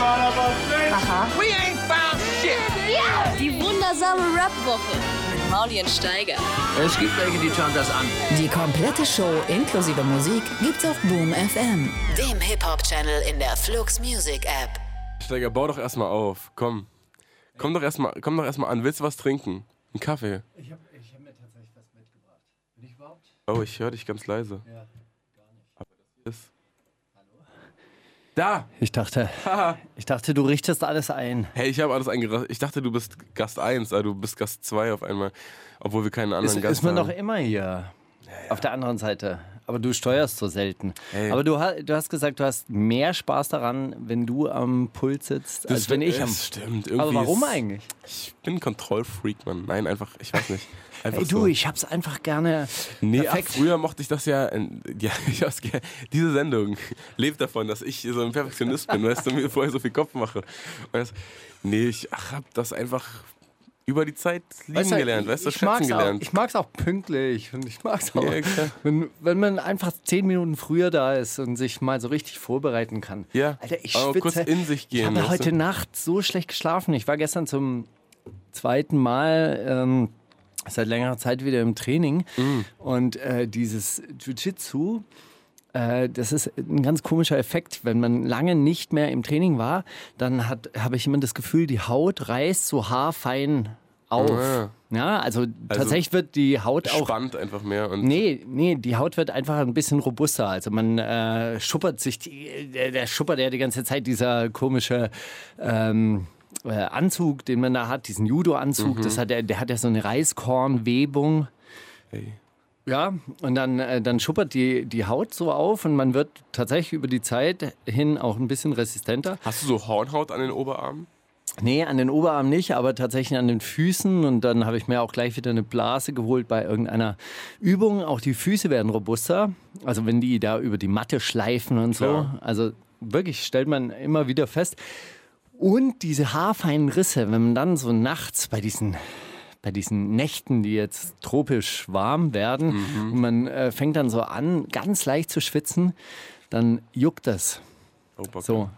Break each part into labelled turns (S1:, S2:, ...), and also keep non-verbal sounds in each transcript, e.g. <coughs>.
S1: Aha.
S2: Die wundersame Rap-Woche mit Mauli und Steiger.
S3: Es gibt welche, die schauen das an.
S4: Die komplette Show inklusive Musik gibt's auf Boom FM, dem Hip-Hop-Channel in der Flux Music App.
S5: Steiger, bau doch erstmal auf. Komm. Komm doch erstmal komm doch erstmal an. Willst du was trinken? Einen Kaffee?
S6: Ich habe ich hab mir tatsächlich was mitgebracht. Bin ich überhaupt?
S5: Oh, ich höre dich ganz leise.
S6: Ja, gar nicht.
S5: Ist- Da!
S6: Ich dachte,
S5: Haha.
S6: ich dachte, du richtest alles ein.
S5: Hey, ich habe alles eingerastet. Ich dachte, du bist Gast 1, aber du bist Gast 2 auf einmal. Obwohl wir keinen anderen
S6: Ist,
S5: Gast
S6: ist man
S5: haben.
S6: doch immer hier. Auf der anderen Seite. Aber du steuerst so selten.
S5: Hey.
S6: Aber du, ha- du hast gesagt, du hast mehr Spaß daran, wenn du am Pult sitzt, als wenn ich am.
S5: Das stimmt. Irgendwie
S6: Aber warum
S5: ist-
S6: eigentlich?
S5: Ich bin ein Kontrollfreak, Mann. Nein, einfach, ich
S6: <laughs>
S5: weiß nicht. Einfach
S6: Ey,
S5: so.
S6: du, ich hab's einfach gerne.
S5: Nee, ach,
S6: perfekt.
S5: früher mochte ich das ja. äh, <laughs> Ja, ich hab's ge- Diese Sendung <laughs> lebt davon, dass ich so ein Perfektionist bin, weißt du, mir vorher so viel Kopf mache. Und das, nee, ich ach, hab das einfach über die Zeit lieben
S6: Weißt du,
S5: gelernt, weißt du,
S6: ich mag's
S5: schätzen
S6: Auch,
S5: gelernt.
S6: ich mag's auch pünktlich und ich mag's auch,
S5: Ja, klar.
S6: wenn, wenn man einfach zehn Minuten früher da ist und sich mal so richtig vorbereiten kann.
S5: Ja,
S6: Alter, ich
S5: aber
S6: schwitze.
S5: kurz in sich
S6: ich
S5: gehen,
S6: habe
S5: weißt
S6: heute
S5: du?
S6: Nacht so schlecht geschlafen. Ich war gestern zum zweiten Mal ähm, seit längerer Zeit wieder im Training
S5: Mm.
S6: und äh, dieses Jiu-Jitsu. Äh, das ist ein ganz komischer Effekt. Wenn man lange nicht mehr im Training war, dann hat- habe ich immer das Gefühl, die Haut reißt so haarfein auf.
S5: Ah.
S6: Ja, also, tatsächlich wird die Haut auch.
S5: Spannt einfach mehr. Und
S6: Nee, nee, die Haut wird einfach ein bisschen robuster. Also man äh, schuppert sich, die, der, der schuppert ja die ganze Zeit dieser komische ähm, äh, Anzug, den man da hat, diesen Judo-Anzug. Das hat, ja- der hat ja so eine Reiskornwebung.
S5: Ey.
S6: Ja, und dann, äh, dann schuppert die, die Haut so auf und man wird tatsächlich über die Zeit hin auch ein bisschen resistenter.
S5: Hast du so Hornhaut an den Oberarmen?
S6: Nee, an den Oberarmen nicht, aber tatsächlich an den Füßen. Und dann habe ich mir auch gleich wieder eine Blase geholt bei irgendeiner Übung. Auch die Füße werden robuster. Also wenn die da über die Matte schleifen und
S5: Klar.
S6: so. Also wirklich stellt man immer wieder fest. Und diese haarfeinen Risse, wenn man dann so nachts bei diesen bei diesen Nächten, die jetzt tropisch warm werden,
S5: Mhm.
S6: und man äh, fängt dann so an, ganz leicht zu schwitzen, dann juckt das.
S5: Oh, Bock.
S6: So,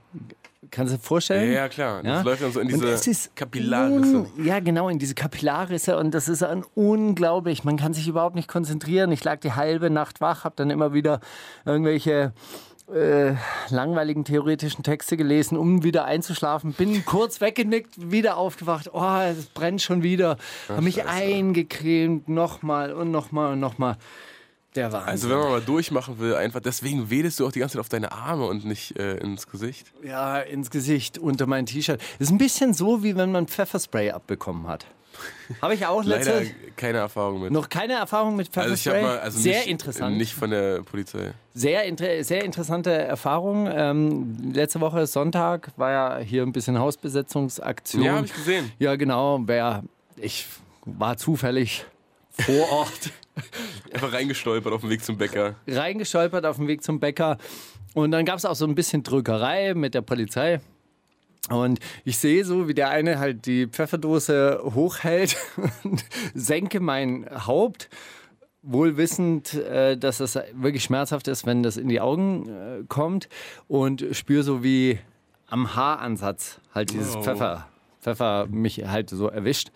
S6: kannst du dir vorstellen?
S5: Ja, ja, klar. Das
S6: Ja?
S5: läuft dann so in diese
S6: und es ist
S5: Kapillarrisse.
S6: Un, ja, genau, in diese Kapillarrisse. Und das ist ein unglaublich. Man kann sich überhaupt nicht konzentrieren. Ich lag die halbe Nacht wach, habe dann immer wieder irgendwelche äh, langweiligen theoretischen Texte gelesen, um wieder einzuschlafen. Bin kurz weggenickt, wieder aufgewacht. Oh, es brennt schon wieder. Habe mich eingecremt, nochmal und nochmal und nochmal. Der Wahnsinn.
S5: Also wenn man mal durchmachen will, einfach deswegen wedelst du auch die ganze Zeit auf deine Arme und nicht äh, ins Gesicht.
S6: ja, ins Gesicht, unter mein T-Shirt. Ist ein bisschen so, wie wenn man Pfefferspray abbekommen hat. Habe ich auch
S5: <laughs> Leider
S6: letztes
S5: keine Erfahrung mit.
S6: Noch keine Erfahrung mit
S5: also ich habe
S6: Pfefferspray.
S5: mal also
S6: sehr
S5: nicht,
S6: interessant.
S5: Nicht von der Polizei.
S6: Sehr, inter sehr interessante Erfahrung. Ähm, letzte Woche Sonntag war ja hier ein bisschen Hausbesetzungsaktion.
S5: Ja, habe ich gesehen.
S6: Ja, genau. Wer, ich war zufällig
S5: <laughs>
S6: vor Ort
S5: Einfach reingestolpert auf dem Weg zum Bäcker.
S6: reingestolpert auf dem Weg zum Bäcker. Und dann gab es auch so ein bisschen Drückerei mit der Polizei. Und ich sehe so, wie der eine halt die Pfefferdose hochhält <laughs> und senke mein Haupt, wohl wissend, äh, dass das wirklich schmerzhaft ist, wenn das in die Augen äh, kommt. Und spüre so wie am Haaransatz halt dieses
S5: Oh.
S6: Pfeffer, Pfeffer mich halt so erwischt.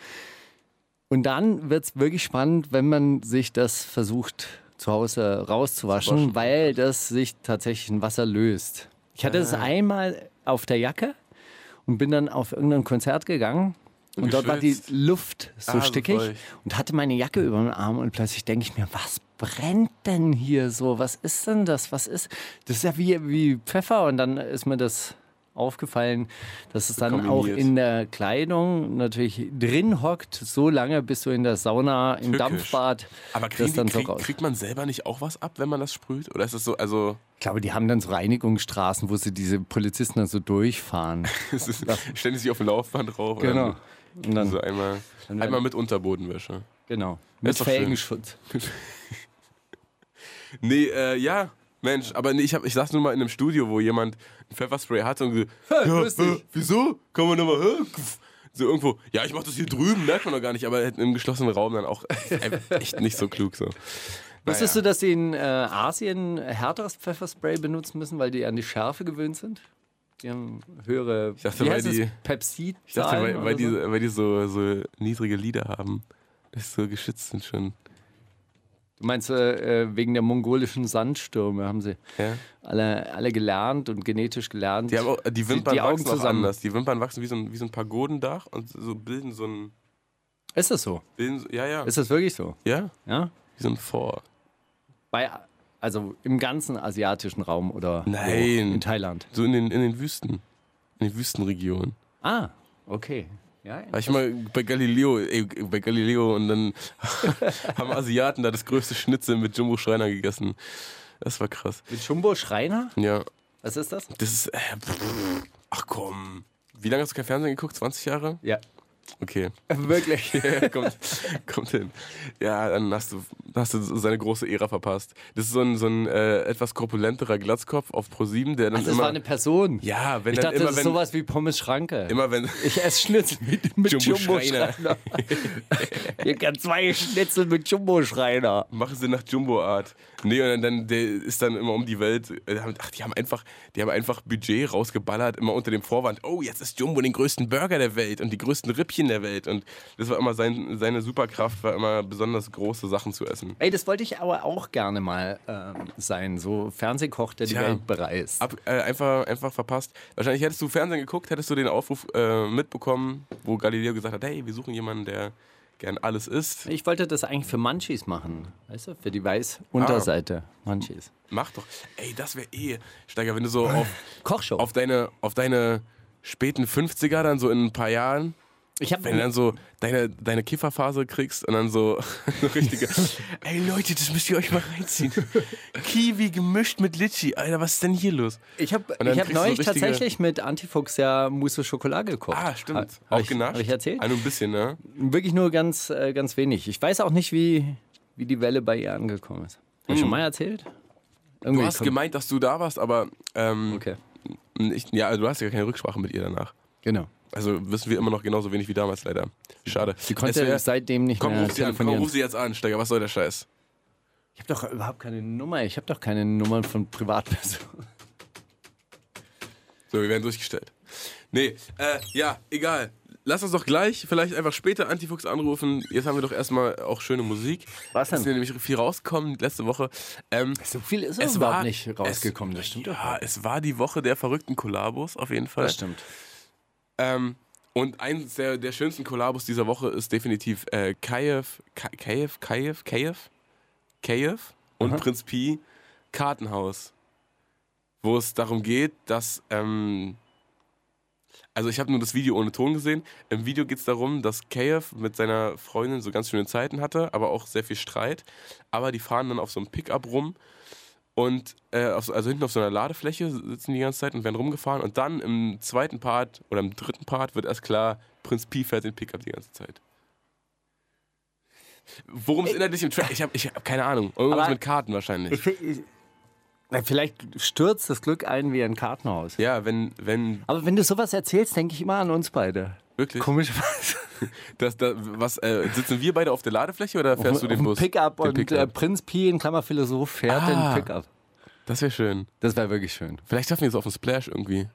S6: Und dann wird es wirklich spannend, wenn man sich das versucht zu Hause rauszuwaschen, weil das sich tatsächlich in Wasser löst. Ich hatte
S5: Ah.
S6: es einmal auf der Jacke und bin dann auf irgendein Konzert gegangen. Und, dort war die
S5: geschwitzt.
S6: Luft so
S5: Ah, so
S6: stickig
S5: feucht.
S6: und hatte meine Jacke über dem Arm und plötzlich denke ich mir, was brennt denn hier so? Was ist denn das? Was ist? Das ist ja wie, wie Pfeffer und dann ist mir das aufgefallen, dass es dann auch
S5: kombiniert.
S6: in der Kleidung natürlich drin hockt, so lange, bis du in der Sauna, im
S5: Tückisch.
S6: Dampfbad,
S5: Aber kriegen
S6: das
S5: die,
S6: dann so
S5: krieg,
S6: raus.
S5: kriegt man selber nicht auch was ab, wenn man das sprüht? Oder ist es so, also <laughs>
S6: Ich glaube, die haben dann so Reinigungsstraßen, wo sie diese Polizisten dann so durchfahren.
S5: <laughs> es ist ständig sich auf dem Laufband drauf?
S6: genau. Und
S5: Dann, so
S6: dann,
S5: einmal,
S6: dann-
S5: einmal mit Unterbodenwäsche.
S6: genau. Mit
S5: doch schön.
S6: Felgenschutz.
S5: Nee, äh, ja. Mensch, aber nee, ich, hab, ich saß nur mal in einem Studio, wo jemand ein Pfefferspray hatte und so, ja,
S6: lustig.
S5: äh, wieso? Kann man nochmal, hä? Pff. so irgendwo, ja, ich mach das hier drüben, merkt man doch gar nicht, aber im geschlossenen Raum dann auch <laughs> einfach echt nicht so klug so.
S6: Wusstest du, dass sie in äh, Asien härteres Pfefferspray benutzen müssen, weil die an die Schärfe gewöhnt sind? Die haben höhere. Ich
S5: dachte,
S6: wie
S5: weil
S6: heißt es?
S5: die-
S6: Pepsi.
S5: Ich dachte, weil, weil,
S6: oder
S5: die,
S6: so?
S5: weil die so, so niedrige Lieder haben, dass sie so geschützt sind schon.
S6: Du meinst, äh, äh, wegen der mongolischen Sandstürme haben sie
S5: Ja?
S6: alle, alle gelernt und genetisch gelernt.
S5: Die, haben auch, die
S6: Sie-
S5: Wimpern
S6: die Augen
S5: wachsen auch
S6: zusammen.
S5: anders. Die Wimpern wachsen wie so ein, wie so ein Pagodendach und so bilden so ein.
S6: Ist das so?
S5: Bilden so, ja, ja.
S6: Ist das wirklich so?
S5: ja?
S6: Ja?
S5: Wie so ein Vor.
S6: Bei, also im ganzen asiatischen Raum oder wo?
S5: Nein.
S6: in Thailand.
S5: So in den, in den Wüsten. In den Wüstenregionen.
S6: Ah, okay. Ja,
S5: War ich mal bei Galileo, ey, bei Galileo und dann <laughs> haben Asiaten da das größte Schnitzel mit Jumbo Schreiner gegessen. Das war krass.
S6: mit Jumbo Schreiner?
S5: Ja,
S6: Was ist das?
S5: das ist. Äh, pff, ach komm. Wie lange hast du kein Fernsehen geguckt? 20 Jahre?
S6: Ja.
S5: Okay.
S6: <laughs> Wirklich.
S5: Ja, <laughs> kommt, kommt hin. Ja, dann hast du, hast du seine große Ära verpasst. Das ist so ein, so ein äh, etwas korpulenterer Glatzkopf auf Pro7, der dann
S6: Also es
S5: immer.
S6: war eine Person.
S5: ja, wenn
S6: ich
S5: dann
S6: dachte,
S5: immer,
S6: das ist
S5: wenn,
S6: sowas wie Pommes Schranke.
S5: immer wenn. <laughs>
S6: Ich esse Schnitzel mit, mit
S5: Jumbo
S6: Jumbo, Schreiner.
S5: Schreiner. <laughs>
S6: Hier kann zwei Schnitzel mit Jumbo Schreiner.
S5: Machen sie nach Jumbo-Art. Nee, und dann, dann der ist dann immer um die Welt. äh, haben- Ach, die haben einfach, die haben einfach Budget rausgeballert, immer unter dem Vorwand, oh, jetzt ist Jumbo den größten Burger der Welt und die größten Rippchen der Welt. Und das war immer sein, seine Superkraft, war immer besonders große Sachen zu essen.
S6: Ey, das wollte ich aber auch gerne mal ähm, sein. So Fernsehkoch, der die
S5: Tja.
S6: Welt bereist.
S5: Ab, äh, einfach, einfach verpasst. Wahrscheinlich hättest du Fernsehen geguckt, hättest du den Aufruf äh, mitbekommen, wo Galileo gesagt hat, hey, wir suchen jemanden, der gern alles isst.
S6: Ich wollte das eigentlich für Munchies machen. Weißt du, für die Weißunterseite.
S5: Ah.
S6: Munchies.
S5: Mach doch. Ey, das wäre eh, Steiger, wenn du
S6: <laughs>
S5: so auf,
S6: Kochshow.
S5: auf, deine, auf deine späten 50er dann so in ein paar Jahren,
S6: ich hab,
S5: wenn du dann so deine, deine Kifferphase kriegst und dann so <laughs>
S6: <laughs>
S5: eine richtige, ey Leute, das müsst ihr euch mal reinziehen. Kiwi gemischt mit Litschi, Alter, was ist denn hier los?
S6: Ich habe
S5: dann
S6: hab
S5: kriegst du
S6: neulich
S5: richtige-
S6: tatsächlich mit Antifuchs ja Mousse au Chocolat gekocht.
S5: Ah, stimmt.
S6: Hab- hab
S5: Auch
S6: ich,
S5: genascht.
S6: Habe ich erzählt?
S5: Ah, nur ein bisschen, ne?
S6: Wirklich nur ganz, äh, ganz wenig. Ich weiß auch nicht, wie, wie die Welle bei ihr angekommen ist. Hab ich schon mal erzählt? Irgendwie
S5: Hm. Du hast
S6: kommt-
S5: gemeint, dass du da warst, aber ähm,
S6: Okay,
S5: Ich, ja, also du hast ja keine Rücksprache mit ihr danach.
S6: genau.
S5: Also wissen wir immer noch genauso wenig wie damals leider. Schade.
S6: Die konnte
S5: Es wär-
S6: seitdem nicht
S5: komm,
S6: mehr
S5: ruf sie an, komm,
S6: telefonieren.
S5: ruf sie jetzt an, Steiger, was soll der Scheiß?
S6: ich habe doch überhaupt keine Nummer. Ich habe doch keine Nummern von Privatpersonen.
S5: So, wir werden durchgestellt. Nee, äh, ja, egal. Lass uns doch gleich, vielleicht einfach später Antifuchs anrufen. Jetzt haben wir doch erstmal auch schöne Musik.
S6: Was denn?
S5: Ist hier nämlich viel rausgekommen letzte Woche. Ähm,
S6: So viel ist
S5: es
S6: überhaupt
S5: war
S6: nicht rausgekommen.
S5: Es,
S6: das stimmt doch.
S5: ja, es war die Woche der verrückten Kollabos auf jeden Fall.
S6: Das stimmt.
S5: Ähm, und eins der, der schönsten Kollabos dieser Woche ist definitiv äh, Kayev, Ka- Kayev, Kayev, Kayev, Kayev und Prinz Pi Kartenhaus, wo es darum geht, dass ähm, also ich habe nur das Video ohne Ton gesehen. Im Video geht es darum, dass Kayev mit seiner Freundin so ganz schöne Zeiten hatte, aber auch sehr viel Streit. Aber die fahren dann auf so einem Pickup rum und äh, auf, so- also hinten auf so einer Ladefläche sitzen die ganze Zeit und werden rumgefahren. Und dann im zweiten Part oder im dritten Part wird erst klar, Prinz Pi fährt den Pickup die ganze Zeit. Worum es inhaltlich im Track? Ich habe ich hab keine Ahnung. Irgendwas
S6: Aber-
S5: mit Karten wahrscheinlich.
S6: Na, Vielleicht stürzt das Glück ein wie ein Kartenhaus.
S5: Ja, wenn, wenn
S6: Aber wenn du sowas erzählst, denke ich immer an uns beide.
S5: wirklich.
S6: Komisch was.
S5: Das, da, was, äh, sitzen wir beide auf der Ladefläche oder fährst du den Bus?
S6: Pickup
S5: Den
S6: und Äh, Prinz Pi in Klammer Philosoph fährt
S5: Ah.
S6: den Pickup.
S5: das wäre schön.
S6: Das wäre wirklich schön.
S5: Vielleicht schaffen wir es auf den Splash irgendwie.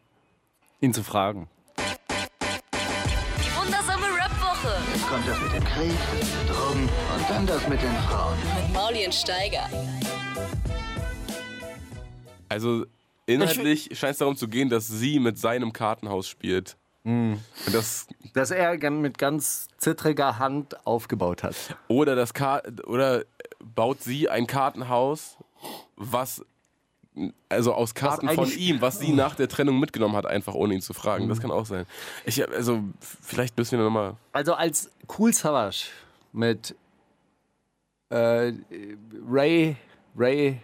S6: Ihn zu fragen.
S2: Die wundersame Rap-Woche
S1: kommt das mit dem Krieg, Drogen und dann das mit den Frauen.
S2: mit Maulien Steiger.
S5: Also inhaltlich scheint es darum zu gehen, dass sie mit seinem Kartenhaus spielt.
S6: Hm.
S5: Und das,
S6: Dass er gern mit ganz zittriger Hand aufgebaut hat.
S5: oder, das Kar oder baut sie ein Kartenhaus, was also aus Karten von
S6: eigentlich- Hm.
S5: ihm, was sie
S6: <laughs>
S5: nach der Trennung mitgenommen hat, einfach ohne ihn zu fragen. Das kann auch sein. Ich, hab- also vielleicht müssen wir nochmal.
S6: Also als Cool Savage mit äh, Ray, Ray,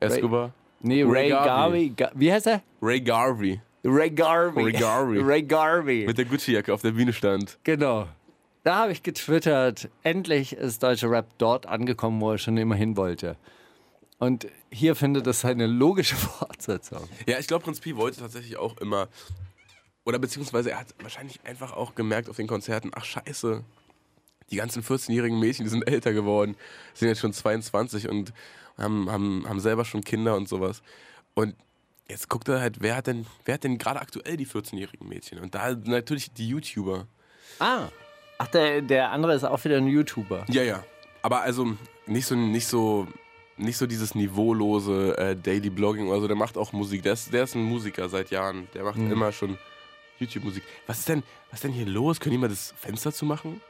S5: Escobar.
S6: nee, Ray,
S5: Ray
S6: Garvey. Ga- Wie heißt er?
S5: Ray Garvey
S6: Ray Garvey.
S5: Ray Garvey.
S6: <laughs> Ray Garvey.
S5: mit der Gucci-Jacke auf der Bühne stand.
S6: Genau. Da habe ich getwittert, endlich ist deutscher Rap dort angekommen, wo er schon immer hin wollte. Und hier findet es seine logische <laughs> Fortsetzung.
S5: Ja, ich glaube, Prinz Pi wollte tatsächlich auch immer. Oder beziehungsweise er hat wahrscheinlich einfach auch gemerkt auf den Konzerten, ach scheiße, die ganzen 14-jährigen Mädchen, die sind älter geworden, sind jetzt schon 22 und haben, haben, haben selber schon Kinder und sowas. Und jetzt guckt er halt, wer hat denn, wer hat denn gerade aktuell die 14-jährigen Mädchen? Und da natürlich die YouTuber.
S6: Ah. Ach, der, der andere ist auch wieder ein YouTuber.
S5: Ja, ja. Aber also nicht so, nicht so, nicht so dieses niveaulose äh, Daily Blogging oder so. Der macht auch Musik. Der ist, der ist ein Musiker seit Jahren. Der macht immer schon YouTube-Musik. Was ist denn, was ist denn hier los? Können die mal das Fenster zumachen?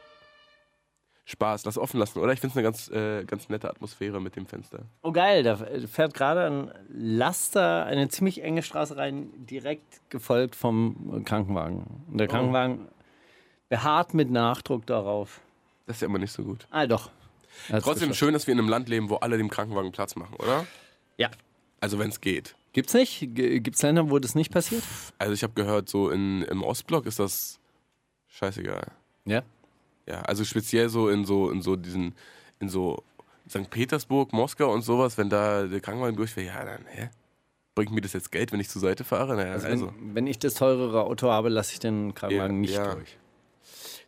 S5: Spaß, lass offen lassen, oder? Ich finde es eine ganz, äh, ganz nette Atmosphäre mit dem Fenster.
S6: Oh geil, da fährt gerade ein Laster eine ziemlich enge Straße rein, direkt gefolgt vom Krankenwagen. Und der Krankenwagen beharrt mit Nachdruck darauf.
S5: Das ist ja immer nicht so gut.
S6: Ah, doch. Er hat's
S5: Trotzdem
S6: geschafft.
S5: schön, dass wir in einem Land leben, wo alle dem Krankenwagen Platz machen, oder?
S6: Ja.
S5: Also wenn es geht.
S6: Gibt's nicht? G- Gibt's Länder, wo das nicht passiert?
S5: Also ich habe gehört, so in, im Ostblock ist das scheißegal.
S6: Ja.
S5: Ja, also speziell so in so in so diesen in so St. Petersburg, Moskau und sowas, wenn da der Krankenwagen durchfährt, ja dann hä? Bringt mir das jetzt Geld, wenn ich zur Seite fahre? Naja, also,
S6: Also, Wenn, wenn ich das teurere Auto habe, lasse ich den Krankenwagen
S5: Ja,
S6: nicht
S5: ja.
S6: durch.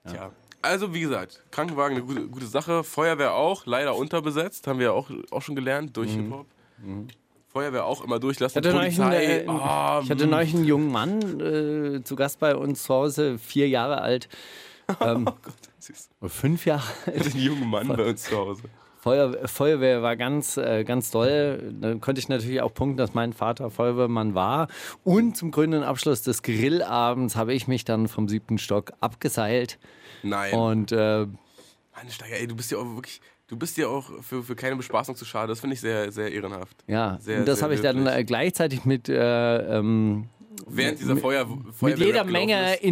S5: tja. Also wie gesagt, Krankenwagen eine gute, gute Sache, Feuerwehr auch, leider unterbesetzt, haben wir ja auch, auch schon gelernt durch Hip-Hop. Feuerwehr auch immer durchlassen,
S6: Ich Mhm. hatte, neulich einen,
S5: Polizei.
S6: äh,
S5: ah,
S6: ich hatte
S5: mh.
S6: neulich einen jungen Mann äh, zu Gast bei uns zu Hause, vier Jahre alt,
S5: <laughs> oh Gott, süß.
S6: oder fünf Jahre alt.
S5: <laughs> Den jungen Mann bei uns zu Hause.
S6: Feuer, Feuerwehr war ganz, äh, ganz toll. Da konnte ich natürlich auch punkten, dass mein Vater Feuerwehrmann war. Und zum grünen Abschluss des Grillabends habe ich mich dann vom siebten Stock abgeseilt.
S5: Nein.
S6: Und äh,
S5: Ansteiger, ey, du bist ja auch wirklich, du bist ja auch für, für keine Bespaßung zu schade. Das finde ich sehr, sehr ehrenhaft.
S6: ja,
S5: Sehr,
S6: und das
S5: sehr
S6: habe ich dann
S5: löblich.
S6: äh, gleichzeitig mit, äh, ähm,
S5: Während dieser Feuer, Feuerwehr
S6: mit jeder
S5: abgelaufen
S6: Menge
S5: ist.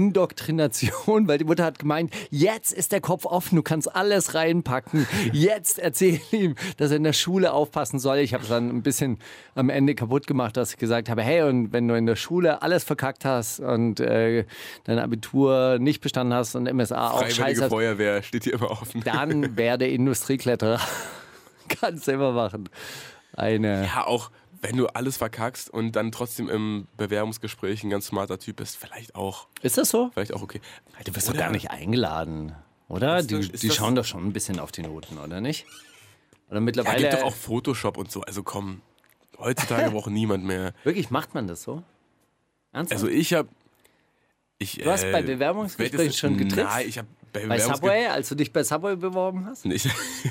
S6: Indoktrination, weil die Mutter hat gemeint, jetzt ist der Kopf offen, du kannst alles reinpacken. Jetzt erzähl ihm, dass er in der Schule aufpassen soll. Ich habe es dann ein bisschen am Ende kaputt gemacht, dass ich gesagt habe, hey, und wenn du in der Schule alles verkackt hast und äh, dein Abitur nicht bestanden hast und MSA auch
S5: Freiwillige
S6: scheiße hast,
S5: Feuerwehr steht hier immer offen.
S6: dann werde Industriekletterer. <laughs> kannst du immer machen. Eine.
S5: <laughs> ja, auch wenn du alles verkackst und dann trotzdem im Bewerbungsgespräch ein ganz smarter Typ bist, vielleicht auch,
S6: Ist das so?
S5: vielleicht auch okay.
S6: Du bist
S5: Oder-
S6: doch gar nicht eingeladen, oder?
S5: Ist
S6: Die,
S5: das- ist
S6: die
S5: das-
S6: schauen doch schon ein bisschen auf die Noten, oder nicht? Oder
S5: Ja,
S6: mittlerweile.
S5: gibt doch auch Photoshop und so. Also komm, heutzutage braucht <laughs> niemand mehr.
S6: wirklich, macht man das so? Ernsthaft?
S5: Also ich habe, ich
S6: du hast
S5: äh,
S6: bei Bewerbungsgesprächen
S5: spätestens-
S6: schon getrickst?
S5: Nein, ich habe bei,
S6: bei
S5: Bewerbungsge-
S6: Subway, als du dich bei Subway beworben hast?
S5: <laughs> Ich,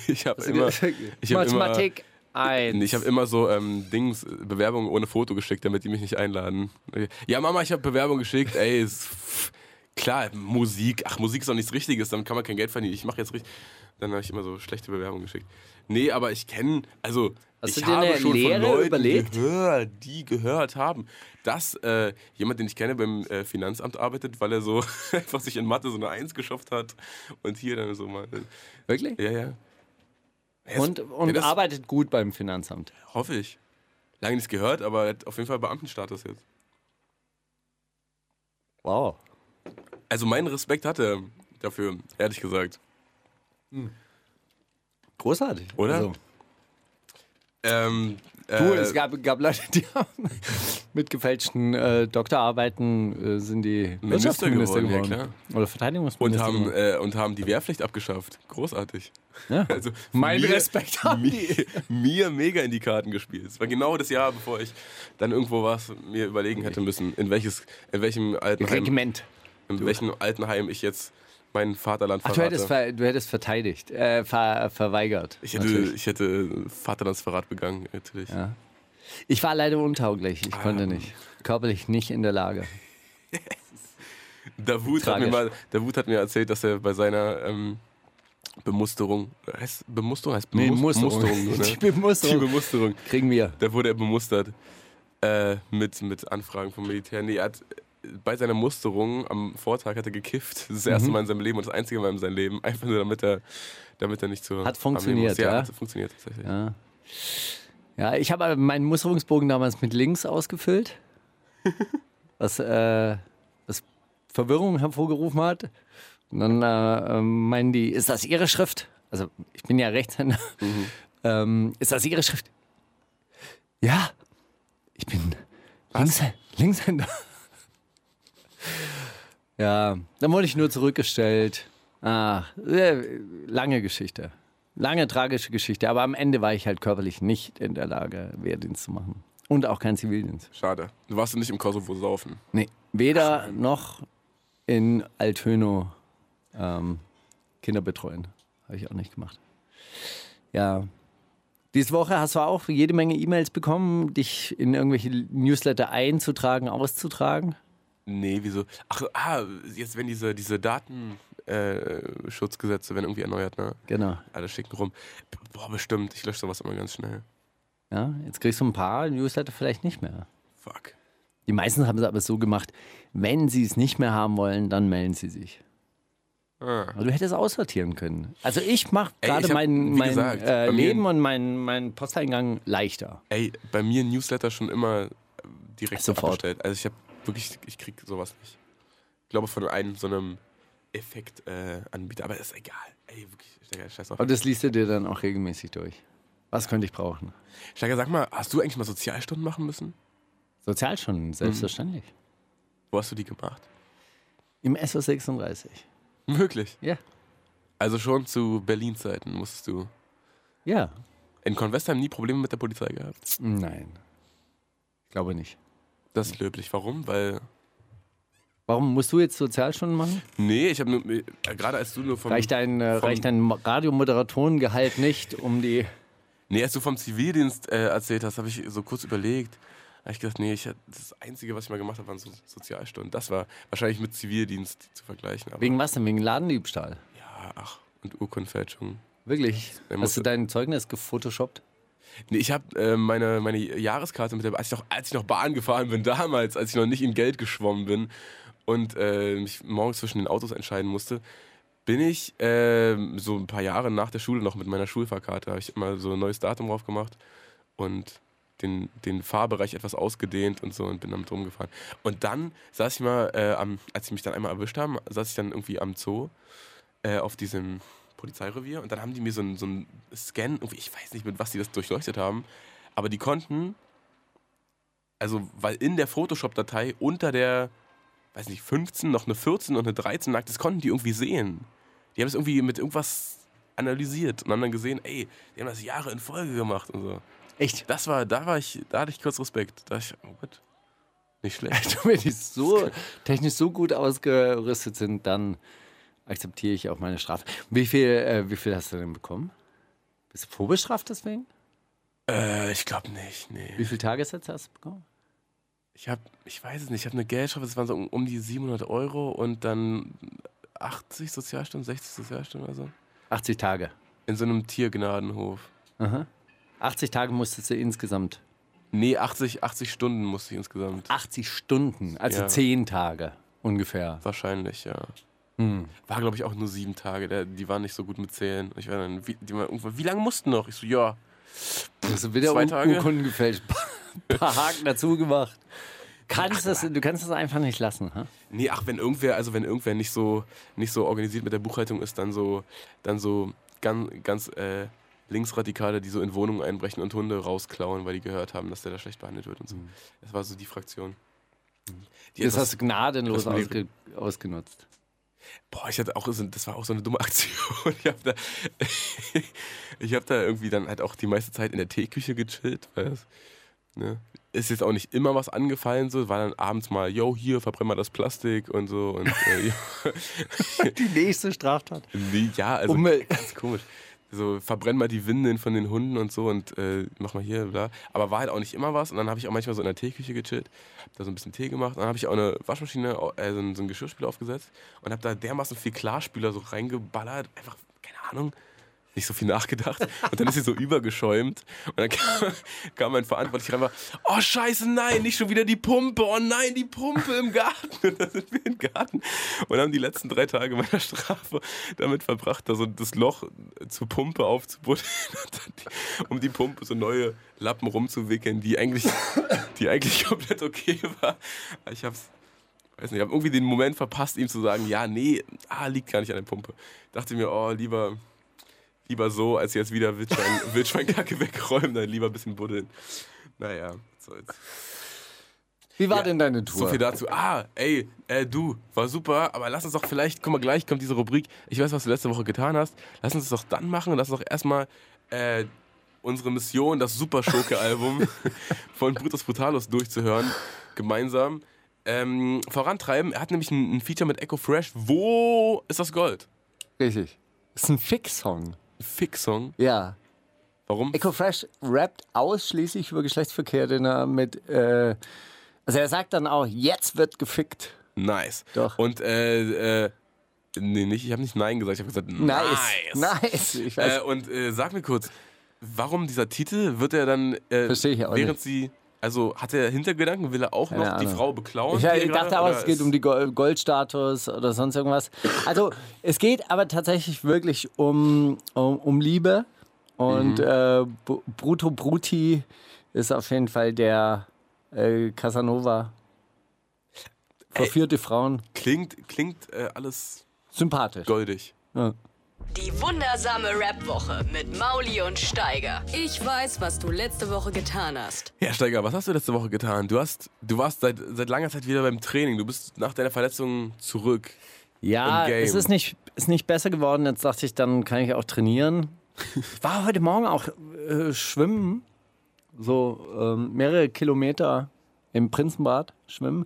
S5: ich habe immer, ich hab immer
S6: Mathematik 1.
S5: Nee, Ich habe immer so ähm, Dings, äh, Bewerbungen ohne Foto geschickt, damit die mich nicht einladen. Ja, Mama, ich habe Bewerbung geschickt. Ey, ist pff, klar, Musik. Ach, Musik ist doch nichts Richtiges, damit kann man kein Geld verdienen. Ich mache jetzt richtig. Dann habe ich immer so schlechte Bewerbungen geschickt. Nee, aber ich kenne, also
S6: Hast du
S5: ich
S6: dir
S5: habe
S6: eine
S5: schon
S6: Lehre
S5: von Leuten
S6: überlegt?
S5: gehört, die gehört haben, dass äh, jemand, den ich kenne, beim äh, Finanzamt arbeitet, weil er so <laughs> einfach sich in Mathe so eine Eins geschafft hat und hier dann so mal. äh,
S6: Wirklich?
S5: Ja, ja.
S6: Und, und
S5: Ja, das-
S6: arbeitet gut beim Finanzamt.
S5: Hoffe ich. Lange nichts gehört, aber er hat auf jeden Fall Beamtenstatus jetzt.
S6: Wow.
S5: Also meinen Respekt hat er dafür, ehrlich gesagt.
S6: Großartig.
S5: Oder?
S6: Also,
S5: Ähm, äh,
S6: du, es gab, gab Leute, die haben <laughs> mit gefälschten äh, Doktorarbeiten äh, sind die
S5: Minister
S6: Wirtschaftsminister
S5: geworden, ja,
S6: geworden. Oder
S5: und
S6: Verteidigungsminister.
S5: haben,
S6: geworden.
S5: äh, und haben die Wehrpflicht abgeschafft. Großartig.
S6: Ja.
S5: Also
S6: Mein Respekt haben
S5: mir, <laughs> mir mega in die Karten gespielt. Es war genau das Jahr, bevor ich dann irgendwo was mir überlegen hätte müssen, in welches, in welchem Altenheim,
S6: Regiment.
S5: in welchem Altenheim ich jetzt mein Vaterland
S6: Ach, du
S5: verrate.
S6: hättest, ver, du hättest verteidigt, äh, ver, verweigert.
S5: ich, hätte,
S6: natürlich.
S5: ich hätte Vaterlandsverrat begangen, natürlich.
S6: ich war leider untauglich,
S5: Ah,
S6: ich konnte nicht. Körperlich nicht in der Lage.
S5: Davut hat,
S6: Tragisch.
S5: mir mal, Davut hat mir erzählt, dass er bei seiner ähm, Bemusterung, heißt Bemusterung, heißt Bemus- <laughs> Musterung, ne?
S6: Die Bemusterung.
S5: Die Bemusterung.
S6: <laughs> Kriegen wir.
S5: Da wurde er bemustert äh, mit, mit Anfragen vom Militär. Nee, er hat äh, bei seiner Musterung am Vortag hat er gekifft. Das, ist das erste Mal in seinem Leben und das einzige Mal in seinem Leben. Einfach nur damit er, damit er nicht zur.
S6: Hat
S5: Armee
S6: funktioniert,
S5: muss. ja?
S6: ja?
S5: Hat funktioniert tatsächlich.
S6: Ja. Ja, ich habe meinen Musterungsbogen damals mit links ausgefüllt, was, äh, was Verwirrung hervorgerufen hat. Und dann äh, ähm, meinen die, ist das Ihre Schrift? Also ich bin ja Rechtshänder. <laughs> Ähm, ist das Ihre Schrift? Ja, ich bin Links Linkshänder. <laughs> Ja, dann wurde ich nur zurückgestellt. Ah, äh, lange Geschichte. Lange tragische Geschichte, aber am Ende war ich halt körperlich nicht in der Lage, Wehrdienst zu machen. Und auch kein Zivildienst.
S5: Schade. Du warst nicht im Kosovo saufen.
S6: Nee, weder noch in Altöno ähm, Kinder betreuen. Habe ich auch nicht gemacht. Ja. Diese Woche hast du auch jede Menge E-Mails bekommen, dich in irgendwelche Newsletter einzutragen, auszutragen.
S5: Nee, wieso? Ach, ah, jetzt wenn diese, diese Datenschutzgesetze werden irgendwie erneuert, ne?
S6: Genau.
S5: Alle schicken rum. B- Boah, bestimmt. Ich lösche sowas immer ganz schnell.
S6: Ja, jetzt kriegst du ein paar Newsletter vielleicht nicht mehr.
S5: Fuck.
S6: Die meisten haben es aber so gemacht, wenn sie es nicht mehr haben wollen, dann melden sie sich.
S5: Ah.
S6: Aber du hättest aussortieren können. Also ich mache
S5: Ey, ich
S6: gerade
S5: hab,
S6: mein,
S5: wie
S6: mein
S5: gesagt,
S6: äh,
S5: bei mir-
S6: Leben und meinen mein Posteingang leichter.
S5: Ey, bei mir Newsletter schon immer äh, direkt
S6: Sofort.
S5: abgestellt. Also ich habe wirklich, ich krieg sowas nicht. Ich glaube von einem so einem Effektanbieter, äh, Anbieter. aber ist egal. Ey, wirklich, Steiger, scheiß auf.
S6: Aber das liest du dir dann auch regelmäßig durch. Was könnte ich brauchen?
S5: Steiger, sag mal, hast du eigentlich mal Sozialstunden machen müssen?
S6: Sozial schon, selbstverständlich.
S5: Wo hast du die gemacht?
S6: Mhm. Im SO36.
S5: Möglich.
S6: Ja.
S5: Also schon zu Berlin-Zeiten musstest du.
S6: Ja.
S5: In Convestheim nie Probleme mit der Polizei gehabt.
S6: Nein. Ich glaube nicht.
S5: Das ist löblich. Warum? Weil.
S6: Warum musst du jetzt Sozialstunden machen?
S5: Nee, ich habe nur. äh, Gerade als du nur vom.
S6: Reicht dein, äh,
S5: vom-
S6: reicht dein Mo- Radiomoderatorengehalt nicht, um die.
S5: Nee, als du vom Zivildienst äh, erzählt hast, habe ich so kurz überlegt. Habe ich gedacht, nee, ich, hab- das Einzige, was ich mal gemacht habe, waren so Sozialstunden. Das war wahrscheinlich mit Zivildienst zu vergleichen. Aber
S6: Wegen was denn? Wegen Ladendiebstahl?
S5: ja, ach, und Urkundenfälschung.
S6: Wirklich?
S5: Er muss-
S6: Hast du dein Zeugnis gefotoshoppt?
S5: Nee, ich habe äh, meine, meine Jahreskarte mit der, als ich, noch, als ich noch Bahn gefahren bin, damals, als ich noch nicht in Geld geschwommen bin und äh, mich morgens zwischen den Autos entscheiden musste, bin ich äh, so ein paar Jahre nach der Schule noch mit meiner Schulfahrkarte, habe ich immer so ein neues Datum drauf gemacht und den, den Fahrbereich etwas ausgedehnt und so und bin damit rumgefahren. Und dann saß ich mal, äh, am, als sie mich dann einmal erwischt haben, saß ich dann irgendwie am Zoo äh, auf diesem Polizeirevier und dann haben die mir so einen so einen Scan, irgendwie, ich weiß nicht, mit was die das durchleuchtet haben, aber die konnten, also weil in der Photoshop-Datei unter der, weiß nicht, 15 noch eine 14 und eine 13 lag, das konnten die irgendwie sehen. Die haben es irgendwie mit irgendwas analysiert und haben dann gesehen, ey, die haben das Jahre in Folge gemacht und so.
S6: Echt?
S5: Das war, da war ich, da hatte ich kurz Respekt. Da dachte ich, oh Gott, nicht schlecht.
S6: Wenn die so technisch so gut ausgerüstet sind, dann akzeptiere ich auch meine Strafe. Wie viel, äh, wie viel hast du denn bekommen? Bist du vorbestraft deswegen?
S5: äh, ich glaube nicht, nee.
S6: Wie viel Tagessätze hast du bekommen?
S5: Ich habe, ich weiß es nicht, ich habe eine Geldstrafe, das waren so um, um die 700 Euro und dann 80 Sozialstunden, 60 Sozialstunden oder so.
S6: 80 Tage.
S5: In so einem Tiergnadenhof.
S6: Aha. 80 Tage musstest du insgesamt.
S5: Nee, 80, 80 Stunden musste ich insgesamt.
S6: 80 Stunden, also
S5: Ja.
S6: 10 Tage ungefähr.
S5: Wahrscheinlich, ja. War, glaube ich, auch nur sieben Tage. Der, die waren nicht so gut mit Zählen. Ich war dann, wie, die waren irgendwann, wie lange mussten noch? Ich so, ja.
S6: Hast du wieder
S5: Zwei
S6: Ur-
S5: Tage?
S6: Urkunden gefälscht? <laughs> Ein paar Haken dazu gemacht. Kannst das, du kannst das einfach nicht lassen. Ha?
S5: Nee, ach, wenn irgendwer, also wenn irgendwer nicht so, nicht so organisiert mit der Buchhaltung ist, dann so, dann so ganz, ganz äh, Linksradikale, die so in Wohnungen einbrechen und Hunde rausklauen, weil die gehört haben, dass der da schlecht behandelt wird und so. Das war so die Fraktion. Die
S6: Mhm. Das
S5: etwas-
S6: hast du gnadenlos
S5: das war die-
S6: ausge, ausgenutzt.
S5: Boah, ich hatte auch, so- das war auch so eine dumme <laughs> Aktion. Ich habe da, ich hab da irgendwie dann halt auch die meiste Zeit in der Teeküche gechillt. Weil das, ne? Ist jetzt auch nicht immer was angefallen, so. War dann abends mal, yo, hier, verbrenn mal das Plastik und so. Und, äh, <laughs>
S6: Die nächste Straftat.
S5: Nee, ja, also
S6: Umwelt.
S5: <laughs> ganz komisch. So, verbrenn mal die Windeln von den Hunden und so und äh, mach mal hier, bla. Aber war halt auch nicht immer was. Und dann habe ich auch manchmal so in der Teeküche gechillt, hab da so ein bisschen Tee gemacht. Dann habe ich auch eine Waschmaschine, äh, so, ein, so ein Geschirrspüler aufgesetzt und habe da dermaßen viel Klarspüler so reingeballert. Einfach, keine Ahnung, nicht so viel nachgedacht. Und dann ist sie so übergeschäumt. Und dann kam, <laughs> kam mein Verantwortlicher einfach, oh scheiße, nein, nicht schon wieder die Pumpe. Oh nein, die Pumpe im Garten. <laughs> Und dann sind wir im Garten und haben die letzten drei Tage meiner Strafe damit verbracht, da so das Loch zur Pumpe aufzubuddeln, <laughs> und dann die, um die Pumpe so neue Lappen rumzuwickeln, die eigentlich, die eigentlich <laughs> komplett okay war. Aber Ich hab's weiß nicht, ich habe irgendwie den Moment verpasst, ihm zu sagen, ja, nee, ah, liegt gar nicht an der Pumpe. Dachte mir, oh, lieber, lieber so, als jetzt wieder Wildschwein, Wildschweinkacke wegräumen, dann lieber ein bisschen buddeln. Naja, so jetzt.
S6: Wie war
S5: Ja,
S6: denn deine Tour?
S5: So viel dazu. Ah, ey, äh, du, war super, aber lass uns doch vielleicht, guck mal, gleich kommt diese Rubrik, ich weiß, was du letzte Woche getan hast, lass uns das doch dann machen und lass uns doch erstmal äh, unsere Mission, das Super Schurke-Album von Brutus Brutalos durchzuhören, gemeinsam ähm, vorantreiben. Er hat nämlich ein, ein Feature mit Echo Fresh. Wo ist das Gold?
S6: Richtig. Ist ein Fix-Song.
S5: Fix-Song.
S6: Ja.
S5: Warum?
S6: Echo Fresh rappt ausschließlich über Geschlechtsverkehr, den er mit. Äh, also er sagt dann auch, jetzt wird gefickt.
S5: Nice.
S6: Doch.
S5: Und äh, äh, nee, nicht, ich habe nicht Nein gesagt, ich habe gesagt
S6: Nice.
S5: Nice.
S6: Nice. Ich weiß.
S5: Äh, und äh, sag mir kurz, warum dieser Titel wird er dann, äh,
S6: Versteh ich auch
S5: während
S6: nicht.
S5: sie, also hat er Hintergedanken, will er auch
S6: Keine
S5: noch die
S6: Ahnung.
S5: Frau beklauen?
S6: ich
S5: die er
S6: ich dachte
S5: gerade-
S6: auch,
S5: oder
S6: es geht
S5: ist-
S6: um die Go- Goldstatus oder sonst irgendwas. Also es geht aber tatsächlich wirklich um, um, um Liebe. Und äh, Bu- Bruto Bruti ist auf jeden Fall der äh, Casanova. Verführte Frauen.
S5: Klingt, klingt äh, alles
S6: Sympathisch.
S5: goldig.
S2: Die wundersame Rap-Woche mit Mauli und Steiger. Ich weiß, was du letzte Woche getan hast.
S5: Ja, Steiger, was hast du letzte Woche getan? Du hast, du warst seit, seit langer Zeit wieder beim Training. Du bist nach deiner Verletzung zurück.
S6: Ja,
S5: im Game.
S6: es ist nicht, ist nicht besser geworden. Jetzt dachte ich, dann kann ich auch trainieren. War heute Morgen auch äh, schwimmen. So ähm, mehrere Kilometer im Prinzenbad schwimmen.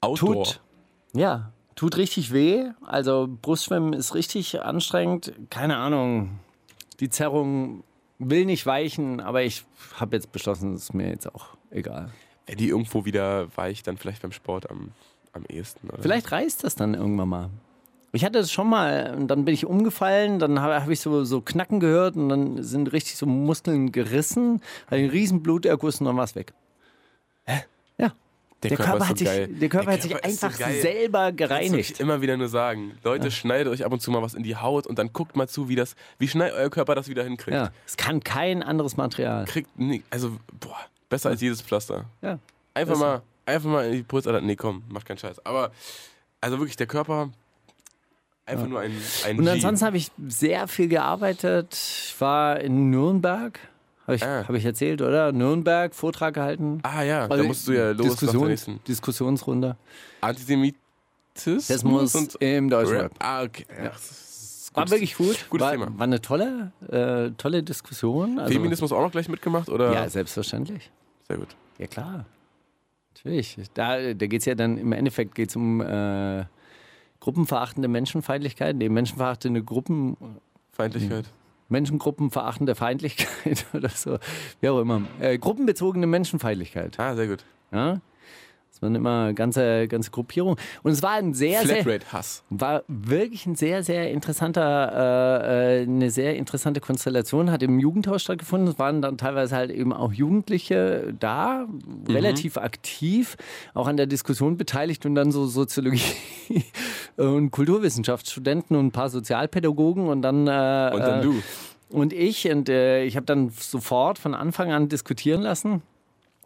S5: Outdoor.
S6: Tut, ja, tut richtig weh. Also Brustschwimmen ist richtig anstrengend. Keine Ahnung. Die Zerrung will nicht weichen, aber ich habe jetzt beschlossen, es ist mir jetzt auch egal.
S5: Wär die irgendwo wieder weich, dann vielleicht beim Sport am, am ehesten. Oder?
S6: Vielleicht reißt das dann irgendwann mal. Ich hatte es schon mal, und dann bin ich umgefallen, dann habe hab ich so, so Knacken gehört und dann sind richtig so Muskeln gerissen, hatte einen riesen Bluterguss und dann war es weg. Hä? Ja. Der,
S5: Körper
S6: Körper,
S5: ist so
S6: hat sich,
S5: geil.
S6: der Körper
S5: Der
S6: hat sich
S5: Körper ist so
S6: einfach
S5: geil.
S6: selber
S5: Kannst du wirklich
S6: gereinigt.
S5: immer wieder nur sagen, Leute, schneidet euch ab und zu mal was in die Haut und dann guckt mal zu, wie das, wie schnell euer Körper das wieder hinkriegt.
S6: Ja. Es kann kein anderes Material.
S5: Kriegt nie, also boah, besser als jedes Pflaster.
S6: Ja.
S5: Einfach
S6: Besser.
S5: mal, einfach mal in die Pulsader. Nee, komm, macht keinen Scheiß. Aber also wirklich der Körper einfach nur ein ein
S6: Und
S5: G.
S6: ansonsten habe ich sehr viel gearbeitet. Ich war in Nürnberg, habe ich,
S5: Ah.
S6: hab ich erzählt, oder? Nürnberg, Vortrag gehalten.
S5: Ah ja,
S6: Also
S5: da musst du ja los nach der
S6: Diskussion,
S5: nächsten
S6: Diskussionsrunde.
S5: Antisemitismus
S6: Das muss
S5: und
S6: im Deutschrap.
S5: Rap. Ah, okay.
S6: also-
S5: Ja. das ist
S6: War
S5: gut.
S6: wirklich gut.
S5: Gutes
S6: war,
S5: Thema.
S6: war eine tolle, äh, tolle Diskussion. Also,
S5: Feminismus äh, auch noch gleich mitgemacht oder?
S6: Ja, selbstverständlich.
S5: Sehr gut.
S6: Ja, klar. Natürlich. Da, da geht es ja dann, im Endeffekt geht es um äh, gruppenverachtende Menschenfeindlichkeit, nee, menschenverachtende Gruppen,
S5: Feindlichkeit.
S6: Mhm. Menschengruppenverachtende Feindlichkeit <laughs> oder so. Wie auch immer. Äh, gruppenbezogene Menschenfeindlichkeit.
S5: Ah, sehr gut.
S6: Ja? Das waren immer ganze, ganze Gruppierung. Und es war ein sehr, sehr,
S5: Flatrate Hass.
S6: War wirklich ein sehr, sehr interessanter, äh, äh, eine sehr interessante Konstellation, hat im Jugendhaus stattgefunden. Es waren dann teilweise halt eben auch Jugendliche da,
S5: Mhm.
S6: relativ aktiv, auch an der Diskussion beteiligt und dann so Soziologie <laughs> und Kulturwissenschaftsstudenten und ein paar Sozialpädagogen und dann. Äh,
S5: Und dann
S6: äh,
S5: du.
S6: und ich, und äh, ich habe dann sofort von Anfang an diskutieren lassen.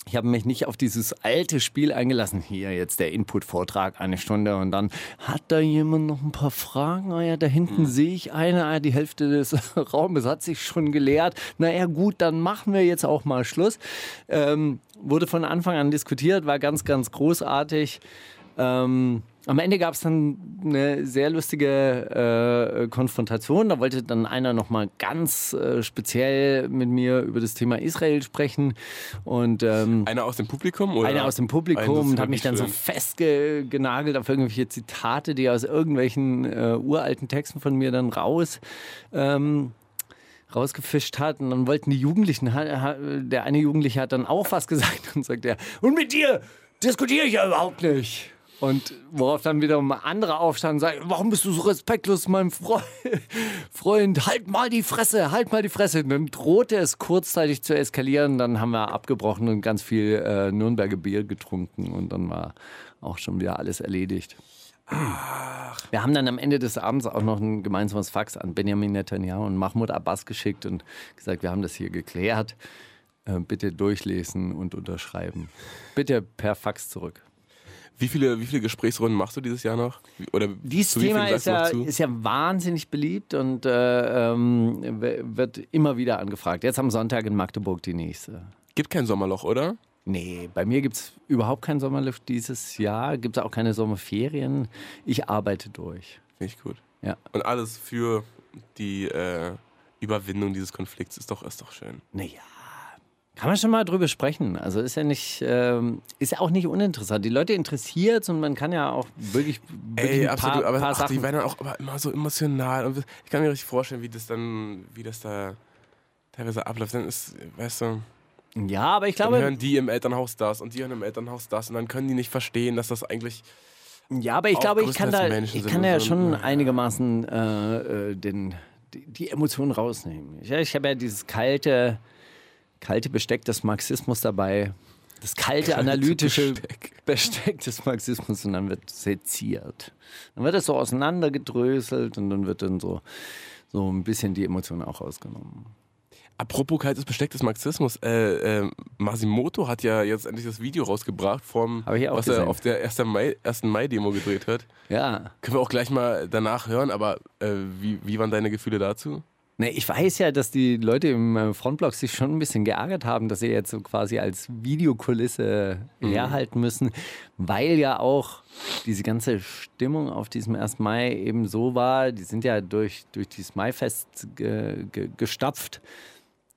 S6: Ich habe mich nicht auf dieses alte Spiel eingelassen. Hier jetzt der Input-Vortrag, eine Stunde und dann hat da jemand noch ein paar Fragen. Ah ja, da hinten sehe ich eine, ah, die Hälfte des <laughs> Raumes hat sich schon geleert. Na ja, gut, dann machen wir jetzt auch mal Schluss. Ähm, wurde von Anfang an diskutiert, war ganz, ganz großartig. Ähm, am Ende gab es dann eine sehr lustige äh, Konfrontation. Da wollte dann einer nochmal ganz äh, speziell mit mir über das Thema Israel sprechen. Und ähm,
S5: Einer aus dem Publikum oder?
S6: einer aus dem
S5: Ein- das ist
S6: Publikum und hat mich dann
S5: wirklich
S6: so
S5: schlimm.
S6: festgenagelt auf irgendwelche Zitate, die aus irgendwelchen äh, uralten Texten von mir dann raus. Ähm, rausgefischt hat und dann wollten die Jugendlichen, ha- ha- der eine Jugendliche hat dann auch was gesagt und sagt er, und mit dir diskutiere ich ja überhaupt nicht. Und worauf dann wiederum andere aufstanden und sagen, warum bist du so respektlos, mein Fre <laughs> Freund, halt mal die Fresse, halt mal die Fresse. Und dann drohte es kurzzeitig zu eskalieren, dann haben wir abgebrochen und ganz viel äh, Nürnberger Bier getrunken und dann war auch schon wieder alles erledigt. Wir haben dann am Ende des Abends auch noch ein gemeinsames Fax an Benjamin Netanyahu und Mahmoud Abbas geschickt und gesagt, wir haben das hier geklärt. Äh, Bitte durchlesen und unterschreiben. Bitte per Fax zurück.
S5: Wie viele, wie viele Gesprächsrunden machst du dieses Jahr noch? Wie- Oder
S6: Dieses
S5: zu wie vielen
S6: Thema ist
S5: sagst du
S6: ja,
S5: noch zu?
S6: ist ja wahnsinnig beliebt und äh, ähm, w- wird immer wieder angefragt. Jetzt am Sonntag in Magdeburg die nächste.
S5: Gibt kein Sommerloch, oder?
S6: Nee, bei mir gibt es überhaupt keinen Sommerlift dieses Jahr. Gibt es auch keine Sommerferien. Ich arbeite durch.
S5: Finde ich gut.
S6: Ja.
S5: Und alles für die äh, Überwindung dieses Konflikts ist doch, ist doch schön.
S6: Naja, kann man schon mal drüber sprechen. Also ist ja nicht, ähm, ist ja auch nicht uninteressant. Die Leute interessiert und man kann ja auch wirklich, wirklich
S5: Ey,
S6: ein
S5: absolut.
S6: paar,
S5: aber
S6: paar
S5: ach, die
S6: Sachen.
S5: werden dann auch aber immer so emotional. Und ich kann mir richtig vorstellen, wie das dann, wie das da teilweise abläuft. Dann ist, weißt du,
S6: Ja, aber ich
S5: dann
S6: glaube,
S5: hören die im Elternhaus das und die hören im Elternhaus das und dann können die nicht verstehen, dass das eigentlich.
S6: ja, aber ich
S5: auch
S6: glaube, ich kann da,
S5: größtenteils Menschen
S6: ich
S5: sind
S6: kann
S5: und
S6: da ja
S5: so,
S6: schon
S5: ja.
S6: einigermaßen äh, äh, den, die, die Emotionen rausnehmen. Ich, ich habe ja dieses kalte, kalte Besteck des Marxismus dabei. Das kalte, analytische Besteck. des Marxismus und dann wird seziert. Dann wird das so auseinandergedröselt und dann wird dann so, so ein bisschen die Emotion auch rausgenommen.
S5: Apropos kaltes Besteck des Marxismus, äh, äh, Masimoto hat ja jetzt endlich das Video rausgebracht vom,
S6: Hab ich auch
S5: was
S6: gesehen.
S5: er auf der 1. Mai, 1. Mai-Demo gedreht hat.
S6: Ja.
S5: Können wir auch gleich mal danach hören, aber äh, wie, wie waren deine Gefühle dazu?
S6: Ne, ich weiß ja, dass die Leute im äh, Frontblock sich schon ein bisschen geärgert haben, dass sie jetzt so quasi als Videokulisse äh, herhalten müssen, weil ja auch diese ganze Stimmung auf diesem 1. Mai eben so war. Die sind ja durch, durch dieses Maifest ge, ge, gestapft.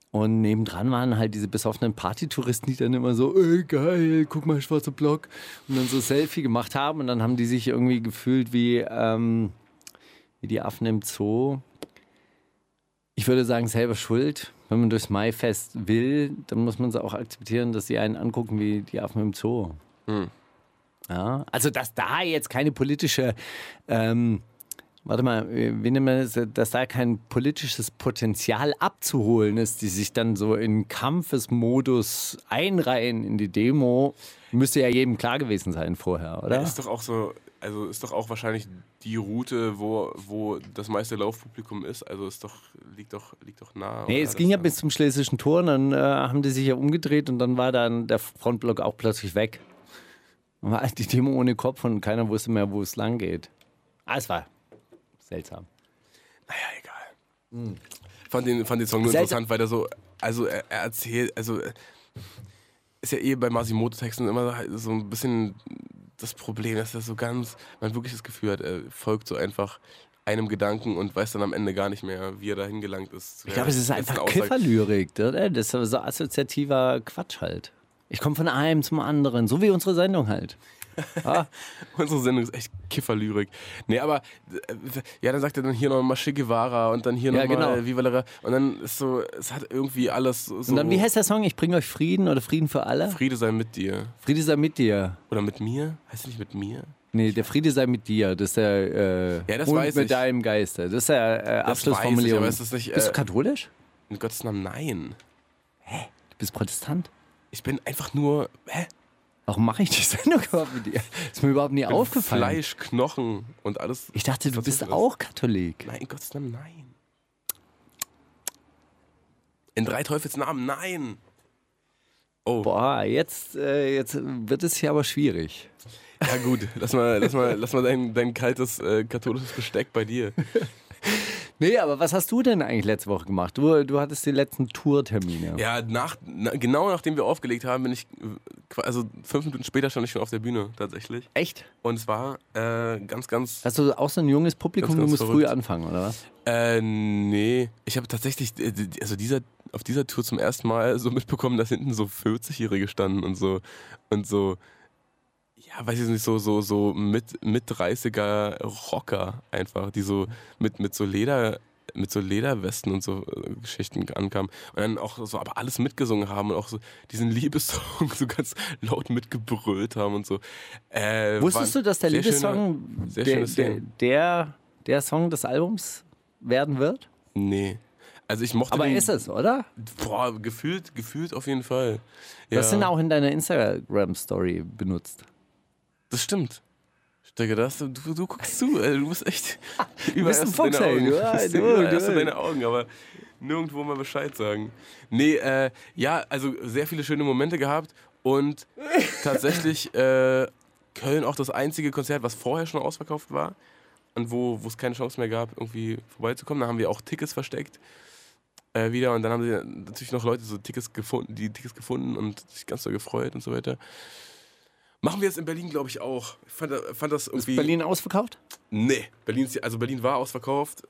S6: Und nebendran waren halt diese besoffenen Partytouristen, die dann immer so, ey, geil, guck mal, schwarzer Block. Und dann so Selfie gemacht haben. Und dann haben die sich irgendwie gefühlt wie, ähm, wie die Affen im Zoo. Ich würde sagen, selber schuld. Wenn man durchs Maifest will, dann muss man es auch akzeptieren, dass sie einen angucken wie die Affen im Zoo. Ja, also, dass da jetzt keine politische, ähm, warte mal, wie nennt man das, dass da kein politisches Potenzial abzuholen ist, die sich dann so in Kampfesmodus einreihen in die Demo, müsste ja jedem klar gewesen sein vorher, oder?
S5: Ist doch auch so, also ist doch auch wahrscheinlich die Route, wo, wo das meiste Laufpublikum ist. Also ist doch, liegt doch, liegt doch nah.
S6: Nee,
S5: oder?
S6: es ging ja
S5: Das-
S6: bis zum Schlesischen Tor, und dann äh, haben die sich ja umgedreht und dann war dann der Frontblock auch plötzlich weg. Dann war die Demo ohne Kopf und keiner wusste mehr, wo es lang geht. Ah, es war seltsam.
S5: Naja, egal. Hm. Fand, den, fand den Song nur
S6: Ah Seltsam.
S5: interessant, weil er so, also er, er erzählt, also äh, ist ja eh bei Masimoto-Texten immer so ein bisschen das Problem, dass er so ganz, man wirklich das Gefühl hat, er folgt so einfach einem Gedanken und weiß dann am Ende gar nicht mehr, wie er dahin gelangt ist.
S6: Ich glaube, es ist einfach Kifferlyrik. oder? Das ist so assoziativer Quatsch halt. Ich komme von einem zum anderen, so wie unsere Sendung halt.
S5: Unsere Sendung ist echt Kifferlyrik. Nee, aber äh, ja, dann sagt er dann hier nochmal Che Guevara und dann hier
S6: Ja,
S5: nochmal
S6: genau.
S5: genau. Viva la Ra Und dann ist so, es hat irgendwie alles so.
S6: Und dann, wie heißt der Song? Ich bringe euch Frieden oder Frieden für alle?
S5: Friede sei mit dir.
S6: Friede sei mit dir.
S5: Oder mit mir? Heißt er nicht mit mir?
S6: Nee, der Friede sei mit dir, das ist der, äh,
S5: Ja, das
S6: und
S5: weiß
S6: mit
S5: ich.
S6: deinem Geiste. Das ist der äh,
S5: Das weiß ich,
S6: Abschlussformulierung.
S5: aber ist das nicht,
S6: Bist du
S5: äh,
S6: katholisch?
S5: In Gottes Namen, nein.
S6: Du bist Protestant?
S5: Ich bin einfach nur hä?
S6: Warum mache ich die <laughs> Sendung überhaupt mit dir? Ist mir überhaupt nie aufgefallen.
S5: Fleisch, Knochen und alles.
S6: Ich dachte, du
S5: Was
S6: bist
S5: ist das?
S6: auch Katholik.
S5: Nein, in Gottes Namen, nein. In drei Teufels Namen, nein. Oh,
S6: Boah, jetzt, äh, jetzt wird es hier aber schwierig.
S5: ja gut. Lass mal, lass mal, lass mal dein, dein kaltes äh, katholisches Besteck bei dir.
S6: Nee, aber was hast du denn eigentlich letzte Woche gemacht? Du, du hattest die letzten Tourtermine.
S5: Ja, nach, na, genau nachdem wir aufgelegt haben, bin ich, äh, qua- also fünf Minuten später stand ich schon auf der Bühne tatsächlich.
S6: Echt?
S5: Und es war äh, ganz, ganz
S6: Hast du auch so ein junges Publikum,
S5: Ganz, ganz
S6: du musst früh
S5: verrückt.
S6: anfangen, oder was?
S5: Äh, nee. Ich habe tatsächlich, äh, d- also dieser, auf dieser Tour zum ersten Mal so mitbekommen, dass hinten so 40-Jährige standen und so, und so, ja, weiß ich nicht, so, so, so mit, mit 30er Rocker einfach, die so mit, mit so Leder, mit so Lederwesten und so äh, Geschichten ankamen. Und dann auch so, aber alles mitgesungen haben und auch so diesen Liebessong <laughs> so ganz laut mitgebrüllt haben und so. Äh,
S6: Wusstest
S5: war
S6: du, dass der
S5: sehr
S6: Liebessong
S5: schöne- sehr
S6: der,
S5: schöne
S6: der,
S5: Szene.
S6: der, der Song des Albums werden wird?
S5: Nee. Also ich mochte
S6: Aber
S5: den,
S6: ist es, oder?
S5: Boah, gefühlt, gefühlt auf jeden Fall. Ja,
S6: Das sind auch in deiner Instagram-Story benutzt.
S5: Das stimmt. Ich denke, das, du, du guckst zu, ey, du
S6: <laughs>
S5: bist echt. <laughs> Du
S6: bist ein Fuchs, ey, du, ey, du,
S5: Überall
S6: du,
S5: hast du
S6: ey.
S5: deine Augen, aber nirgendwo mal Bescheid sagen. Nee, äh, ja, also sehr viele schöne Momente gehabt und
S6: <laughs>
S5: tatsächlich äh, Köln auch das einzige Konzert, was vorher schon ausverkauft war und wo wo es keine Chance mehr gab, irgendwie vorbeizukommen. Da haben wir auch Tickets versteckt. Äh, wieder und dann haben sie natürlich noch Leute so Tickets gefunden, die Tickets gefunden und sich ganz so gefreut und so weiter. Machen wir jetzt in Berlin, glaube ich, auch. Ich fand, fand das irgendwie.
S6: Berlin ausverkauft?
S5: Nee, Berlin, ist- also Berlin war ausverkauft.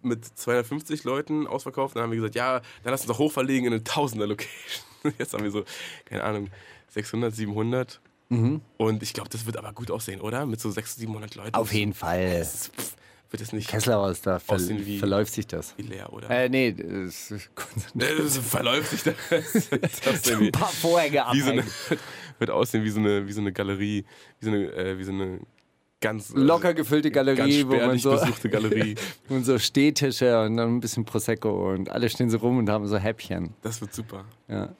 S5: mit 250 Leuten ausverkauft. Dann haben wir gesagt, ja, dann lass uns doch hochverlegen in eine Tausender-Location. <laughs> Jetzt haben wir so, keine Ahnung, 600, 700.
S6: Mhm.
S5: Und ich glaube, das wird aber gut aussehen, oder? Mit so 600, 700 Leuten.
S6: Auf jeden Fall.
S5: Wird das nicht
S6: Kesslerhaus, da ver
S5: Aussehen wie-
S6: verläuft sich das.
S5: leer, oder?
S6: Äh, nee, das ist
S5: <laughs>
S6: <laughs>
S5: Das verläuft sich das. <laughs> das
S6: ein paar Vorhänge
S5: wie so eine,
S6: abhängen.
S5: <laughs> wird aussehen wie so eine, wie so eine Galerie, wie so eine, äh, wie so eine ganz äh,
S6: Locker gefüllte
S5: ganz
S6: Galerie, wo man
S5: spärlich
S6: so, <laughs>
S5: besuchte Galerie.
S6: und so Stehtische und dann ein bisschen Prosecco und alle stehen so rum und haben so Häppchen.
S5: Das wird super.
S6: Ja.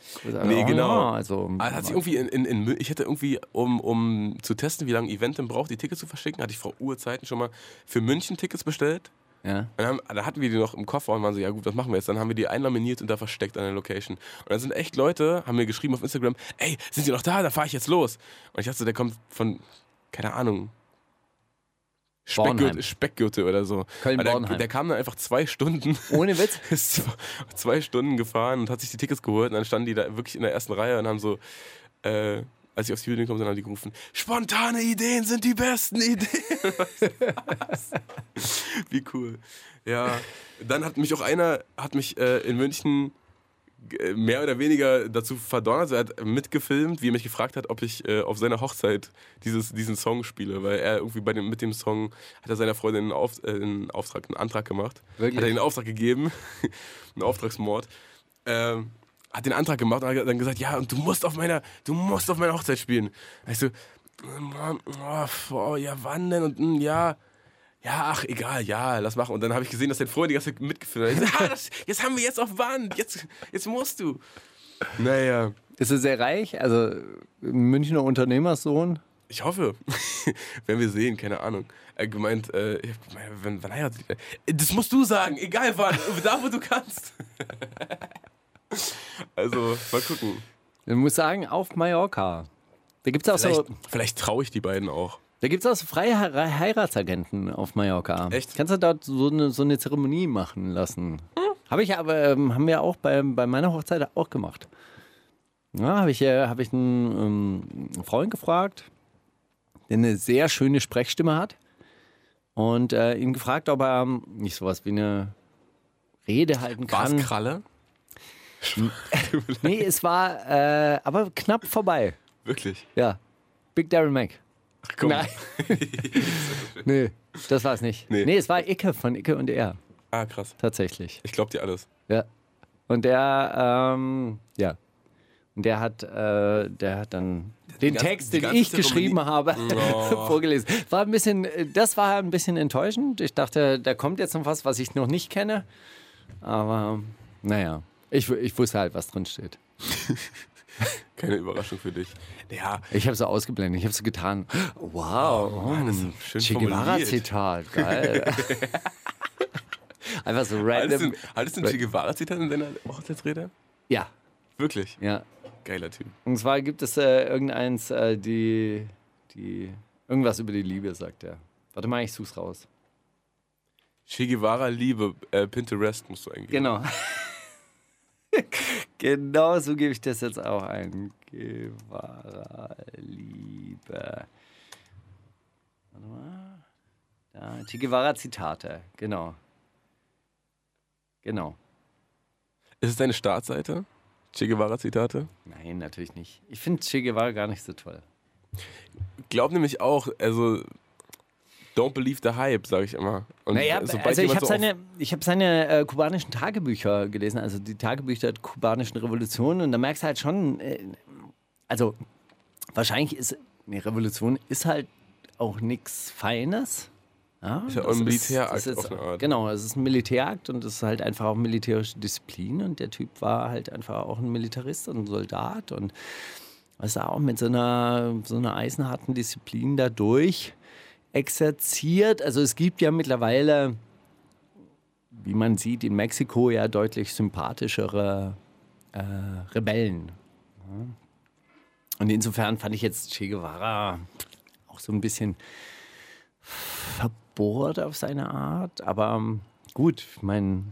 S5: Nee,
S6: Oh,
S5: genau.
S6: also,
S5: Aber hat sich irgendwie in, in, in, Mü- ich hätte irgendwie, um, um zu testen, wie lange ein Event denn braucht, die Tickets zu verschicken, hatte ich vor Urzeiten schon mal für München Tickets bestellt.
S6: ja.
S5: Und haben, da hatten wir die noch im Koffer und waren so, ja gut, was machen wir jetzt? Dann haben wir die einlaminiert und da versteckt an der Location. Und dann sind echt Leute, haben mir geschrieben auf Instagram, ey, sind die noch da? Da fahre ich jetzt los. Und ich dachte, so, der kommt von, keine Ahnung,
S6: Bornheim.
S5: Speckgürtel, Speckgürtel oder so.
S6: Köln,
S5: Aber der,
S6: Bornheim.
S5: der kam dann einfach zwei Stunden,
S6: Ohne Witz.
S5: <laughs> ist zwei- zwei Stunden gefahren und hat sich die Tickets geholt. Und dann standen die da wirklich in der ersten Reihe und haben so, äh, als ich aufs Video gekommen bin, haben die gerufen, spontane Ideen sind die besten Ideen. Wie cool. Ja, dann hat mich auch einer, hat mich äh, in München äh, mehr oder weniger dazu verdonnert. Er hat mitgefilmt, wie er mich gefragt hat, ob ich äh, auf seiner Hochzeit dieses, diesen Song spiele, weil er irgendwie bei dem, mit dem Song hat er seiner Freundin einen, auf, äh, einen Auftrag, einen Antrag gemacht.
S6: Wirklich?
S5: Hat er den Auftrag gegeben, <laughs> einen Auftragsmord. Ähm, hat den Antrag gemacht und hat dann gesagt, ja, und du musst auf meiner, du musst auf meiner Hochzeit spielen. Da ich so, oh, oh, ja, wann denn? Und mm, ja, ja, ach, egal, ja, lass machen. Und dann habe ich gesehen, dass dein Freund die ganze Zeit mitgeführt hat. Ich so, ah, das, jetzt haben wir jetzt auf Wand, jetzt, jetzt musst du. Naja,
S6: Ist er sehr reich? Also Münchner Unternehmerssohn?
S5: ich hoffe, <laughs> wenn wir sehen, keine Ahnung. Er hat gemeint, äh, ich hab gemeint, wann, wann heiratet ihr? Äh, Das musst du sagen, egal wann, da wo du kannst. <laughs> Also, mal gucken.
S6: Ich muss sagen, auf Mallorca. Da gibt es auch, so,
S5: Vielleicht, vielleicht traue ich die beiden auch.
S6: da gibt's auch so freie He- Heiratsagenten auf Mallorca.
S5: Echt?
S6: Kannst du dort so eine, so eine Zeremonie machen lassen? Habe ich aber, ähm, haben wir auch bei, bei meiner Hochzeit auch gemacht. Ja, habe ich, äh, hab ich einen, ähm, einen Freund gefragt, der eine sehr schöne Sprechstimme hat. Und äh, ihn gefragt, ob er ähm, nicht sowas wie eine Rede halten kann.
S5: Kralle?
S6: Nee, es war äh, aber knapp vorbei.
S5: Wirklich.
S6: Ja. Big Daryl Mac.
S5: Ach, komm. <laughs>
S6: Nein. nee, das war es nicht. Nee.
S5: Nee.
S6: es war Icke von Icke und er,
S5: Ah, krass.
S6: tatsächlich.
S5: Ich glaube dir alles.
S6: Ja. Und der, ähm, ja. Und der hat, äh, der hat dann den
S5: ganze-
S6: Text,
S5: die
S6: den
S5: ganze
S6: ich geschrieben
S5: Zeremonie-
S6: habe,
S5: Oh.
S6: <laughs> vorgelesen. War ein bisschen, äh, das war ein bisschen enttäuschend. Ich dachte, da kommt jetzt noch was, was ich noch nicht kenne. Aber naja, ich, wu- ich wusste halt, was drin steht.
S5: Keine Überraschung für dich. Ja,
S6: Ich habe so ausgeblendet, ich habe so getan. Wow,
S5: das ist
S6: Oh,
S5: schön
S6: Che
S5: formuliert.
S6: Guevara-Zitat,
S5: <laughs>
S6: geil. Einfach so
S5: Hattest du,
S6: random.
S5: hattest du ein Che Guevara-Zitat in deiner Hochzeitsrede?
S6: Ja,
S5: Wirklich?
S6: ja.
S5: Geiler Typ.
S6: Und zwar gibt es äh, irgendeins, äh, die, die irgendwas über die Liebe sagt er. Warte mal, ich such's raus.
S5: Che Guevara Liebe, äh, Pinterest musst du eingeben.
S6: Genau. <laughs> genau so gebe ich das jetzt auch ein. Guevara, Liebe. Warte mal. Da, Che Guevara Zitate, genau. Genau.
S5: Ist es deine Startseite? Che Guevara Zitate?
S6: Nein, natürlich nicht. Ich finde Che Guevara gar nicht so toll.
S5: Glaub nämlich auch, also don't believe the hype, sage ich immer. Und äh,
S6: Naja,
S5: sobald
S6: also ich
S5: jemand
S6: habe
S5: so auf-
S6: seine, ich hab seine äh, kubanischen Tagebücher gelesen, also die Tagebücher der kubanischen Revolution und da merkst du halt schon, äh, also wahrscheinlich ist eine Revolution ist halt auch nichts Feines.
S5: Ist ja auch
S6: Das
S5: ein
S6: ist-
S5: Militärakt
S6: das ist,
S5: auf eine Art.
S6: Genau, es ist ein Militärakt und es ist halt einfach auch militärische Disziplin und der Typ war halt einfach auch ein Militarist und ein Soldat und was er auch mit so einer, so einer eisenharten Disziplin da durch exerziert. Also es gibt ja mittlerweile, wie man sieht, in Mexiko ja deutlich sympathischere äh, Rebellen. Ja. Und insofern fand ich jetzt Che Guevara auch so ein bisschen verbohrt auf seine Art. Aber ähm, gut, ich meine,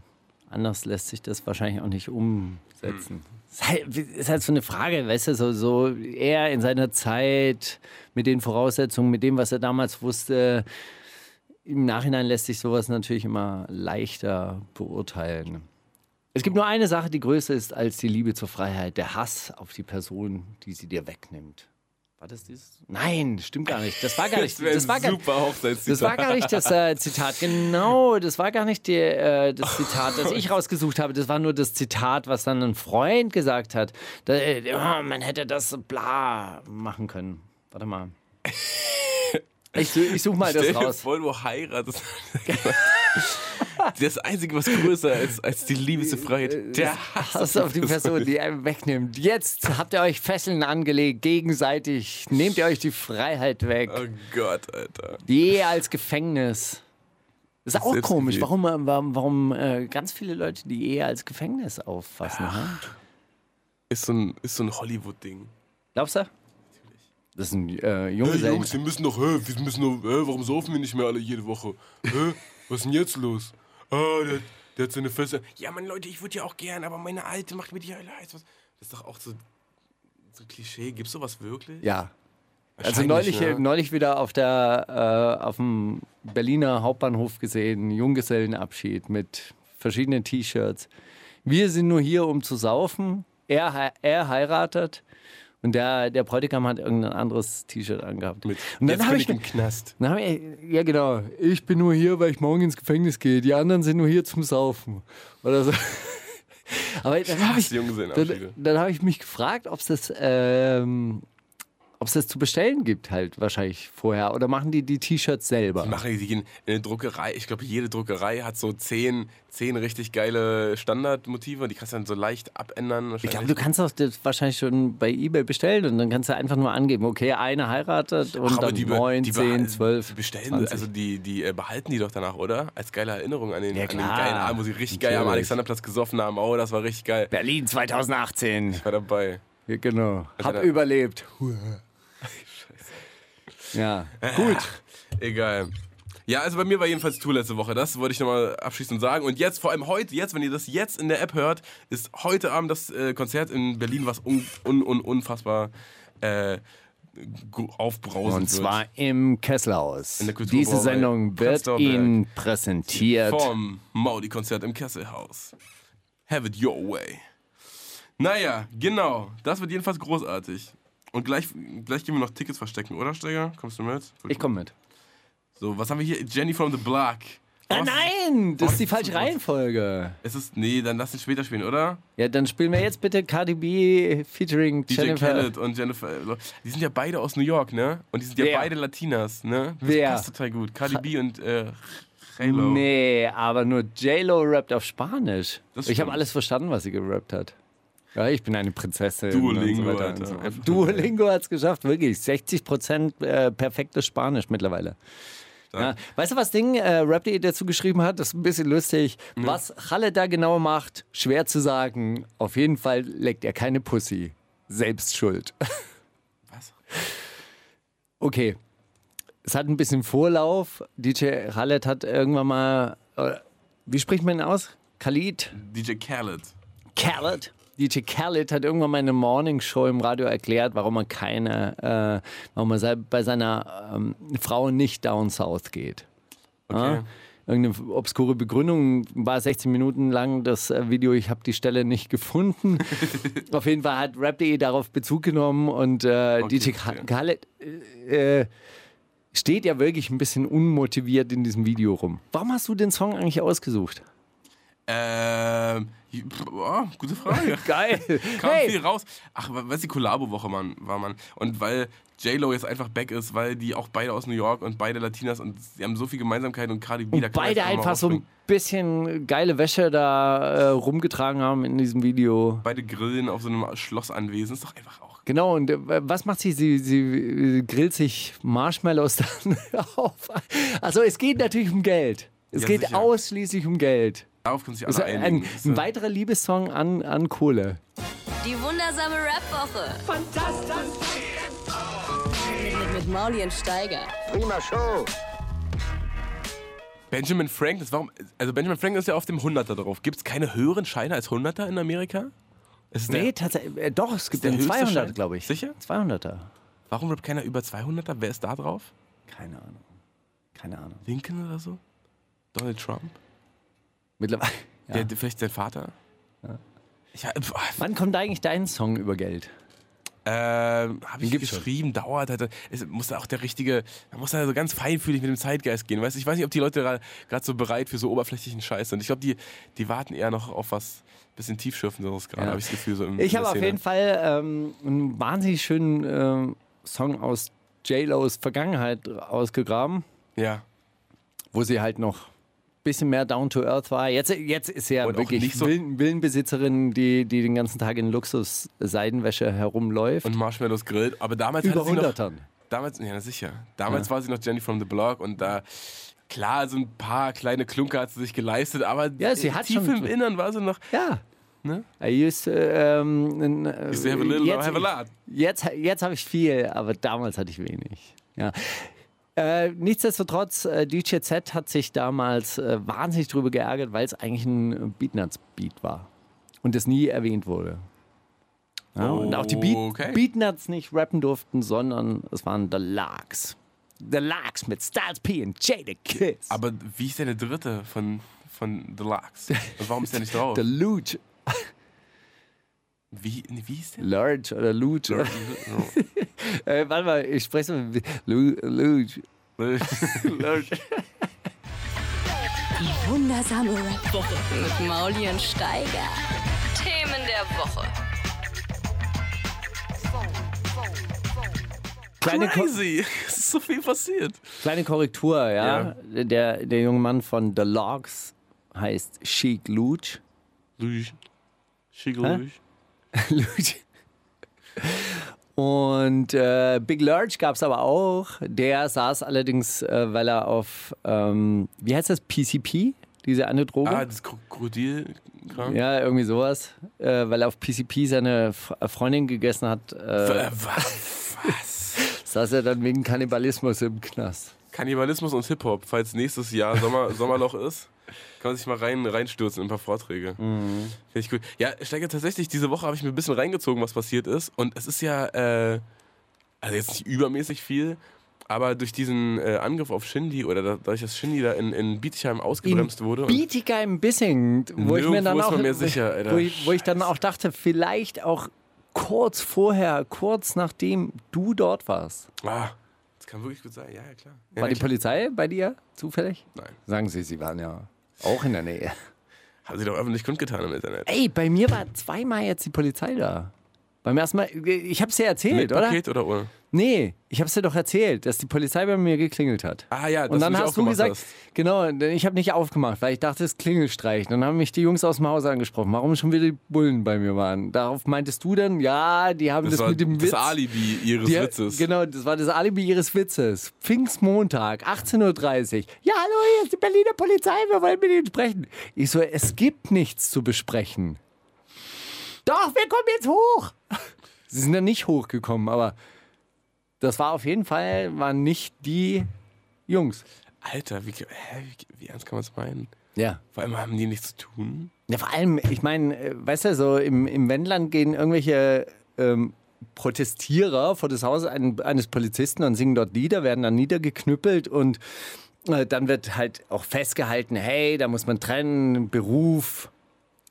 S6: anders lässt sich das wahrscheinlich auch nicht
S5: Hm.
S6: umsetzen. Ist halt, ist halt so eine Frage, weißt du, so, so er in seiner Zeit mit den Voraussetzungen, mit dem, was er damals wusste, im Nachhinein lässt sich sowas natürlich immer leichter beurteilen. Es gibt nur eine Sache, die größer ist als die Liebe zur Freiheit, der Hass auf die Person, die sie dir wegnimmt. War das dieses? Nein, stimmt gar nicht. Das war gar nicht.
S5: wär
S6: Das war
S5: ein
S6: gar,
S5: super Hochzeitszitat.
S6: das war gar nicht das äh, Zitat. Genau, das war gar nicht die, äh, das Zitat, das ich rausgesucht habe. Das war nur das Zitat, was dann ein Freund gesagt hat. Da, äh, oh, man hätte das bla machen können. Warte mal. Ich, su- ich suche mal das
S5: Stell dir
S6: raus.
S5: Vor, du heiratest. <laughs> das Einzige, was größer ist als die Liebe zur
S6: Äh,
S5: Freiheit, der Hass.
S6: Hass auf die Person, die einem wegnimmt. Jetzt habt ihr euch Fesseln angelegt, gegenseitig. Nehmt ihr euch die Freiheit weg.
S5: Oh Gott, Alter.
S6: Je als Gefängnis. Ist auch
S5: Selbstgewählt.
S6: komisch, warum, äh, warum, warum äh, ganz viele Leute die Ehe als Gefängnis auffassen. ne? ha?
S5: Ist so ein, ist so ein Hollywood-Ding.
S6: Glaubst du? Das ist ein äh,
S5: Hey
S6: Junggesellen.
S5: Jungs, wir müssen doch, hä, wir müssen doch, hä, warum saufen wir nicht mehr alle jede Woche? Hä, was ist denn jetzt los? Ah, der, der hat seine Feste. Ja, Mann, Leute, ich würde ja auch gern, aber meine Alte macht mir die Hölle heiß. Was- Das ist doch auch so, so ein Klischee. Gibt's sowas wirklich?
S6: ja. Also
S5: Wahrscheinlich,
S6: neulich,
S5: ne?
S6: neulich wieder auf, der, äh, auf dem Berliner Hauptbahnhof gesehen, Junggesellenabschied mit verschiedenen T-Shirts. Wir sind nur hier, um zu saufen. Er, hei- er heiratet und der, der Bräutigam hat irgendein anderes T-Shirt angehabt.
S5: Mit,
S6: und
S5: jetzt
S6: dann habe
S5: bin
S6: ich,
S5: ich im Knast.
S6: Dann hab ich, ja, genau. Ich bin nur hier, weil ich morgen ins Gefängnis gehe. Die anderen sind nur hier zum Saufen. Oder so. <laughs> Aber dann habe ich,
S5: Jung sind
S6: dann, äh, dann hab ich mich gefragt, ob es das, ähm, ob's das zu bestellen gibt, halt wahrscheinlich vorher. Oder machen die die T-Shirts selber?
S5: Machen die in eine Druckerei. Ich glaube, jede Druckerei hat so zehn, zehn richtig geile Standardmotive. Die kannst du dann so leicht abändern.
S6: Ich glaube, du kannst auch das wahrscheinlich schon bei eBay bestellen und dann kannst du einfach nur angeben, okay, eine heiratet und dann
S5: be-
S6: neun,
S5: die
S6: zehn,
S5: behalten-
S6: zwölf.
S5: Die bestellen,
S6: 20.
S5: also die, die äh, behalten die doch danach, oder? Als geile Erinnerung an den,
S6: Ja,
S5: an den
S6: klar.
S5: geilen Abend, wo sie richtig geil am
S6: Natürlich.
S5: Alexanderplatz gesoffen haben. Oh, das war richtig geil.
S6: Berlin 2018.
S5: Ich war dabei.
S6: Ja, genau. Hab <laughs>
S5: da-
S6: überlebt. Ja, gut.
S5: Egal. Ja, also bei mir war jedenfalls Tour letzte Woche. Das wollte ich nochmal abschließend sagen. Und jetzt, vor allem heute, jetzt, wenn ihr das jetzt in der App hört, ist heute Abend das äh, Konzert in Berlin, was un, un, un, unfassbar äh, gu- aufbrausend
S6: Und zwar im Kesselhaus.
S5: der Kulturbrauerei
S6: Diese Sendung wird
S5: Prenzlauer Berg.
S6: Ihnen
S5: wird.
S6: präsentiert.
S5: vom Maudi-Konzert im Kesselhaus. Have it your way. Naja, genau. Das wird jedenfalls großartig. Und gleich, gleich gehen wir noch Tickets verstecken, oder, Steiger? Kommst du mit?
S6: Ich komme mit.
S5: So, was haben wir hier? Jenny from the Block.
S6: Ah,
S5: Was?
S6: nein, das ist die
S5: Was?
S6: falsche Reihenfolge.
S5: Es ist. Nee, dann lass ihn später spielen, oder?
S6: Ja, dann spielen wir jetzt bitte KDB featuring
S5: DJ
S6: Jennifer.
S5: Khaled und Jennifer. Die sind ja beide aus New York, ne? Und die sind ja
S6: Wer?
S5: beide Latinas, ne? Das
S6: Wer?
S5: passt total gut. Cardi B und äh, Halo.
S6: Nee, aber nur J-Lo rappt auf Spanisch.
S5: Das
S6: ich habe
S5: stimmt.
S6: alles verstanden, was sie gerappt hat. Ja, ich bin eine Prinzessin.
S5: Duolingo,
S6: und so weiter
S5: Alter.
S6: Und so weiter. Duolingo hat's geschafft, wirklich. 60% äh, perfektes Spanisch mittlerweile. Ja. Weißt du, was Ding äh, Rap.de dazu geschrieben hat? Das ist ein bisschen lustig. Was Halle da genau macht, schwer zu sagen. Auf jeden Fall leckt er keine Pussy. Selbst schuld.
S5: Was?
S6: Okay. Es hat ein bisschen Vorlauf. DJ Khaled hat irgendwann mal. Äh, wie spricht man ihn aus? Khalid?
S5: DJ Khaled.
S6: Khaled? DJ Khaled hat irgendwann mal in einer Morningshow im Radio erklärt, warum er keine, äh, warum er sei- bei seiner ähm, Frau nicht down south geht.
S5: Okay.
S6: Ja? Irgendeine obskure Begründung war 16 Minuten lang das äh, Video, ich habe die Stelle nicht
S5: <laughs>
S6: gefunden. Auf jeden Fall hat Rap.de darauf Bezug genommen und äh,
S5: Okay,
S6: DJ
S5: ja.
S6: Kha- Khaled äh, äh, steht ja wirklich ein bisschen unmotiviert in diesem Video rum. Warum hast du den Song eigentlich ausgesucht?
S5: Ähm. pff, Oh, gute Frage.
S6: <laughs> Geil.
S5: Kam
S6: hey,
S5: viel raus. Ach, wa- weißt du, die Kollabo-Woche man, war man. Und weil J-Lo jetzt einfach back ist, weil die auch beide aus New York und beide Latinas und sie haben so viel Gemeinsamkeiten und Cardi B, da kann man jetzt
S6: beide
S5: auch mal
S6: einfach so ein
S5: rausbringen.
S6: bisschen geile Wäsche da äh, rumgetragen haben in diesem Video.
S5: Beide grillen auf so einem Schlossanwesen. Ist doch einfach auch
S6: Genau, und äh, was macht sie? Sie, sie äh, grillt sich Marshmallows <laughs> dann auf. Also es geht natürlich um Geld. Es
S5: Ja,
S6: geht
S5: sicher. Ah,
S6: ausschließlich um Geld.
S5: Darauf können sich
S6: Das ist
S5: alle
S6: ein,
S5: einigen.
S6: ein, ein weiterer Liebessong an, an Kohle.
S2: Die wundersame Rap-Woche. Fantastisch. Mit, mit Mauli und Steiger.
S1: Prima Show.
S5: Benjamin Franklin, ist- warum, also Benjamin Franklin ist ja auf dem 100er drauf. Gibt es keine höheren Scheine als 100er in Amerika? Es Ist
S6: Nee,
S5: der,
S6: tatsächlich. Äh, doch, es gibt
S5: der
S6: den
S5: höchste
S6: 200,
S5: Schein?
S6: glaube ich.
S5: Sicher?
S6: 200er.
S5: warum rappt keiner über 200er? Wer ist da drauf?
S6: Keine Ahnung. Keine Ahnung.
S5: Lincoln oder so? Donald Trump?
S6: Mittlerweile. Ja.
S5: Der, vielleicht sein Vater? Ich, ah, hab- boah,
S6: <laughs> Wann kommt eigentlich dein Song über Geld?
S5: ähm, habe ich
S6: gibt's schon.
S5: geschrieben, dauert halt. Es muss da auch der richtige, man muss da so ganz feinfühlig mit dem Zeitgeist gehen. Weißt? du? Ich weiß nicht, ob die Leute gerade so bereit für so oberflächlichen Scheiß sind. Ich glaube, die, die warten eher noch auf was bisschen tiefschürfenderes gerade,
S6: Ja.
S5: habe ich das Gefühl. So im,
S6: Ich
S5: in der
S6: habe auf
S5: Szene.
S6: jeden Fall ähm, einen wahnsinnig schönen ähm, Song aus J-Los Vergangenheit ausgegraben,
S5: Ja.
S6: wo sie halt noch ein bisschen mehr down to earth war. Jetzt, jetzt ist sie ja
S5: Und auch
S6: wirklich
S5: nicht so-
S6: Villen, Villenbesitzerin, die, die den ganzen Tag in Luxus-Seidenwäsche herumläuft.
S5: Und Marshmallows grillt. Aber damals
S6: über
S5: hatte sie noch,
S6: Hundertern.
S5: Damals, ja, na sicher. Damals war sie noch Jenny from the Block und da, klar, so ein paar kleine Klunker hat sie sich geleistet, aber äh,
S6: Ja, sie hat
S5: tief
S6: schon- Äh,
S5: im Innern war sie noch.
S6: Ja.
S5: Ne?
S6: I used to, ähm,
S5: Used to have a little, now I have a lot.
S6: Jetzt, jetzt habe ich viel, aber damals hatte ich wenig. Ja. Äh, nichtsdestotrotz, äh, DJ Z hat sich damals äh, wahnsinnig drüber geärgert, weil es eigentlich ein Beatnuts-Beat war. Und das nie erwähnt wurde. Ja, Und auch die Beat,
S5: Okay.
S6: Beatnuts nicht rappen durften, sondern es waren The Larks. The Larks mit Styles P und Jada Kiss.
S5: Aber wie ist denn der dritte von, von The Larks? Und warum ist der nicht drauf?
S6: The Luge.
S5: Wie, nee, wie ist der?
S6: Lurch oder Luge. <laughs> Äh, warte mal, ich spreche mal. mit- Lu- Luge.
S4: Wundersame Rap.
S2: Woche mit Mauli und Steiger. Themen der Woche.
S6: Kleine, Ko
S5: <laughs> Crazy. Es ist so viel passiert.
S6: kleine Korrektur, ja. Der, der junge Mann von The Logs heißt Chic <laughs> Luge.
S5: Luge. Schick Luge.
S6: Luge. Und äh, Big Lurch gab es aber auch. Der saß allerdings, äh, weil er auf, ähm, wie heißt das, PCP? Diese eine Droge?
S5: Ah, das Krokodil.
S6: ja, irgendwie sowas. Äh, weil er auf PCP seine F Freundin gegessen hat, äh,
S5: Was? Was?
S6: saß er dann wegen Kannibalismus im Knast.
S5: Kannibalismus und Hip-Hop, falls nächstes
S6: <laughs>
S5: Jahr Sommer, Sommerloch ist, kann man sich mal rein, reinstürzen in ein paar Vorträge.
S6: Mhm.
S5: Finde ich gut. Ja, Steiger, tatsächlich, diese Woche habe ich mir ein bisschen reingezogen, was passiert ist. Und es ist ja, äh, also jetzt nicht übermäßig viel, aber durch diesen äh, Angriff auf Shindy oder da, dadurch, dass Shindy da in, in Bietigheim ausgebremst wurde. und-
S6: Bietigheim-Bissing, wo ich mir
S5: Nirgendwo
S6: dann
S5: ist
S6: auch,
S5: man mir sicher, Alter.
S6: wo, ich, wo ich dann auch dachte, vielleicht auch kurz vorher, kurz nachdem du dort warst.
S5: Ah, das kann wirklich gut sein, ja, ja, klar. Ja,
S6: War
S5: ja,
S6: die Polizei bei dir zufällig?
S5: klar. Nein,
S6: Sagen Sie, Sie waren ja auch in der Nähe.
S5: haben sie doch öffentlich kundgetan im Internet.
S6: Ey, bei mir war zweimal jetzt die Polizei da. Beim ersten Mal, ich hab's dir erzählt,
S5: Mit
S6: oder?
S5: Paket oder ohne?
S6: Nee, ich hab's dir doch erzählt, dass die Polizei bei mir geklingelt hat.
S5: Ah ja, dass
S6: Und dann
S5: du nicht
S6: hast du
S5: aufgemacht
S6: gesagt,
S5: hast.
S6: genau, denn ich habe nicht aufgemacht, weil ich dachte, es ist Klingelstreich. Dann haben mich die Jungs aus dem Haus angesprochen, warum schon wieder die Bullen bei mir waren. Darauf meintest du dann, ja, die haben das,
S5: war
S6: mit dem Witz.
S5: das Alibi ihres
S6: die,
S5: Witzes.
S6: Genau, das war das Alibi ihres Witzes. Pfingstmontag, 18.30 Uhr. Ja, hallo, hier ist die Berliner Polizei, wir wollen mit Ihnen sprechen. Ich so, es gibt nichts zu besprechen. Doch, wir kommen jetzt hoch. <laughs> Sie sind dann nicht hochgekommen, aber das war auf jeden Fall, waren nicht die Jungs.
S5: Alter, wie, hä, wie, wie ernst kann man es meinen?
S6: Ja.
S5: Vor allem haben die nichts zu tun.
S6: Ja, vor allem, ich meine, äh, weißt du, so im, im Wendland gehen irgendwelche ähm, Protestierer vor das Haus ein, eines Polizisten und singen dort Lieder, werden dann niedergeknüppelt und äh, dann wird halt auch festgehalten, hey, da muss man trennen, Beruf.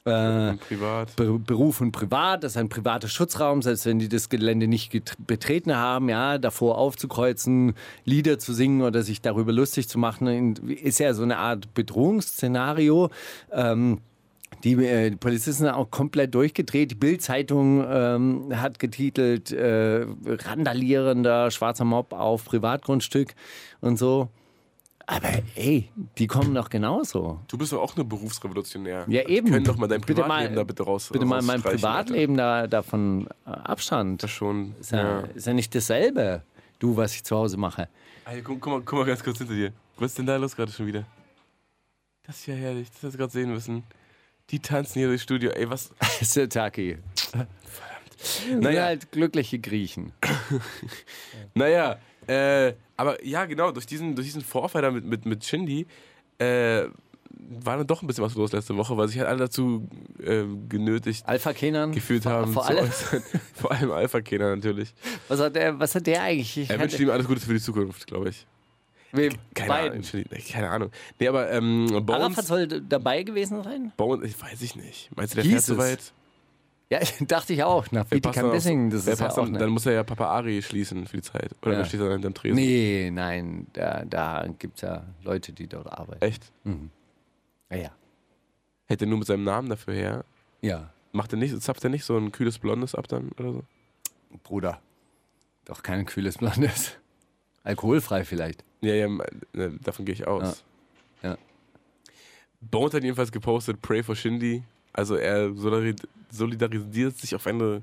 S6: Äh,
S5: Privat.
S6: Be- Beruf und Privat, das ist ein privater Schutzraum, selbst wenn die das Gelände nicht get- betreten haben, ja, davor aufzukreuzen, Lieder zu singen oder sich darüber lustig zu machen, in- ist ja so eine Art Bedrohungsszenario. Ähm, die, äh, die Polizisten sind auch komplett durchgedreht. Die Bild-Zeitung ähm, hat getitelt äh, Randalierender schwarzer Mob auf Privatgrundstück und so. Aber ey, die kommen doch genauso.
S5: Du bist doch auch eine Berufsrevolutionär. Also
S6: Ja, eben.
S5: Können doch mal dein
S6: Bitte mal-
S5: Privatleben da bitte raus.
S6: Bitte mal mein
S5: rausstreichen, Alter.
S6: Privatleben da, davon äh, Abstand.
S5: Das schon.
S6: Ist ja,
S5: Ja.
S6: ist ja nicht dasselbe, du, was ich zu Hause mache. <laughs>
S5: Ey, Ah, guck, guck, mal, guck mal ganz kurz hinter dir. Was ist denn da los gerade schon wieder? Das ist ja herrlich. Das hast du gerade sehen müssen. Die tanzen hier durchs Studio. Ey, was?
S6: Das ist der Taki. Verdammt. Naja,
S5: Naja.
S6: halt glückliche Griechen.
S5: Naja, äh, aber ja, genau, durch diesen, durch diesen Vorfall da mit, mit, mit Shindy äh, war dann doch ein bisschen was los letzte Woche, weil sich halt alle dazu äh, genötigt
S6: Alpha Kenan.
S5: <laughs> gefühlt
S6: vor-
S5: haben.
S6: Vor
S5: zu
S6: allem,
S5: äußern. <laughs> vor allem Alpha-Kenner natürlich.
S6: was hat der, was hat der eigentlich? Ich
S5: Er wünscht
S6: hatte,
S5: ihm alles Gute für die Zukunft, glaube ich.
S6: Wem?
S5: Keine
S6: Beiden.
S5: Ahnung. Keine Ahnung. Nee, aber ähm,
S6: Arafat
S5: Bones,
S6: soll d- dabei gewesen sein?
S5: Bones, ich weiß ich nicht. Meinst du, der fährt
S6: Jesus.
S5: so weit?
S6: Ja, dachte ich auch. Nach
S5: Wer
S6: Bietigheim
S5: passt dann auf-
S6: Bissingen, das
S5: wer
S6: ist ja
S5: passt
S6: auch
S5: dann,
S6: ne-
S5: dann muss er ja Papa Ari schließen für die Zeit. Oder
S6: Ja.
S5: dann steht er dann hinterm Tresen.
S6: Nee, nein, da, da gibt es ja Leute, die dort arbeiten.
S5: Echt?
S6: Ja, ja.
S5: Hätte nur mit seinem Namen dafür her.
S6: ja.
S5: Macht er nicht, zapft er nicht so ein kühles Blondes ab dann oder so?
S6: Bruder. Doch kein kühles Blondes. <laughs> Alkoholfrei vielleicht.
S5: Ja, ja, m- ne, davon gehe ich aus.
S6: Ja. Ja.
S5: Bones hat jedenfalls gepostet, Pray for Shindy. Also er solidari- solidarisiert sich auf eine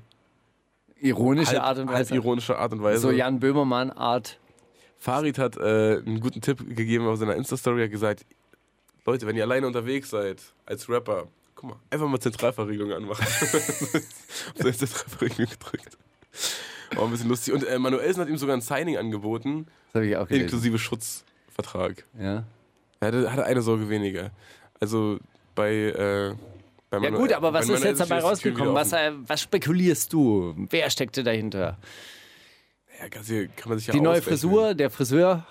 S6: Ironische
S5: halb,
S6: Art und
S5: halb also-
S6: Weise.
S5: Halt ironische Art und Weise.
S6: so Jan Böhmermann-Art.
S5: Farid hat äh, einen guten Tipp gegeben auf seiner Insta-Story, hat gesagt, Leute, wenn ihr alleine unterwegs seid, als Rapper, guck mal, einfach mal Zentralverriegelung anmachen. <laughs> auf seine Zentralverriegelung gedrückt. War ein bisschen lustig. Und äh, Manuelsen hat ihm sogar ein Signing angeboten,
S6: Das habe ich auch gelesen.
S5: inklusive Schutzvertrag.
S6: Ja.
S5: Er hatte, hatte eine Sorge weniger. Also bei, äh, bei
S6: ja
S5: Manuel-
S6: gut, aber
S5: bei
S6: was ist
S5: Manuelsen
S6: jetzt dabei
S5: steht die Tür
S6: rausgekommen?
S5: wieder
S6: Was,
S5: offen.
S6: äh, was spekulierst du? Wer steckte dahinter?
S5: Ja, kann sie- kann man sich ja
S6: Die neue
S5: ausrechnen.
S6: Frisur, der Friseur.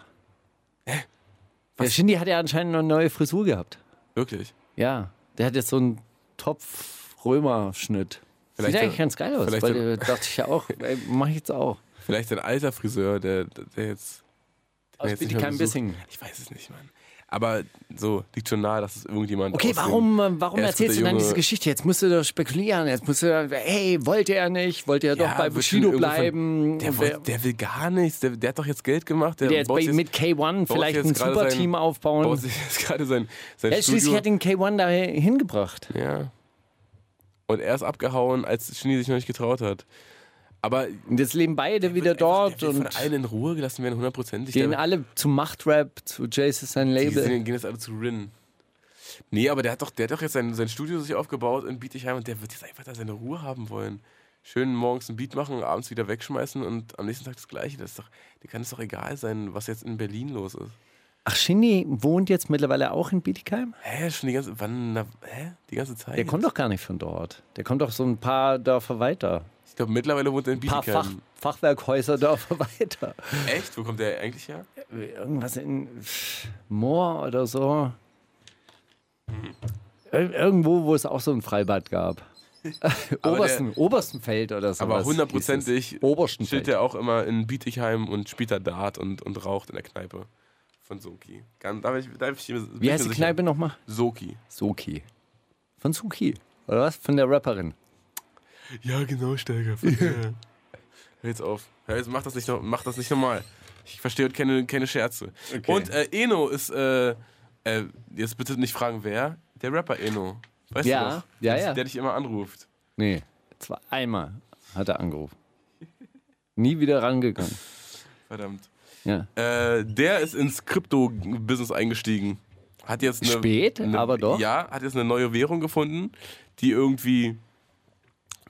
S6: Der Shindy hat ja anscheinend eine neue Frisur gehabt.
S5: Wirklich.
S6: Ja, der hat jetzt so einen Topf-Römer-Schnitt. Sieht
S5: Vielleicht-
S6: eigentlich ganz geil aus,
S5: vielleicht-
S6: weil äh, dachte ich ja
S5: <laughs>
S6: auch, ey, mach ich jetzt auch.
S5: Vielleicht ein alter Friseur, der, der jetzt. Der
S6: Aus
S5: jetzt nicht mehr
S6: Bietigheim
S5: besucht.
S6: Bissingen.
S5: Ich weiß es nicht, Mann. Aber so, liegt schon nahe, dass es irgendjemand.
S6: Okay,
S5: aus dem-
S6: warum, äh, warum
S5: Er ist
S6: erzählst
S5: guter
S6: du dann
S5: Junge.
S6: diese Geschichte? Jetzt musst du doch spekulieren. Jetzt musst du, dann, hey, wollte er nicht? Wollte er
S5: Ja,
S6: doch bei
S5: wird
S6: Bushido
S5: schon irgendwo von-
S6: bleiben?
S5: Der,
S6: Und
S5: will-
S6: wer-
S5: der will gar nichts. Der, der hat doch jetzt Geld gemacht. Der,
S6: der jetzt
S5: baut
S6: bei, mit K1
S5: baut
S6: vielleicht
S5: jetzt
S6: ein
S5: gerade
S6: Superteam
S5: sein- Baut
S6: aufbauen.
S5: sich <laughs> jetzt gerade sein, sein
S6: Ja, schließlich
S5: Studio.
S6: hat ihn K1 da hingebracht.
S5: ja. Und er ist abgehauen, als Schnee sich noch nicht getraut hat. Aber
S6: Und jetzt leben beide wieder
S5: wird einfach-
S6: dort
S5: der will
S6: und
S5: von allen in Ruhe gelassen werden, hundertprozentig.
S6: gehen
S5: Der-
S6: alle zu Machtrap, zu Jace ist sein
S5: Die
S6: Label.
S5: sind, gehen jetzt alle zu Rin. Nee, aber der hat doch, der hat doch jetzt sein, sein Studio sich aufgebaut in Bietigheim und der wird jetzt einfach da seine Ruhe haben wollen. Schön morgens ein Beat machen, abends wieder wegschmeißen und am nächsten Tag das Gleiche. Das ist doch, dir kann es doch egal sein, was jetzt in Berlin los ist.
S6: Ach, Shindy wohnt jetzt mittlerweile auch in Bietigheim?
S5: Hä, schon die ganze, wann, na, hä? Die ganze Zeit?
S6: Der kommt doch gar nicht von dort. Der kommt doch so ein paar Dörfer weiter.
S5: ich glaube, mittlerweile wohnt er in
S6: Ein paar Fach,
S5: Bietigheim.
S6: Fachwerkhäuser Dörfer <laughs> weiter.
S5: Echt? Wo kommt der eigentlich her?
S6: Irgendwas in pff, Moor oder so. Ir irgendwo, wo es auch so ein Freibad
S5: <laughs>
S6: gab.
S5: der-
S6: Obersten, Oberstenfeld oder so.
S5: Aber hundertprozentig chillt
S6: Oberstenfeld.
S5: er auch immer in Bietigheim und spielt da Dart und, und raucht in der Kneipe von Soki. Kann, darf ich, darf ich, bin ich
S6: Wie heißt
S5: mir
S6: die
S5: sicher.
S6: Kneipe nochmal?
S5: Soki.
S6: Soki. Von Soki. Oder was? Von der Rapperin.
S5: Ja, genau, Steiger. Hör jetzt auf. Hör jetzt, mach das nicht, noch- mach das nicht nochmal. Ich verstehe heute keine, keine Scherze. Und äh, Eno ist, äh, äh, jetzt bitte nicht fragen, wer? Der Rapper Eno. Weißt
S6: Ja,
S5: du noch?
S6: ja,
S5: Der-
S6: ja.
S5: Der dich immer anruft.
S6: Nee, zwar einmal hat er angerufen. Nie wieder rangegangen.
S5: Verdammt.
S6: Ja.
S5: Äh, der ist ins Krypto-Business eingestiegen. Hat jetzt eine,
S6: Spät,
S5: eine,
S6: aber doch.
S5: Ja, hat jetzt eine neue Währung gefunden, die irgendwie,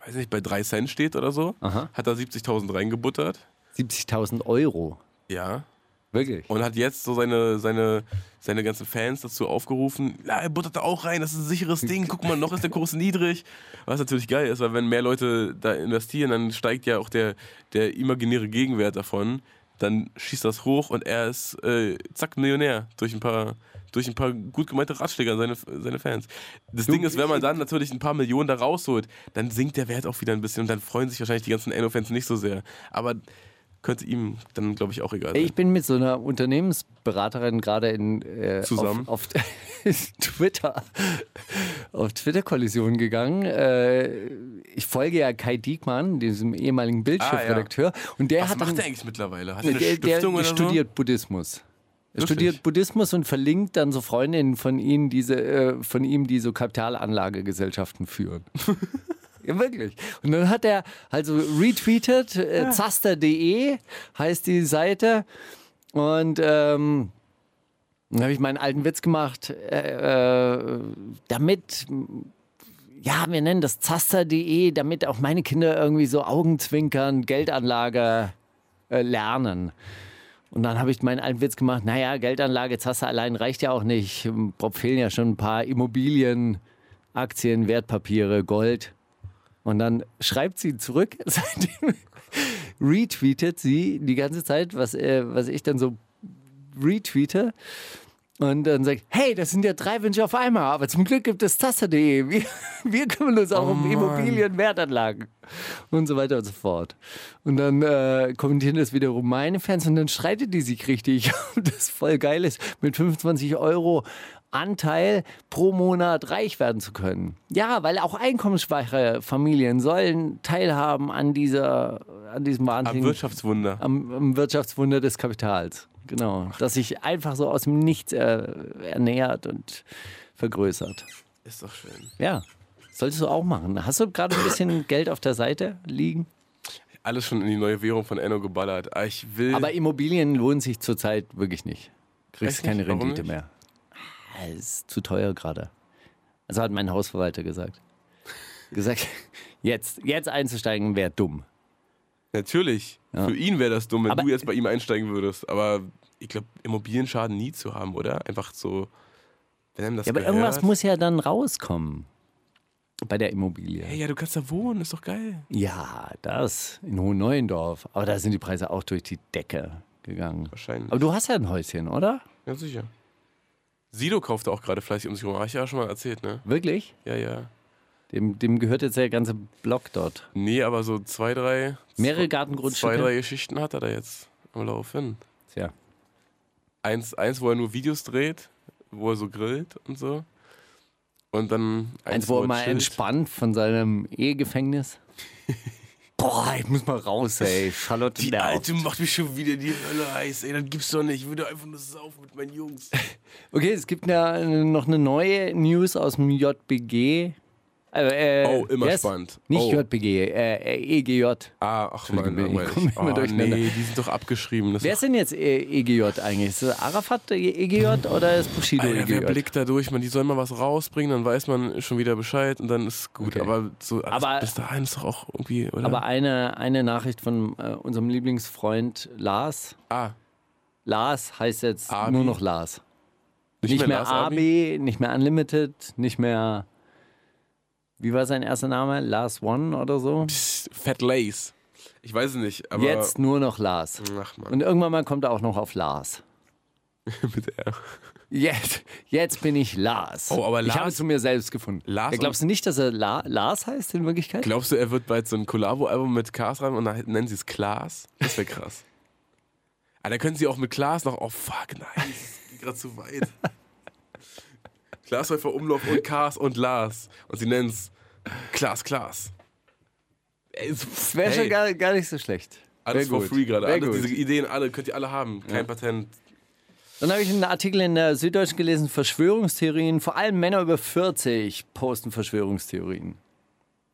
S5: weiß nicht, bei 3 Cent steht oder so.
S6: Aha.
S5: Hat da 70.000 reingebuttert.
S6: 70.000 Euro.
S5: Ja.
S6: Wirklich.
S5: Und hat jetzt so seine, seine, seine ganzen Fans dazu aufgerufen, ja, er buttert da auch rein, das ist ein sicheres Ding, guck mal, noch ist der Kurs <laughs> niedrig. Was natürlich geil ist, weil wenn mehr Leute da investieren, dann steigt ja auch der, der imaginäre Gegenwert davon. Dann schießt das hoch und er ist äh, zack Millionär durch ein paar durch ein paar gut gemeinte Ratschläge an seine, seine Fans. Das Ding ist, wenn man dann natürlich ein paar Millionen da rausholt, dann sinkt der Wert auch wieder ein bisschen und dann freuen sich wahrscheinlich die ganzen Enno-Fans nicht so sehr. Aber könnte ihm dann, glaube ich, auch egal sein.
S6: Ich bin mit so einer Unternehmensberaterin gerade in äh,
S5: Zusammen?
S6: auf, <laughs> auf Twitter auf Twitter Kollision gegangen. Äh, ich folge ja Kai Diekmann, diesem ehemaligen Bildchefredakteur, und der
S5: Ah, Was
S6: hat
S5: macht
S6: dann,
S5: der eigentlich mittlerweile? Hat er eine
S6: der, der
S5: Stiftung oder
S6: studiert Buddhismus. Er
S5: Wirklich?
S6: studiert Buddhismus und verlinkt dann so Freundinnen von ihnen, diese, äh, von ihm, die so Kapitalanlagegesellschaften führen. ja, wirklich. Und dann hat er also retweetet, äh, zaster.de heißt die Seite. Und ähm, dann habe ich meinen alten Witz gemacht, äh, äh, damit ja, wir nennen das zaster.de, damit auch meine Kinder irgendwie so Augenzwinkern, Geldanlage äh, lernen. Und dann habe ich meinen alten Witz gemacht, naja, Geldanlage, Zaster allein reicht ja auch nicht. Im Prop fehlen ja schon ein paar Immobilien, Aktien, Wertpapiere, Gold. Und dann schreibt sie zurück, <laughs> seitdem retweetet sie die ganze Zeit, was, äh, was ich dann so retweete und dann sagt, hey, das sind ja drei Wünsche auf einmal, aber zum Glück gibt es Tasse.de. Wir, wir kümmern uns auch um Immobilien, Wertanlagen und so weiter und so fort. Und dann äh, kommentieren das wiederum meine Fans und dann streitet die sich richtig. <laughs> Und das voll geil ist, mit 25 Euro Anteil pro Monat reich werden zu können. Ja, weil auch einkommensschwache Familien sollen teilhaben an dieser, an diesem
S5: Am
S6: wahnsinnigen
S5: Ah, Wirtschaftswunder.
S6: am, am Wirtschaftswunder des Kapitals. Genau. Das sich einfach so aus dem Nichts äh, ernährt und vergrößert.
S5: Ist doch schön.
S6: Ja. Solltest du auch machen. Hast du gerade ein
S5: <coughs>
S6: bisschen Geld auf der Seite liegen?
S5: Alles schon in die neue Währung von Enno geballert. Ah, Ich will.
S6: Aber Immobilien lohnen sich zurzeit wirklich nicht. Kriegst
S5: Echt
S6: keine
S5: nicht? Warum
S6: Rendite
S5: nicht?
S6: mehr. Ah, Es ist zu teuer gerade. Also hat mein Hausverwalter
S5: <laughs>
S6: gesagt. Gesagt, jetzt, jetzt einzusteigen wäre dumm.
S5: Natürlich. Für ihn wäre das dumm, wenn
S6: Aber-
S5: du jetzt bei ihm einsteigen würdest. Aber ich glaube, Immobilien schaden nie zu haben, oder? Einfach so. Wenn einem das
S6: Ja, aber
S5: gehört.
S6: irgendwas muss ja dann rauskommen bei der Immobilie.
S5: Hey, ja, du kannst da wohnen, ist doch geil.
S6: Ja, das in Hohenneuendorf. Aber da sind die Preise auch durch die Decke gegangen.
S5: Wahrscheinlich.
S6: Aber du hast ja ein Häuschen, oder?
S5: Ja, sicher. Sido kaufte auch gerade fleißig um sich rum. Habe ich ja schon mal erzählt, ne?
S6: Wirklich?
S5: Ja, ja.
S6: Dem, dem gehört jetzt der ganze Block dort.
S5: Nee, aber so zwei, drei.
S6: Mehrere
S5: Zwei, drei
S6: Gartengrundstücke.
S5: Geschichten hat er da jetzt am Laufen.
S6: Tja.
S5: Eins, eins, wo er nur Videos dreht, wo er so grillt und so. Und dann
S6: Eins, wo er mal
S5: chillt.
S6: entspannt von seinem
S5: <laughs>
S6: Ehegefängnis. Boah, ich muss mal raus, ey. Charlotte
S5: Die
S6: nervt.
S5: Alte macht mich schon wieder die Hölle heiß, ey, das gibt's doch nicht. Ich würde einfach nur saufen mit
S6: <laughs>
S5: meinen Jungs.
S6: Okay, es gibt ja äh, noch eine neue News aus dem JBG. Äh, äh,
S5: Oh, immer
S6: wer ist-
S5: spannend.
S6: Nicht
S5: Oh.
S6: JBG, äh, äh, EGJ.
S5: Ah, ach
S6: Entschuldigung,
S5: man,
S6: wir
S5: langweilig.
S6: kommen immer
S5: Oh,
S6: durcheinander.
S5: nee, die sind doch abgeschrieben. Das
S6: Wer ist denn jetzt E- EGJ eigentlich? Ist das Arafat EGJ oder ist Bushido E
S5: Alter, wer
S6: EGJ?
S5: blickt da durch? Man, die sollen mal was rausbringen, dann weiß man schon wieder Bescheid und dann ist gut.
S6: Okay.
S5: Aber so alles
S6: Aber-
S5: bis dahin ist doch auch irgendwie, oder?
S6: Aber eine, eine Nachricht von äh, unserem Lieblingsfreund Lars.
S5: ah,
S6: Lars heißt jetzt
S5: Abi.
S6: nur noch Lars. Nicht, mehr,
S5: Lars
S6: AB,
S5: Abi?
S6: nicht mehr Unlimited, nicht mehr. Wie war sein erster Name? Lars One oder so?
S5: Psst, Fat Lace. Ich weiß es nicht, aber. Mhm.
S6: Jetzt nur noch Lars.
S5: Ach man, <laughs>
S6: Und irgendwann mal kommt er auch noch auf Lars.
S5: mit R.
S6: Jetzt, jetzt bin ich Lars.
S5: Oh, aber
S6: ich habe
S5: Lars-
S6: zu mir selbst gefunden.
S5: Lars
S6: Ja, glaubst du nicht, dass er La Lars heißt in Wirklichkeit?
S5: Glaubst du, er wird bald so ein Kollabo-Album mit Cars rein und dann nennen sie es Klaas? Das wäre krass. Ah, da können sie auch mit Klaas noch. Oh fuck, nein, das geht gerade zu weit. <laughs> Klaas Häufer Umlauf und Cars und Lars. Und sie nennen es Klaas Klaas. Ey,
S6: Das wäre schon gar, gar nicht so schlecht.
S5: Alles
S6: Wär
S5: for
S6: gut.
S5: free gerade.
S6: Wär
S5: Alle-
S6: gut.
S5: Diese Ideen alle, könnt ihr alle haben. Kein Patent.
S6: Dann habe ich einen Artikel in der Süddeutschen gelesen, Verschwörungstheorien, vor allem Männer über 40 posten Verschwörungstheorien.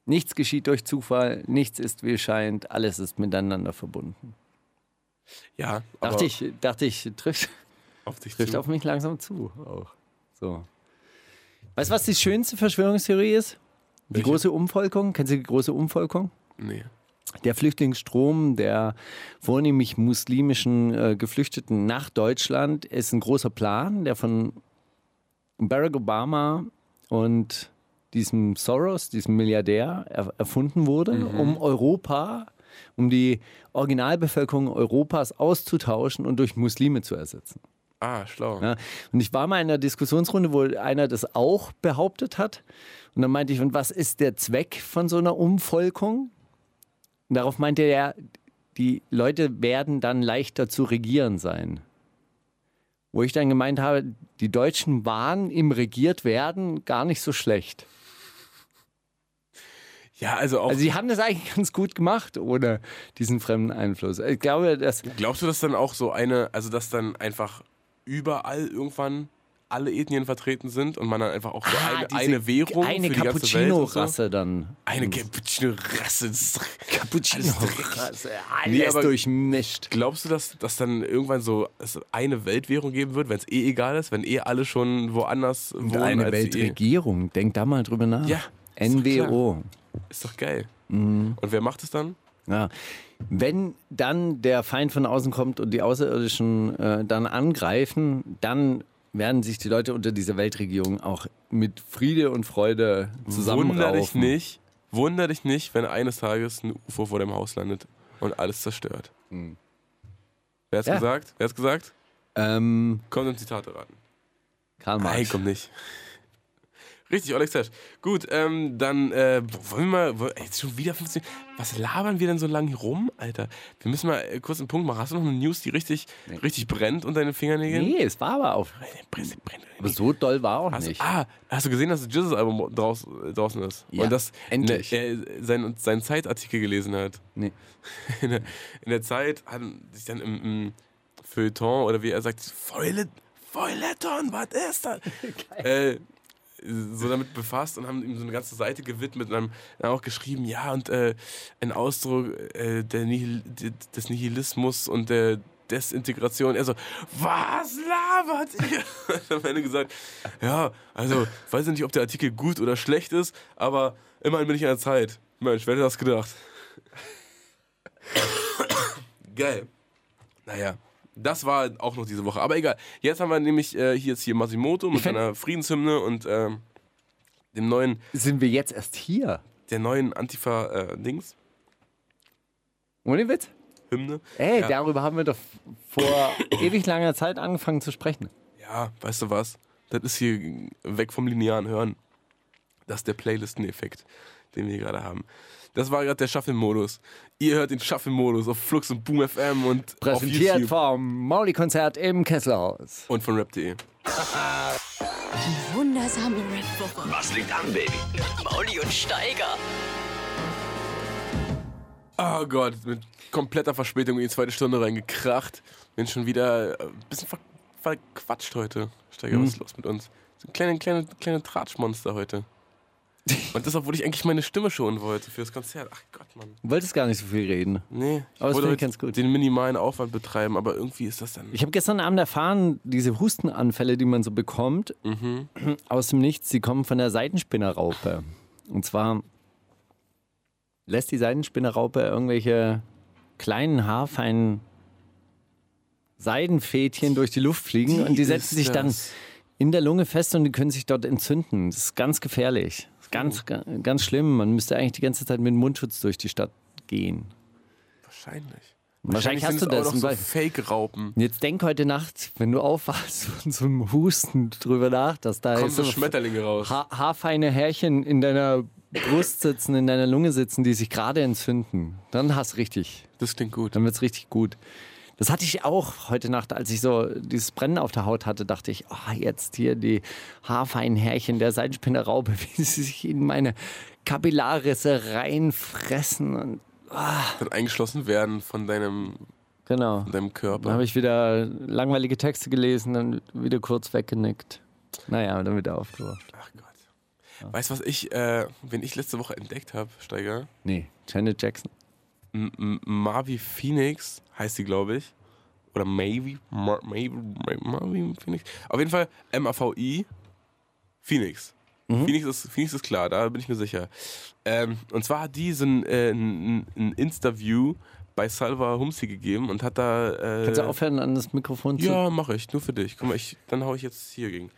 S6: Nichts geschieht durch Zufall, nichts ist wie es scheint, alles ist miteinander verbunden.
S5: Ja, aber
S6: Dachte ich, dachte ich, trifft,
S5: auf dich
S6: trifft
S5: zu.
S6: auf mich langsam zu auch. So. Weißt du, was die schönste Verschwörungstheorie ist? Die
S5: Welche?
S6: große Umvolkung. Kennst du die große Umvolkung?
S5: Nee.
S6: Der Flüchtlingsstrom der vornehmlich muslimischen äh, Geflüchteten nach Deutschland ist ein großer Plan, der von Barack Obama und diesem Soros, diesem Milliardär, er erfunden wurde, um Europa, um die Originalbevölkerung Europas auszutauschen und durch Muslime zu ersetzen.
S5: Ah, schlau.
S6: Ja. Ne? Und ich war mal in einer Diskussionsrunde, wo einer das auch behauptet hat. Und dann meinte ich, und was ist der Zweck von so einer Umvolkung? Und darauf meinte er, die Leute werden dann leichter zu regieren sein. Wo ich dann gemeint habe, die Deutschen waren im Regiertwerden gar nicht so schlecht.
S5: Ja, also auch.
S6: Also sie haben das eigentlich ganz gut gemacht ohne diesen fremden Einfluss. Ich glaube, dass
S5: Glaubst du, dass dann auch so eine, also dass dann einfach überall irgendwann alle Ethnien vertreten sind und man dann einfach auch so
S6: Ah,
S5: eine,
S6: diese
S5: eine Währung
S6: eine
S5: für die ganze Welt und so?
S6: Cappuccino-Rasse dann.
S5: Eine Cappuccino-Rasse. das ist dreckig.
S6: Cappuccino-Rasse, alles
S5: Nee, aber-
S6: durchmischt.
S5: Glaubst du, dass, dass dann irgendwann so es eine Weltwährung geben wird, wenn es eh egal ist, wenn eh alle schon woanders wohnen?
S6: Eine
S5: als sie eh?
S6: Weltregierung, denk da mal drüber nach.
S5: Ja, ist doch klar.
S6: NWO.
S5: Ist doch geil.
S6: Mhm.
S5: Und wer macht es dann?
S6: Ja. Wenn dann der Feind von außen kommt und die Außerirdischen äh, dann angreifen, dann werden sich die Leute unter dieser Weltregierung auch mit Friede und Freude
S5: Wunder dich
S6: zusammenraufen.
S5: nicht, wunder dich nicht, wenn eines Tages ein UFO vor deinem Haus landet und alles zerstört. Wer hat's
S6: Mhm. Ja.
S5: gesagt? Wer hat's gesagt?
S6: Ähm,
S5: Kommt im Zitat raten.
S6: Karl
S5: Nein,
S6: Marx.
S5: kommt nicht. Richtig, Alex Tesch. Gut, ähm, dann äh, wollen wir mal. Wollen, ey, jetzt schon wieder 15. Was labern wir denn so lange rum, Alter? Wir müssen mal äh, kurz einen Punkt machen. Hast du noch eine News, die richtig, richtig brennt unter deinen Fingernägeln? Äh,
S6: Nee, es war aber auch.
S5: Brennt, brennt.
S6: Aber so doll war auch
S5: Hast,
S6: nicht.
S5: ah, hast du gesehen, dass das Jizzes-Album draus, äh, draußen ist?
S6: Ja,
S5: und dass
S6: endlich.
S5: Ne, er seinen sein Zeitartikel gelesen hat.
S6: Nee.
S5: In der, in der Zeit hat sich dann im, im Feuilleton oder wie er sagt, Feuille- Feuilleton, was ist das? äh, so damit befasst und haben ihm so eine ganze Seite gewidmet und haben dann auch geschrieben, ja, und äh, ein Ausdruck äh, der Nihil de- des Nihilismus und der Desintegration. Er so, was labert ihr? <laughs> Und am Ende gesagt, ja, also, weiß ich nicht, ob der Artikel gut oder schlecht ist, aber immerhin bin ich an der Zeit. Mensch, wer hätte das gedacht? Geil. Naja, das war auch noch diese Woche. Aber egal. Jetzt haben wir nämlich äh, hier jetzt hier Masimoto mit seiner Friedenshymne und ähm, dem neuen,
S6: Sind wir jetzt erst hier?
S5: der neuen äh, Antifa-Dings.
S6: Ohne Witz?
S5: Hymne.
S6: Ey,
S5: Ja.
S6: darüber haben wir doch
S5: <coughs>
S6: vor ewig langer Zeit angefangen zu sprechen.
S5: Ja, weißt du was? Das ist hier weg vom linearen Hören. Das ist der Playlisten-Effekt, den wir gerade haben. Das war gerade der Shuffle-Modus. Ihr hört den Shuffle-Modus auf Flux und Boom FM und auf
S6: Präsentiert
S5: YouTube
S6: vom Mauli-Konzert im Kesselhaus.
S5: und von E. rap.de.
S2: Wundersame Red Woche.
S3: Was liegt an, Baby?
S2: Mit Mauli und Steiger.
S5: Oh Gott, mit kompletter Verspätung in die zweite Stunde reingekracht. Bin schon wieder äh, ein bisschen ver verquatscht heute. Steiger,
S6: Hm.
S5: was ist los mit uns? So ein kleine, kleine, kleine
S6: <laughs>
S5: Tratschmonster heute. Und das, obwohl ich eigentlich meine Stimme schonen wollte fürs Konzert. Ach Gott, Mann.
S6: Du wolltest gar nicht so viel reden.
S5: Nee,
S6: Aber das
S5: wollte
S6: finde ich
S5: heute
S6: ganz gut.
S5: den minimalen Aufwand betreiben, aber irgendwie ist das dann.
S6: Ich habe gestern Abend erfahren, diese Hustenanfälle, die man so bekommt,
S5: Mhm.
S6: aus dem Nichts, die kommen von der Seitenspinnerraupe. Und zwar lässt die Seitenspinnerraupe irgendwelche kleinen, haarfeinen Seidenfädchen durch die Luft fliegen und die setzen
S5: ist
S6: sich dann
S5: das.
S6: in der Lunge fest und die können sich dort entzünden. Das ist ganz gefährlich. Das ist
S5: Oh.
S6: ganz, ga- ganz schlimm. Man müsste eigentlich die ganze Zeit mit Mundschutz durch die Stadt gehen.
S5: Wahrscheinlich.
S6: Wahrscheinlich, hast du
S5: sind es
S6: das.
S5: auch noch
S6: und
S5: so
S6: weil-
S5: Fake-Raupen.
S6: und Jetzt denk heute Nacht, wenn du aufwachst <laughs> und so einem Husten drüber nach, dass da
S5: Kommen
S6: jetzt
S5: so Schmetterlinge raus.
S6: ha haarfeine Härchen in deiner Brust sitzen, in deiner Lunge sitzen, die sich gerade entzünden. Dann hast richtig,
S5: Das klingt gut.
S6: dann wird's richtig gut. Das hatte ich auch heute Nacht, als ich so dieses Brennen auf der Haut hatte, dachte ich, oh, jetzt hier die haarfeinen Härchen der Seidenspinnerraupe, <laughs> wie sie sich in meine Kapillarrisse reinfressen. Und,
S5: Dann eingeschlossen werden von deinem,
S6: genau.
S5: von deinem Körper.
S6: Dann habe ich wieder langweilige Texte gelesen, dann wieder kurz weggenickt. Naja, und dann wieder aufgewacht.
S5: Ach Gott. Weißt du, was ich, äh, wenn ich letzte Woche entdeckt habe, Steiger?
S6: Nee, Janet Jackson.
S5: M- M- Marvi Phoenix heißt sie, glaube ich. Oder Mavi, Mar Mavi, Ma- Marvi Phoenix. Auf jeden Fall M-A-V-I Phoenix.
S6: Mhm.
S5: Phoenix, ist, Phoenix ist klar, da bin ich mir sicher. Ähm, und zwar hat die so ein, äh, ein, ein Interview bei Salva Humsi gegeben und hat da. Äh,
S6: Kannst du aufhören, an das Mikrofon zu...
S5: Ja, mache ich, nur für dich. Guck mal, ich, dann hau ich jetzt hier gegen.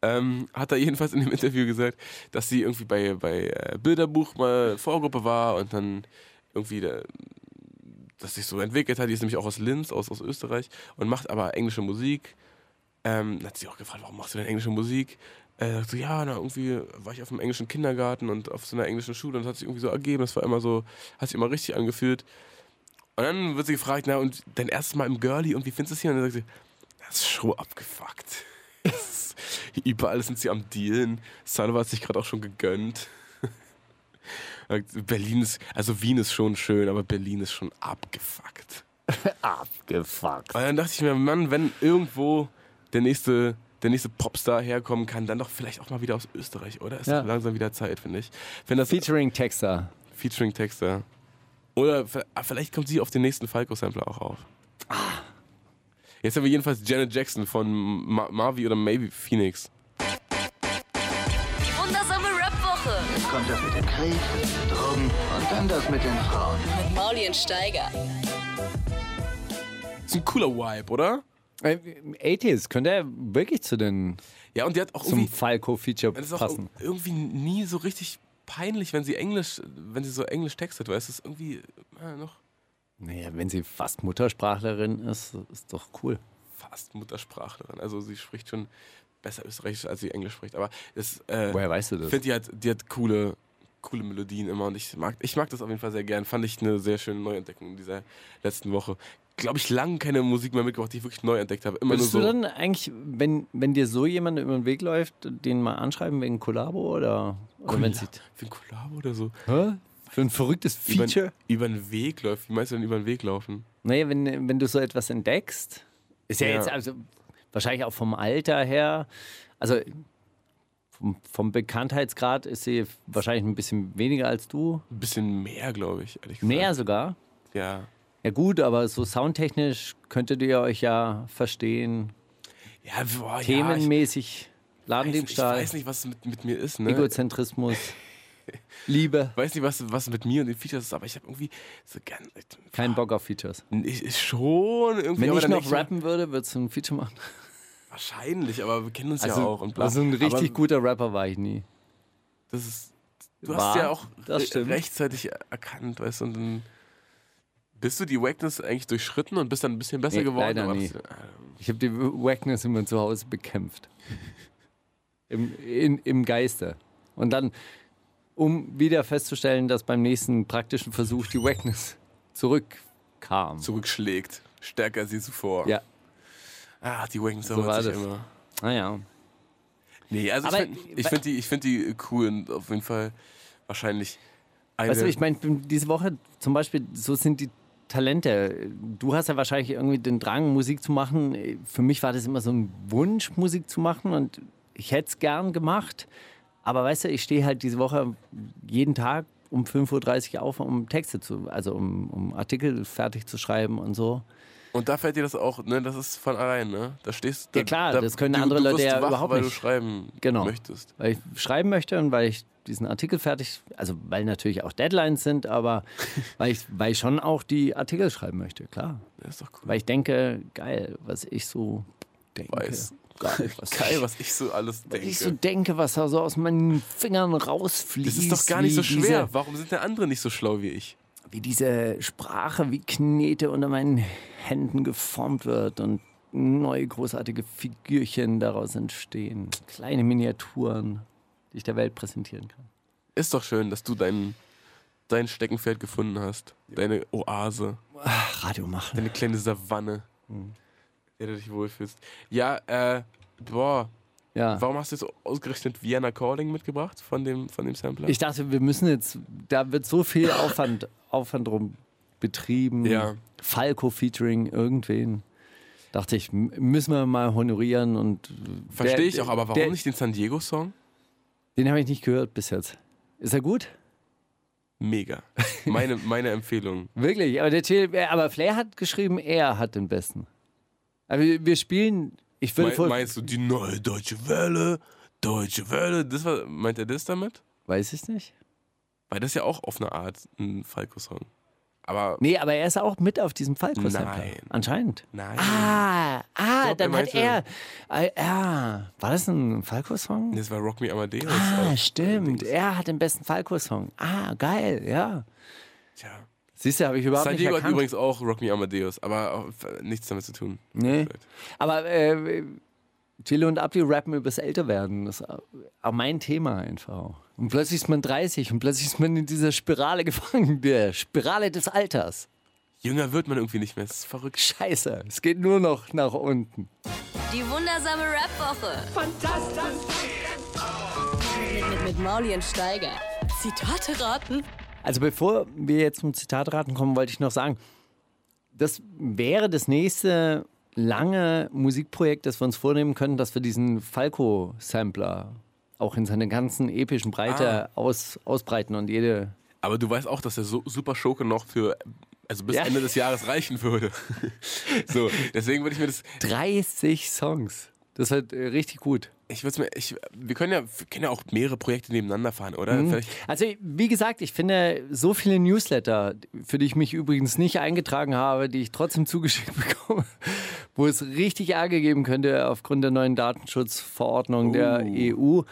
S5: Ähm, hat er jedenfalls in dem <laughs> Interview gesagt, dass sie irgendwie bei, bei äh, Bilderbuch mal Vorgruppe war und dann irgendwie, da, dass sich so entwickelt hat. Die ist nämlich auch aus Linz, aus, aus Österreich und macht aber englische Musik. Ähm, dann hat sie auch gefragt, warum machst du denn englische Musik? Äh, sagt so, ja, na, irgendwie war ich auf einem englischen Kindergarten und auf so einer englischen Schule und das hat sich irgendwie so ergeben. Das war immer so, hat sich immer richtig angefühlt. Und dann wird sie gefragt, na, und dein erstes Mal im Girlie und wie findest du es hier? Und dann sagt sie, das ist schon abgefuckt. <laughs> Das ist- Überall sind sie am Dealen. Salva hat sich gerade auch schon gegönnt. <laughs> Sagt, Berlin ist, also Wien ist schon schön, aber Berlin ist schon abgefuckt.
S6: <laughs> Abgefuckt.
S5: Und dann dachte ich mir, Mann, wenn irgendwo der nächste, der nächste Popstar herkommen kann, dann doch vielleicht auch mal wieder aus Österreich, oder? Ist
S6: Ja.
S5: doch langsam wieder Zeit, finde ich. Wenn das
S6: Featuring Texter.
S5: Featuring Texter. Oder v- ah, vielleicht kommt sie auf den nächsten Falco-Sampler auch auf. Jetzt haben wir jedenfalls Janet Jackson von Ma Marvi oder Maybe Phoenix.
S2: Die wundersame Rap Woche.
S1: Jetzt kommt das mit dem Krieg, Drogen und dann das mit den Frauen.
S2: Mit Mauli und Steiger.
S5: Ist ein cooler Vibe, oder?
S6: Äh, 80s, könnte er wirklich zu den,
S5: Ja, und die hat auch
S6: zum
S5: irgendwie.
S6: Falco-Feature
S5: Das ist auch
S6: passen.
S5: irgendwie nie so richtig peinlich, wenn sie Englisch, wenn sie so Englisch textet, weißt du, ist irgendwie äh, noch
S6: Naja, wenn sie fast Muttersprachlerin ist, ist doch cool.
S5: fast Muttersprachlerin. Also sie spricht schon besser Österreichisch, als sie Englisch spricht. Aber es, äh,
S6: Woher weißt du
S5: ich
S6: das?
S5: finde, die hat, die hat coole, coole Melodien immer und ich mag, ich mag das auf jeden Fall sehr gern. Fand ich eine sehr schöne Neuentdeckung in dieser letzten Woche. Glaube ich, lange keine Musik mehr mitgebracht, die ich wirklich neu entdeckt habe. Immer
S6: Würdest
S5: nur
S6: du
S5: so.
S6: dann eigentlich, wenn, wenn dir so jemand über den Weg läuft, den mal anschreiben wegen Kollabo oder, oder wenn sie.
S5: für ein Kollabo oder so.
S6: Hä? Für ein verrücktes Feature?
S5: Über, über den Weg läuft. Wie meinst du denn über den Weg laufen?
S6: Nee, wenn, wenn du so etwas entdeckst, ist ja,
S5: Ja.
S6: jetzt also wahrscheinlich auch vom Alter her, also vom, vom Bekanntheitsgrad ist sie wahrscheinlich ein bisschen weniger als du.
S5: Ein bisschen mehr, glaube ich, ehrlich gesagt.
S6: Mehr sogar.
S5: Ja.
S6: Ja gut, aber so soundtechnisch könntet ihr euch ja verstehen.
S5: Ja, boah, ja,
S6: Themenmäßig
S5: ich, ich, ich
S6: Ladendiebstahl,
S5: weiß nicht, was mit, mit mir ist, ne?
S6: Egozentrismus, Liebe,
S5: Ich weiß nicht, was, was mit mir und den Features ist, aber ich habe irgendwie so gern.
S6: kein Bock auf Features.
S5: Ich, ich schon irgendwie.
S6: Wenn
S5: aber
S6: ich
S5: dann
S6: noch
S5: denk mir,
S6: rappen würde, würdest du ein Feature machen.
S5: Wahrscheinlich, aber wir kennen uns ja auch und bla.
S6: also ein richtig
S5: aber
S6: guter Rapper war ich nie.
S5: Das ist, du
S6: War,
S5: hast ja auch
S6: das
S5: re-
S6: stimmt.
S5: rechtzeitig erkannt, weißt du, und dann bist du die Wackness eigentlich durchschritten und bist dann ein bisschen besser
S6: Nee,
S5: geworden.
S6: leider
S5: aber äh,
S6: nie.
S5: das-
S6: Ich habe die Wackness immer zu Hause bekämpft. Im, in, Im Geiste. Und dann, um wieder festzustellen, dass beim nächsten praktischen Versuch die Wackness zurückkam.
S5: zurückschlägt. Stärker als je zuvor.
S6: Ja. Ah
S5: Ah, die Wackness
S6: So
S5: so
S6: war
S5: erholt sich
S6: das.
S5: immer.
S6: Naja.
S5: Nee, also
S6: Aber-
S5: ich finde ich find die, ich find die äh, cool und auf jeden Fall wahrscheinlich eine.
S6: Weißt du, ich meine, diese Woche zum Beispiel, so sind die Talente. Du hast ja wahrscheinlich irgendwie den Drang, Musik zu machen. Für mich war das immer so ein Wunsch, Musik zu machen und ich hätte es gern gemacht. Aber weißt du, ich stehe halt diese Woche jeden Tag um 5.30 Uhr auf, um Texte zu, also um, um Artikel fertig zu schreiben und so.
S5: und da fällt dir das auch, ne, das ist von allein, ne? Da stehst du.
S6: Ja, klar,
S5: da,
S6: das können
S5: du,
S6: andere
S5: du
S6: Leute
S5: wirst
S6: ja
S5: wach,
S6: überhaupt
S5: weil du
S6: nicht.
S5: schreiben
S6: Genau.
S5: möchtest.
S6: Weil ich schreiben möchte und weil ich diesen Artikel fertig, also weil natürlich auch Deadlines sind, aber <laughs> weil ich, weil ich schon auch die Artikel schreiben möchte, klar.
S5: Das ist doch cool.
S6: Weil ich denke, geil, was ich so denke.
S5: Weiß.
S6: <laughs> Geil, was,
S5: Geil, was ich so alles
S6: was
S5: denke.
S6: ich so denke, was da so aus meinen Fingern rausfließt.
S5: Das ist doch gar nicht so
S6: wie
S5: schwer. Warum sind der andere nicht so schlau wie ich?
S6: Diese, wie diese Sprache wie Knete unter meinen Händen geformt wird und neue großartige Figürchen daraus entstehen. Kleine Miniaturen, die ich der Welt präsentieren kann.
S5: Ist doch schön, dass du dein, dein Steckenpferd gefunden hast. Deine Oase,
S6: Ach, Radio machen.
S5: deine kleine Savanne,
S6: Mhm.
S5: in der du dich wohlfühlst. Ja, äh, boah,
S6: Ja.
S5: warum hast du jetzt ausgerechnet Vienna Calling mitgebracht von dem, von dem Sampler?
S6: Ich dachte, wir müssen jetzt, da wird so viel Aufwand, Aufwand drum betrieben.
S5: Ja.
S6: Falco featuring irgendwen. Dachte ich, m- müssen wir mal honorieren und.
S5: Verstehe
S6: der-
S5: ich auch, aber warum
S6: der,
S5: nicht den San Diego-Song?
S6: Den habe ich nicht gehört bis jetzt. Ist er gut? <laughs>
S5: Mega. Meine, meine Empfehlung.
S6: Wirklich, aber der Till, äh, aber Flair hat geschrieben, er hat den besten. Aber wir, wir spielen, ich würde
S5: Me
S6: vor.
S5: meinst du die neue deutsche Welle? Deutsche Welle? Das war, meint er das damit?
S6: Weiß ich nicht.
S5: Weil das ist ja auch auf eine Art ein Falco-Song. Aber
S6: Nee, aber er ist auch mit auf diesem Falco-Sampler.
S5: Nein.
S6: Anscheinend.
S5: nein.
S6: Ah, ah,
S5: glaub,
S6: dann
S5: er
S6: hat er. Ah, ja. war das ein Falco-Song?
S5: Das war Rock Me Amadeus. Also,
S6: Ah,
S5: auch.
S6: stimmt. Er hat den besten Falco-Song. Ah, geil, ja.
S5: Tja.
S6: Siehst du, habe ich überhaupt
S5: San
S6: nicht
S5: Diego hat
S6: erkannt.
S5: übrigens auch Rock Me Amadeus, aber auch äh, nichts damit zu tun.
S6: Nee. Aber äh, Chile und Abdi rappen übers Älterwerden. Das ist auch mein Thema einfach auch. Und plötzlich ist man 30 und plötzlich ist man in dieser Spirale gefangen, der Spirale des Alters.
S5: Jünger wird man irgendwie nicht mehr. Das ist verrückt.
S6: Scheiße, es geht nur noch nach unten.
S2: Die wundersame Rap-Woche. Fantastisch. Mit, mit, mit Mauli und Steiger. Zitate raten.
S6: Also bevor wir jetzt zum Zitatraten kommen, wollte ich noch sagen, das wäre das nächste lange Musikprojekt, das wir uns vornehmen können, dass wir diesen Falco-Sampler auch in seiner ganzen epischen Breite aus, ausbreiten und jede...
S5: Aber du weißt auch, dass der so Super Schurke noch für also bis
S6: Ja.
S5: Ende des
S6: <laughs>
S5: Jahres reichen würde. so, deswegen würde ich mir das
S6: 30 Songs. Das wird äh, richtig gut.
S5: ich würde mir ich wir können ja wir können ja auch mehrere Projekte nebeneinander fahren, oder? Vielleicht
S6: Also, wie gesagt, ich finde so viele Newsletter, für die ich mich übrigens nicht eingetragen habe, die ich trotzdem zugeschickt <laughs> bekomme, wo
S5: Oh.
S6: es richtig Ärger geben könnte aufgrund der neuen Datenschutzverordnung der EU. E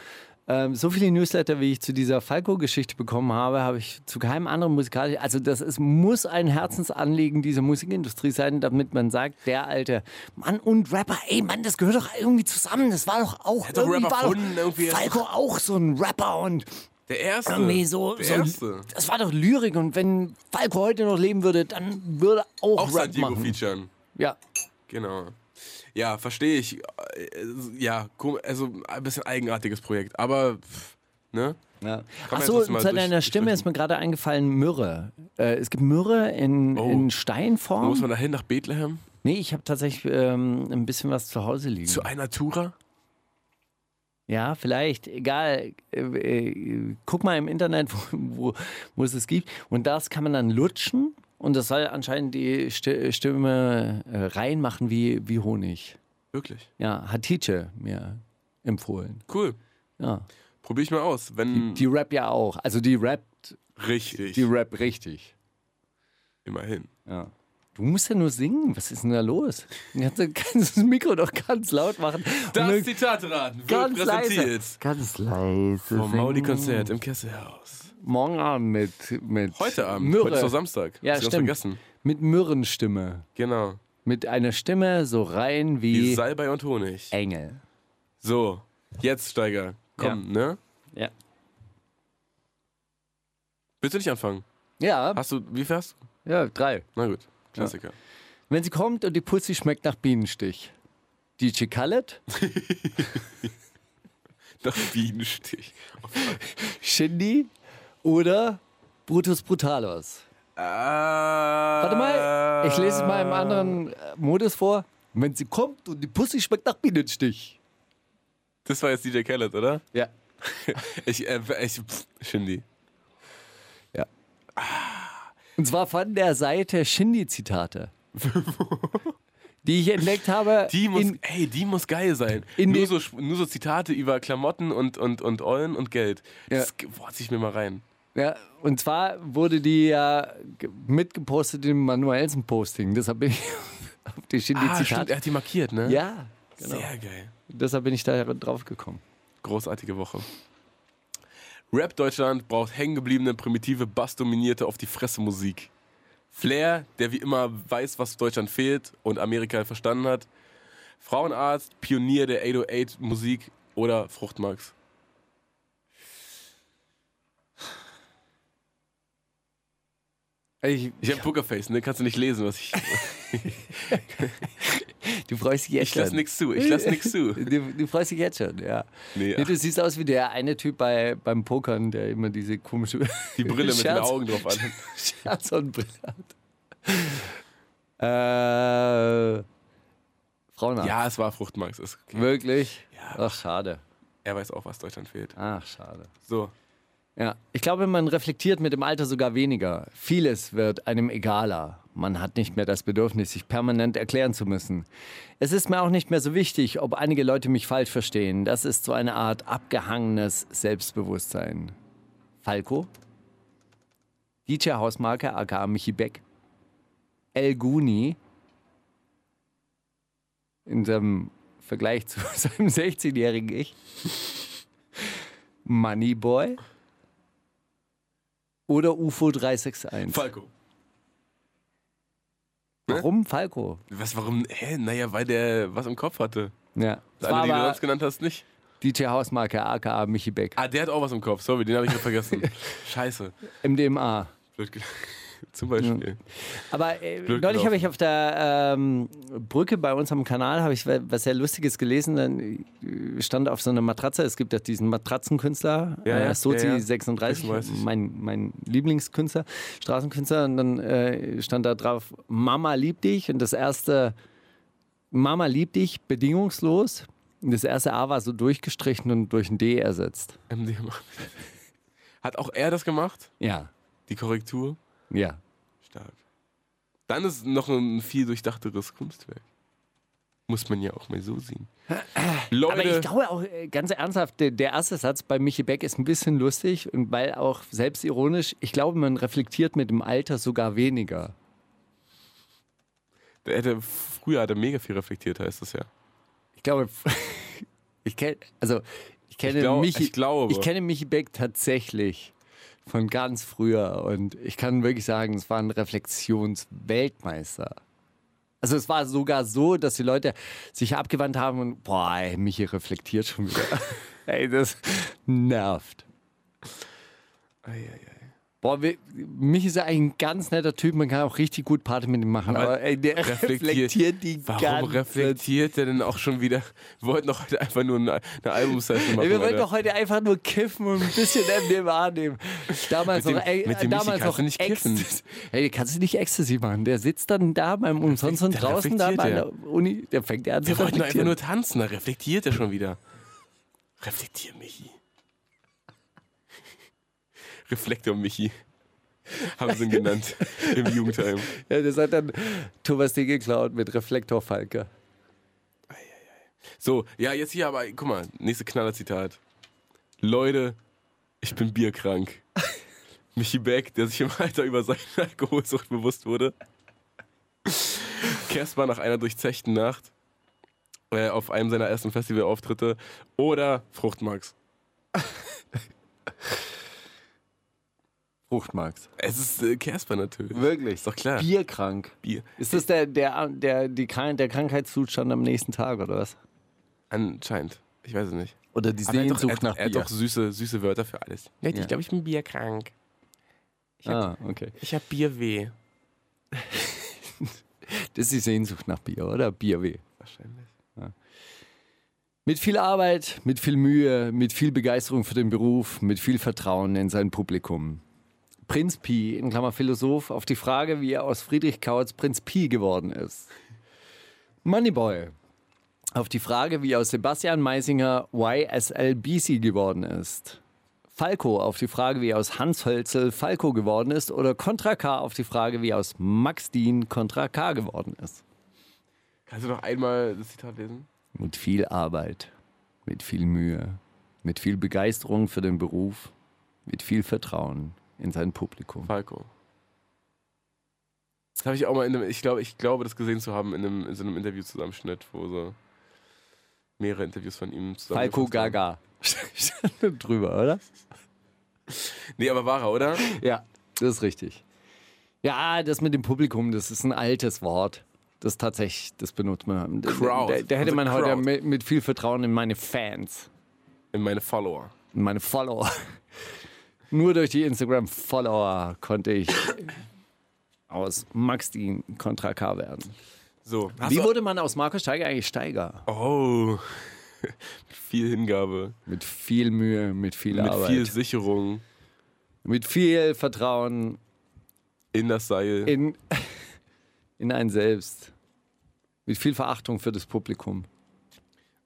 S6: Ähm, so viele Newsletter, wie ich zu dieser Falco-Geschichte bekommen habe, habe ich zu keinem anderen musikalisch. Also das ist, muss ein Herzensanliegen dieser Musikindustrie sein, damit man sagt, der alte Mann und Rapper, ey Mann, das gehört doch irgendwie zusammen. Das war doch auch
S5: doch
S6: irgendwie,
S5: Rapper
S6: war doch
S5: erfunden, irgendwie.
S6: Falco auch so ein Rapper und
S5: Der erste.
S6: irgendwie so,
S5: der
S6: so
S5: erste.
S6: das war doch Lyrik und wenn Falco heute noch leben würde, dann würde er auch,
S5: Auch
S6: Rap
S5: San Diego
S6: machen.
S5: featuren.
S6: Ja,
S5: Genau. Ja, verstehe ich. Äh, Ja, kom- also ein bisschen eigenartiges Projekt, aber pff, ne?
S6: Ja.
S5: man
S6: Achso,
S5: jetzt mal
S6: zu deiner
S5: durch-
S6: Stimme ist mir gerade eingefallen, Myrrhe. Äh, es gibt Myrrhe in,
S5: Oh.
S6: in
S5: Wo muss
S6: Steinform.
S5: man da hin? Nach Bethlehem?
S6: Nee, ich habe tatsächlich ähm, ein bisschen was zu Hause liegen.
S5: Zu einer Tura?
S6: ja, vielleicht, egal. Äh, äh, guck mal im Internet, <laughs> wo, wo, wo es es gibt. Und das kann man dann lutschen. Und das soll anscheinend die Sti- Stimme äh, reinmachen wie, wie Honig.
S5: Wirklich.
S6: Ja, hat Tietje mir empfohlen.
S5: Cool.
S6: Ja.
S5: Probiere ich mal aus. Wenn
S6: Die Rap ja auch. Also die Rap,
S5: richtig.
S6: die Rap richtig.
S5: Immerhin.
S6: Ja. Du musst ja nur singen. Was ist denn da los? Jetzt kannst du das Mikro doch ganz laut machen. Und
S5: Das
S6: dann
S5: Zitateraten wird
S6: ganz leise.
S5: präsentiert
S6: Ganz leise.
S5: vom Mauli-Konzert im Kesselhaus.
S6: Morgen Abend mit, mit
S5: Heute Abend.
S6: Myrrhe.
S5: Heute ist doch Samstag.
S6: Ja,
S5: Hast du ganz
S6: stimmt.
S5: vergessen.
S6: Mit Myrrenstimme.
S5: Genau.
S6: Mit einer Stimme so rein
S5: Die
S6: wie
S5: Salbei und Honig.
S6: Engel.
S5: So, jetzt Steiger. Komm, ne?
S6: Ja.
S5: Willst du nicht anfangen?
S6: Ja,
S5: Hast du, wie fährst du?
S6: ja, drei.
S5: Na gut, Klassiker.
S6: Wenn sie kommt und die Pussy schmeckt nach Bienenstich. DJ
S5: <laughs>
S6: Khaled,
S5: Nach Bienenstich.
S6: Shindy oder Brutus Brutalos. Warte
S5: Warte
S6: mal, ich lese es mal im anderen äh, Modus vor. Wenn sie kommt und die Pussy schmeckt nach Bienenstich.
S5: Das war jetzt DJ Khaled, oder?
S6: Ja.
S5: Ich, äh, ich, pff, Shindy.
S6: Und zwar von der Seite Shindy-Zitate. die ich entdeckt habe.
S5: Die muss,
S6: in,
S5: ey, die muss geil sein.
S6: in
S5: nur,
S6: den-
S5: so, Sp- nur so Zitate über Klamotten und, und, und Eulen und Geld.
S6: Ja.
S5: Das ge- boah, zieh ich mir mal rein.
S6: ja, und zwar wurde die ja ge- mitgepostet im Manuelsen-Posting. Deshalb bin ich <laughs> auf die
S5: Ah, stimmt,
S6: Shindy-Zitate.
S5: er hat die markiert, ne?
S6: ja, genau.
S5: Sehr geil.
S6: Deshalb bin ich da drauf gekommen.
S5: Großartige Woche. Rap Deutschland braucht hängengebliebene, primitive, bassdominierte, auf die Fresse Musik. Flair, der wie immer weiß, was Deutschland fehlt und Amerika verstanden hat. Frauenarzt, Pionier der 808 Musik oder Fruchtmax.
S6: Ich,
S5: Ich habe Pokerface, ne? Kannst du nicht lesen, was ich.
S6: du freust dich jetzt
S5: Ich lass
S6: schon.
S5: nichts zu, ich lass nichts
S6: <laughs>
S5: zu.
S6: Du, du freust dich jetzt schon, ja.
S5: Nee,
S6: Nee, du siehst aus wie der eine Typ bei, beim Pokern, der immer diese komische
S5: die Brille mit den
S6: Scherz-
S5: Augen drauf
S6: <laughs>
S5: an.
S6: Scherzhornbrille hat. Äh, Frauenarzt.
S5: Ja, es war Fruchtmax. Ist okay.
S6: Wirklich? Ach, schade.
S5: Er weiß auch, was Deutschland fehlt.
S6: Ach, schade.
S5: So,
S6: Ja, ich glaube, man reflektiert mit dem Alter sogar weniger. Vieles wird einem egaler. Man hat nicht mehr das Bedürfnis, sich permanent erklären zu müssen. Es ist mir auch nicht mehr so wichtig, ob einige Leute mich falsch verstehen. Das ist so eine Art abgehangenes Selbstbewusstsein. Falco? DJ Hausmarke aka Michi Beck? El Guni? In seinem Vergleich zu <laughs> seinem 16-jährigen Ich? Moneyboy? Oder UFO 361?
S5: Falco. ne?
S6: Warum Falco?
S5: Was, warum? Hä? Naja, weil der was im Kopf hatte.
S6: Ja. Das
S5: Das eine,
S6: war
S5: die du
S6: aber
S5: sonst genannt hast, nicht?
S6: DJ Hausmarke, aka Michi Beck.
S5: Ah, der hat auch was im Kopf. Sorry, den habe ich mir
S6: <laughs>
S5: vergessen. Scheiße.
S6: MDMA.
S5: Blöd ge- <laughs> Zum Beispiel.
S6: Aber äh,
S5: Blöd
S6: neulich habe
S5: gelaufen.
S6: ich auf der ähm, Brücke bei uns am Kanal habe ich wa- was sehr Lustiges gelesen. Dann äh, stand auf so einer Matratze. Es gibt ja diesen Matratzenkünstler,
S5: Ja, ja,
S6: äh, Sozi
S5: ja, ja.
S6: 36,
S5: 36.
S6: Mein, mein Lieblingskünstler, Straßenkünstler. Und dann äh, stand da drauf: Mama liebt dich. Und das erste Mama liebt dich bedingungslos. Und das erste A war so durchgestrichen und durch ein D ersetzt.
S5: MDMA. <laughs> Hat auch er das gemacht?
S6: Ja,
S5: Die Korrektur?
S6: ja.
S5: Stark. Dann ist noch ein viel durchdachteres Kunstwerk. Muss man ja auch mal so sehen.
S6: <laughs>
S5: Leute,
S6: Aber ich glaube auch äh, ganz ernsthaft, der, der erste Satz bei Michi Beck ist ein bisschen lustig und weil auch selbstironisch, ich glaube, man reflektiert mit dem Alter sogar weniger.
S5: der hätte,
S6: <laughs>
S5: früher hat er mega viel reflektiert, heißt das ja.
S6: Ich glaube, ich kenn, also ich Ich kenne,
S5: Ich glaub-
S6: Michi,
S5: ich glaube.
S6: ich kenne Michi Beck tatsächlich von ganz früher und ich kann wirklich sagen, es war ein Reflexionsweltmeister. Also es war sogar so, dass die Leute sich abgewandt haben und boah, ey, Michi reflektiert schon wieder. <laughs> ey, das nervt. Boah, wir, Michi ist ja eigentlich ein ganz netter Typ, man kann auch richtig gut Party mit ihm machen, aber, ey, der reflektiert, die
S5: Warum
S6: ganze
S5: reflektiert der denn auch schon wieder? Wir wollten doch heute einfach nur eine, eine Album-Session machen.
S6: Ey, wir wollten
S5: Alter.
S6: doch heute einfach nur kiffen und ein bisschen <laughs> MDMA nehmen. Damals
S5: Mit dem-
S6: noch, ey,
S5: mit dem Michi
S6: damals
S5: kannst
S6: noch
S5: du nicht kiffen.
S6: Ecstasy. <laughs> Ey, kannst du nicht Ecstasy machen? Der sitzt dann da beim umsonst und
S5: der
S6: draußen da bei
S5: reflektiert,
S6: der Uni. Der fängt an zu
S5: Wir wollten einfach
S6: reflektieren.
S5: nur tanzen, da reflektiert er schon wieder. Reflektier, Michi. Reflektor Michi. Haben sie ihn genannt im Jugendheim.
S6: Ja, das hat dann Thomas D. geklaut mit Reflektorfalke.
S5: So, ja, jetzt hier aber, guck mal, nächste Knaller-Zitat. Leute, ich bin
S6: <laughs>
S5: bierkrank. Michi Beck, der sich im Alter über seine Alkoholsucht bewusst wurde. Caspar nach einer durchzechten Nacht äh, auf einem seiner ersten Festivalauftritte. Oder Fruchtmax.
S6: Fruchtmarks.
S5: Es ist äh, Casper natürlich.
S6: Wirklich?
S5: Ist doch klar.
S6: Bierkrank.
S5: Bier.
S6: Ist das der, der, der, die Krank der Krankheitszustand am nächsten Tag oder was?
S5: Anscheinend. Ich weiß es nicht.
S6: Oder die
S5: er hat doch,
S6: Sehnsucht
S5: er,
S6: nach
S5: er hat
S6: Bier.
S5: doch süße, süße Wörter für alles.
S7: Nett,
S6: Ja.
S7: ich glaube, ich bin bierkrank.
S6: Ah, okay.
S7: Ich habe Bierweh.
S6: <laughs> Das ist die Sehnsucht nach Bier, oder? Bierweh. Ah.
S5: Wahrscheinlich.
S6: Mit viel Arbeit, mit viel Mühe, mit viel Begeisterung für den Beruf, mit viel Vertrauen in sein Publikum. Prinz Pi, in Klammer Philosoph, auf die Frage, wie er aus Friedrich Kautz Prinz Pi geworden ist. Moneyboy, auf die Frage, wie er aus Sebastian Meisinger YSL BC geworden ist. Falco, auf die Frage, wie er aus Hans Hölzel Falco geworden ist. Oder Contra K, auf die Frage, wie er aus Max Dien Contra K geworden ist.
S5: Kannst du noch einmal das Zitat lesen?
S6: Mit viel Arbeit, mit viel Mühe, mit viel Begeisterung für den Beruf, mit viel Vertrauen in sein Publikum.
S5: Falco. Das habe ich auch mal in einem, ich glaube, ich glaube, das gesehen zu haben in, einem, in so einem Interviewzusammenschnitt, wo so mehrere Interviews von ihm zusammen.
S6: Falco Gaga. Stand <laughs> drüber, oder?
S5: Nee, aber war er, oder?
S6: Ja, das ist richtig. Ja, das mit dem Publikum, das ist ein altes Wort. Das tatsächlich, das benutzt man.
S5: Crowd.
S6: Da, da hätte man
S5: Also
S6: heute
S5: Crowd.
S6: mit, mit viel Vertrauen in meine Fans,
S5: In meine Follower.
S6: in meine Follower. Nur durch die Instagram-Follower konnte ich aus Max Dean Contra K werden.
S5: So. Hast
S6: Wie
S5: du-
S6: wurde man aus Markus Steiger eigentlich Steiger?
S5: oh. <laughs> Mit viel Hingabe.
S6: Mit viel Mühe, mit viel
S5: Mit
S6: Arbeit.
S5: viel Sicherung.
S6: mit viel Vertrauen
S5: In das Seil.
S6: in, <laughs> in einen selbst. Mit viel Verachtung für das Publikum.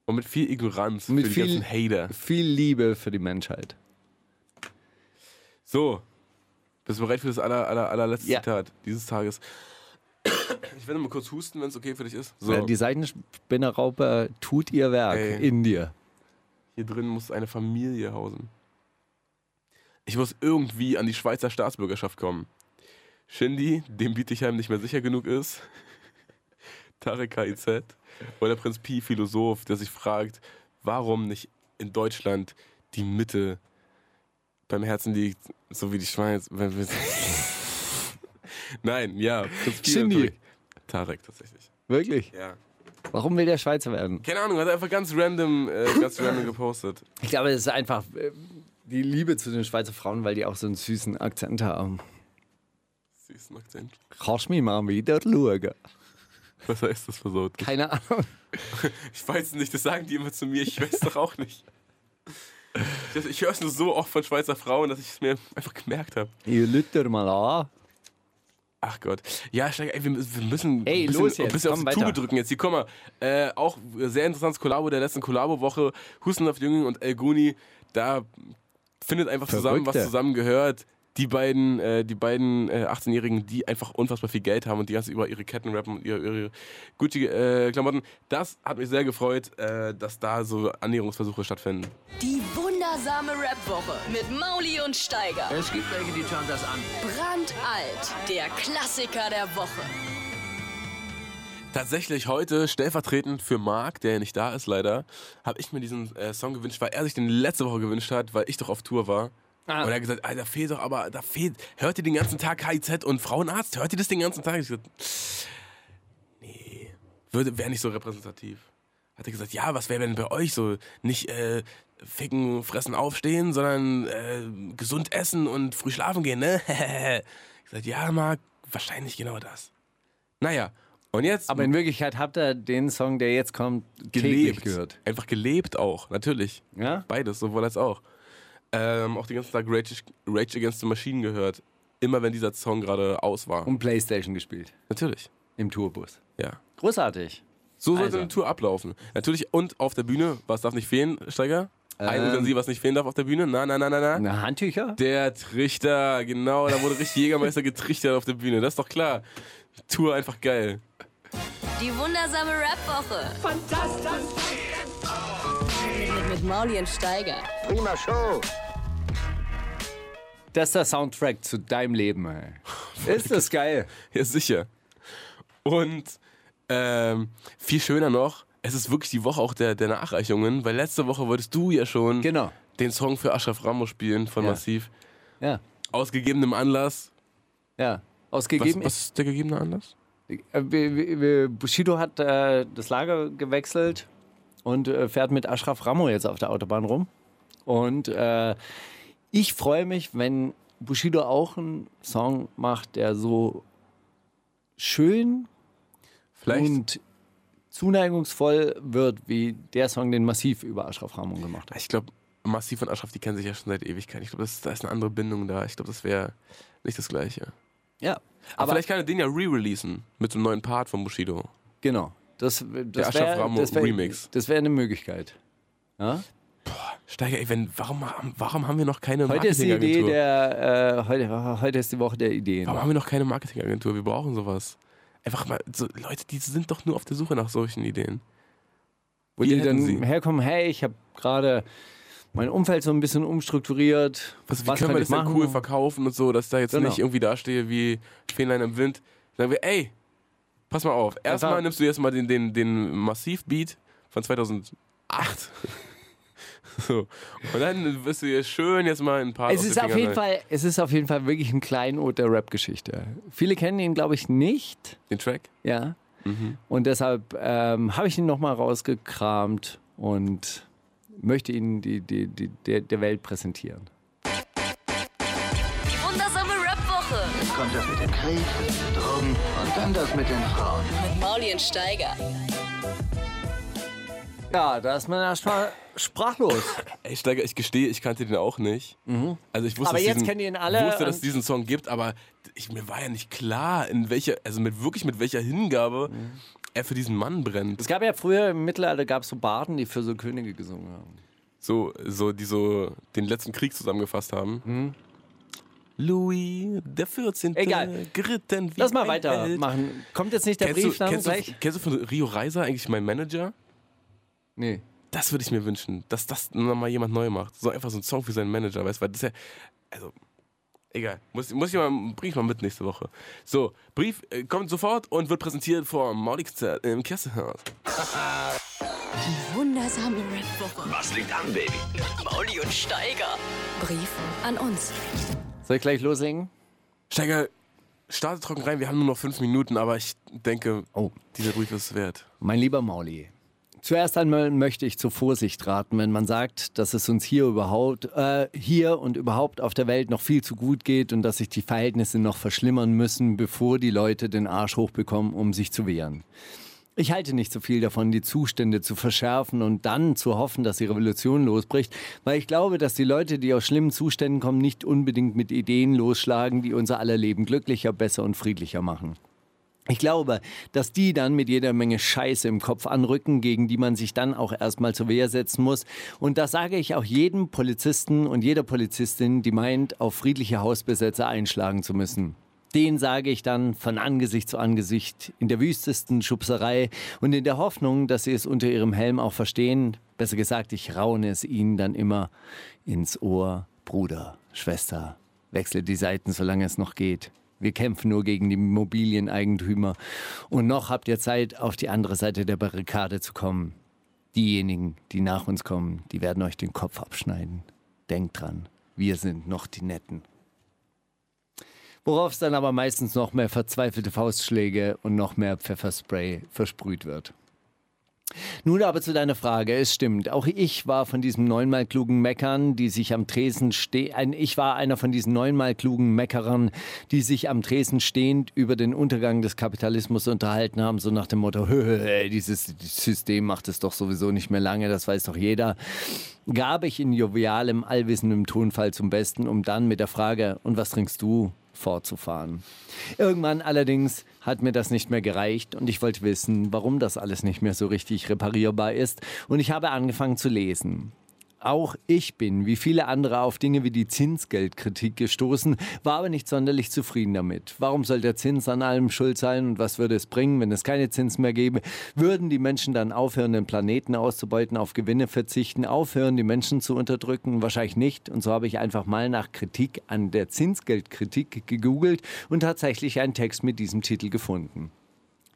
S5: und mit viel Ignoranz
S6: Mit
S5: für die
S6: viel-
S5: ganzen Hater.
S6: Viel Liebe für die Menschheit.
S5: So. Bist du bereit für das aller, aller, allerletzte
S6: Ja.
S5: Zitat dieses Tages? <coughs> Ich werde mal kurz husten, wenn es okay für dich ist. So.
S6: Ja, Die Seidenspinnerraupe tut ihr Werk
S5: Ey.
S6: in dir.
S5: Hier drin muss eine Familie hausen. Ich muss irgendwie an die Schweizer Staatsbürgerschaft kommen. Shindy, dem Bietigheim nicht mehr sicher genug ist. <laughs> Tarek KIZ. Oder Prinz Pi, Philosoph, der sich fragt, warum nicht in Deutschland die Mitte beim Herzen liegt, so wie die Schweiz. Wenn wir- <laughs> Nein, ja. Prinz Pi
S6: Shindy.
S5: natürlich. Tarek tatsächlich.
S6: Wirklich?
S5: Ja.
S6: Warum will der Schweizer werden?
S5: Keine Ahnung, hat er einfach ganz random, äh, ganz random gepostet.
S6: Ich glaube, es ist einfach äh, die Liebe zu den Schweizer Frauen, weil die auch so einen süßen Akzent haben.
S5: Süßen Akzent.
S6: Kannst mich mal wieder schauen?
S5: Was heißt das versaut?
S6: Keine Ahnung.
S5: Ich weiß nicht, das sagen die immer zu mir, ich weiß doch auch nicht. Ich, ich höre es nur so oft von Schweizer Frauen, dass ich es mir einfach gemerkt habe.
S6: Ihr lüttet mal an.
S5: Ach Gott. Ja, Steiger, ey, wir, mü- wir müssen
S6: Ey,
S5: ein bisschen,
S6: los jetzt,
S5: ein bisschen auf
S6: komm,
S5: die Tube
S6: weiter.
S5: drücken jetzt. Hier, komm mal. Äh, auch sehr interessantes Kollabo der letzten Kollabo-Woche. Hustenhoff Jüngling und El Guni. Da findet einfach zusammen, was
S6: Verrückte.
S5: zusammen gehört. Die beiden, äh, die beiden äh, 18-Jährigen, die einfach unfassbar viel Geld haben und die ganze über ihre Ketten rappen und ihre, ihre Gucci-Klamotten. das hat mich sehr gefreut, äh, dass da so Annäherungsversuche stattfinden.
S2: Die wundersame Rap-Woche mit Mauli und Steiger.
S3: Es gibt welche, die schauen das an.
S2: Brandalt, der Klassiker der Woche.
S5: Tatsächlich heute, stellvertretend für Marc, der ja nicht da ist leider, habe ich mir diesen äh, Song gewünscht, weil er sich den letzte Woche gewünscht hat, weil ich doch auf Tour war.
S6: Ah.
S5: Und er hat gesagt, Alter, fehlt doch, aber da fehlt, hört ihr den ganzen Tag KIZ und Frauenarzt? Hört ihr das den ganzen Tag? Ich gesagt, nee, würde, wäre nicht so repräsentativ. Hat er gesagt, ja, was wäre denn bei euch so? Nicht äh, ficken, fressen, aufstehen, sondern äh, gesund essen und früh schlafen gehen, ne? <laughs> ich gesagt, ja, Marc, wahrscheinlich genau das. Naja, und jetzt
S6: Aber in Wirklichkeit habt ihr den Song, der jetzt kommt, täglich
S5: gelebt.
S6: gehört.
S5: Einfach gelebt auch, natürlich.
S6: Ja?
S5: Beides, sowohl als auch. Ähm, auch den ganzen Tag Rage, Rage Against the Machine gehört. Immer wenn dieser Song gerade aus war.
S6: Und Playstation gespielt.
S5: Natürlich,
S6: Im Tourbus.
S5: ja.
S6: Großartig.
S5: So sollte
S6: Also.
S5: eine Tour ablaufen. Natürlich und auf der Bühne, was darf nicht fehlen, Steiger? Ein
S6: Ähm.
S5: Utensil, was nicht fehlen darf auf der Bühne? Na, na, na, na, na.
S6: Na, Handtücher?
S5: Der Trichter, genau, da wurde richtig Jägermeister getrichtert auf der Bühne, das ist doch klar. Tour einfach geil.
S2: Die wundersame Rap-Woche. Fantastisch. Mit, mit Mauli und Steiger.
S1: Prima Show.
S6: Das ist der Soundtrack zu deinem Leben, ey. <laughs> Ist das geil?
S5: <laughs> Ja, sicher. Und ähm, viel schöner noch, es ist wirklich die Woche auch der, der Nachreichungen, weil letzte Woche wolltest du ja schon
S6: Genau.
S5: den Song für Ashraf Ramo spielen von
S6: Ja.
S5: Massiv.
S6: Ja,
S5: Aus gegebenem Anlass.
S6: ja.
S5: Was,
S6: Ausgegeben
S5: was ist der gegebene Anlass?
S6: Äh, w- w- w- Bushido hat äh, das Lager gewechselt und äh, fährt mit Ashraf Ramo jetzt auf der Autobahn rum. Und äh, ich freue mich, wenn Bushido auch einen Song macht, der so schön
S5: Vielleicht
S6: und zuneigungsvoll wird, wie der Song, den Massiv über Ashraf Ramo gemacht hat.
S5: Ich glaube, Massiv und Ashraf, die kennen sich ja schon seit Ewigkeiten. Ich glaube, das- da ist eine andere Bindung da. Ich glaube, das wäre nicht das Gleiche. Aber,
S6: Ja, aber
S5: vielleicht kann er den ja re-releasen mit so einem neuen Part von Bushido.
S6: genau. Das, das
S5: Ashraf
S6: wäre
S5: Ramo Remix.
S6: Das wäre eine Möglichkeit. Ja?
S5: Steiger, ey, wenn, warum, haben- warum haben wir noch keine
S6: Heute ist die
S5: Marketingagentur?
S6: Idee der äh, heute, heute ist die Woche der Ideen.
S5: warum haben wir noch keine Marketingagentur? Wir brauchen sowas. Einfach mal, so, Leute, die sind doch nur auf der Suche nach solchen Ideen.
S6: wo
S5: Die
S6: die dann
S5: hätten sie.
S6: herkommen, hey, ich habe gerade mein Umfeld so ein bisschen umstrukturiert.
S5: Was, wie können wir das denn cool verkaufen und so, dass da jetzt
S6: Genau.
S5: nicht irgendwie dastehe wie Fähnlein im Wind? Sagen wir, ey, pass mal auf. Erstmal
S6: Einfach-
S5: nimmst du jetzt mal den, den, den Massiv-Beat von 2008. <laughs> so. Und dann wirst du hier schön jetzt mal ein paar.
S6: es ist, auf jeden Fall, es ist auf jeden Fall wirklich ein Kleinod der Rap-Geschichte. Viele kennen ihn, glaube ich, nicht.
S5: Den Track?
S6: Ja.
S5: Mhm.
S6: Und deshalb ähm, habe ich ihn nochmal rausgekramt und möchte ihn die, die, die, der, der Welt präsentieren.
S2: Die wundersame Rap-Woche.
S1: Jetzt kommt das mit dem Krieg, Drogen und dann das mit den Frauen.
S2: Mit Mauli und Steiger.
S6: Ja, da ist man erstmal sprachlos.
S5: <laughs> Ey, Steiger, ich gestehe, ich kannte den auch nicht. Also ich wusste,
S6: Mhm. Aber
S5: dass
S6: jetzt
S5: diesen,
S6: kennen ihn alle
S5: wusste, dass es
S6: und-
S5: diesen Song gibt, aber ich, mir war ja nicht klar, in welcher, also mit wirklich mit welcher Hingabe
S6: Mhm.
S5: er für diesen Mann brennt.
S6: Es gab ja früher im Mittelalter gab es so Barden, die für so Könige gesungen haben.
S5: so, so, die so den letzten Krieg zusammengefasst haben.
S6: Mhm.
S5: Louis der 14.
S6: Egal.
S5: geritten wie
S6: Lass mal
S5: ein Held.
S6: weitermachen. Kommt jetzt nicht der
S5: Kennst du,
S6: Brief dann
S5: kennst, du,
S6: gleich?
S5: kennst du von Rio Reiser eigentlich meinen Manager?
S6: Nee.
S5: Das würde ich mir wünschen, dass das nochmal jemand neu macht. So einfach so ein Song für seinen Manager, weißt du, weil das ist ja. Also, egal. Muss, muss ich mal einen Brief mal mit nächste Woche. So, Brief äh, kommt sofort und wird präsentiert vom Maulix im Kesselhaus.
S4: Wundersame Rap.
S2: Mit Mauli und Steiger.
S4: Brief an uns.
S6: Soll ich gleich loslegen?
S5: Steiger, starte trocken rein, wir haben nur noch fünf Minuten, aber ich denke,
S6: Oh.
S5: dieser Brief ist wert.
S6: Mein lieber Mauli, zuerst einmal möchte ich zur Vorsicht raten, wenn man sagt, dass es uns hier überhaupt, äh, hier und überhaupt auf der Welt noch viel zu gut geht und dass sich die Verhältnisse noch verschlimmern müssen, bevor die Leute den Arsch hochbekommen, um sich zu wehren. Ich halte nicht so viel davon, die Zustände zu verschärfen und dann zu hoffen, dass die Revolution losbricht, weil ich glaube, dass die Leute, die aus schlimmen Zuständen kommen, nicht unbedingt mit Ideen losschlagen, die unser aller Leben glücklicher, besser und friedlicher machen. Ich glaube, dass die dann mit jeder Menge Scheiße im Kopf anrücken, gegen die man sich dann auch erstmal zur Wehr setzen muss. Und das sage ich auch jedem Polizisten und jeder Polizistin, die meint, auf friedliche Hausbesetzer einschlagen zu müssen. Den sage ich dann von Angesicht zu Angesicht in der wüstesten Schubserei und in der Hoffnung, dass sie es unter ihrem Helm auch verstehen. Besser gesagt, ich raune es ihnen dann immer ins Ohr. Bruder, Schwester, wechsel die Seiten, solange es noch geht. Wir kämpfen nur gegen die Immobilieneigentümer. Und noch habt ihr Zeit, auf die andere Seite der Barrikade zu kommen. Diejenigen, die nach uns kommen, die werden euch den Kopf abschneiden. Denkt dran, wir sind noch die Netten. Worauf dann aber meistens noch mehr verzweifelte Faustschläge und noch mehr Pfefferspray versprüht wird. Nun aber zu deiner Frage. Es stimmt, auch ich war von diesem neunmal klugen Meckern, die sich am Tresen steh- ein Ich war einer von diesen neunmal klugen Meckerern, die sich am Tresen stehend über den Untergang des Kapitalismus unterhalten haben, so nach dem Motto, <laughs> "Hö, hö, hö, dieses System macht es doch sowieso nicht mehr lange, das weiß doch jeder. Gab ich in jovialem, allwissendem Tonfall zum Besten, um dann mit der Frage, und was trinkst du? fortzufahren. Irgendwann allerdings hat mir das nicht mehr gereicht und ich wollte wissen, warum das alles nicht mehr so richtig reparierbar ist und ich habe angefangen zu lesen. Auch ich bin, wie viele andere, auf Dinge wie die Zinsgeldkritik gestoßen, war aber nicht sonderlich zufrieden damit. Warum soll der Zins an allem schuld sein und was würde es bringen, wenn es keine Zinsen mehr gäbe? Würden die Menschen dann aufhören, den Planeten auszubeuten, auf Gewinne verzichten, aufhören, die Menschen zu unterdrücken? Wahrscheinlich nicht. Und so habe ich einfach mal nach Kritik an der Zinsgeldkritik gegoogelt und tatsächlich einen Text mit diesem Titel gefunden.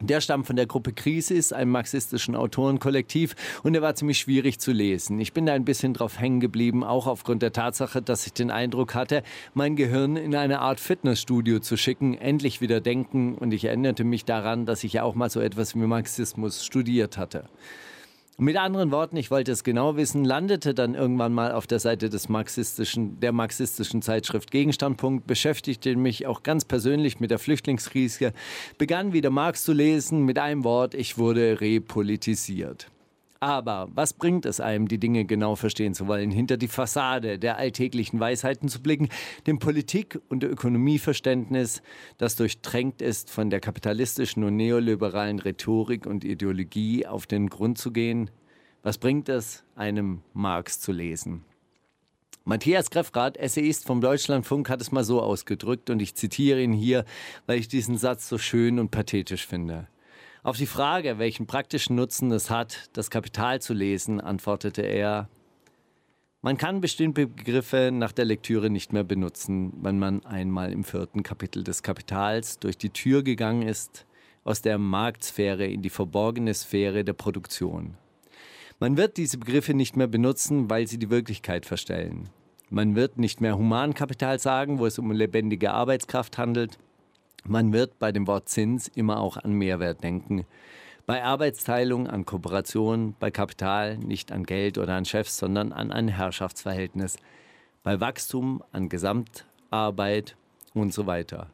S6: Der stammt von der Gruppe Krisis, einem marxistischen Autorenkollektiv, und er war ziemlich schwierig zu lesen. Ich bin da ein bisschen drauf hängen geblieben, auch aufgrund der Tatsache, dass ich den Eindruck hatte, mein Gehirn in eine Art Fitnessstudio zu schicken, endlich wieder denken, und ich erinnerte mich daran, dass ich ja auch mal so etwas wie Marxismus studiert hatte. Mit anderen Worten, ich wollte es genau wissen, landete dann irgendwann mal auf der Seite des marxistischen, der marxistischen Zeitschrift Gegenstandpunkt, beschäftigte mich auch ganz persönlich mit der Flüchtlingskrise, begann wieder Marx zu lesen, mit einem Wort, ich wurde repolitisiert. Aber was bringt es einem, die Dinge genau verstehen zu wollen, hinter die Fassade der alltäglichen Weisheiten zu blicken, dem Politik- und Ökonomieverständnis, das durchtränkt ist von der kapitalistischen und neoliberalen Rhetorik und Ideologie, auf den Grund zu gehen? Was bringt es, einem Marx zu lesen? Matthias Greffrath, Essayist vom Deutschlandfunk, hat es mal so ausgedrückt und ich zitiere ihn hier, weil ich diesen Satz so schön und pathetisch finde. Auf die Frage, welchen praktischen Nutzen es hat, das Kapital zu lesen, antwortete er, man kann bestimmte Begriffe nach der Lektüre nicht mehr benutzen, wenn man einmal im vierten Kapitel des Kapitals durch die Tür gegangen ist, aus der Marktsphäre in die verborgene Sphäre der Produktion. Man wird diese Begriffe nicht mehr benutzen, weil sie die Wirklichkeit verstellen. Man wird nicht mehr Humankapital sagen, wo es um lebendige Arbeitskraft handelt. Man wird bei dem Wort Zins immer auch an Mehrwert denken. Bei Arbeitsteilung, an Kooperation, bei Kapital nicht an Geld oder an Chefs, sondern an ein Herrschaftsverhältnis. Bei Wachstum, an Gesamtarbeit und so weiter.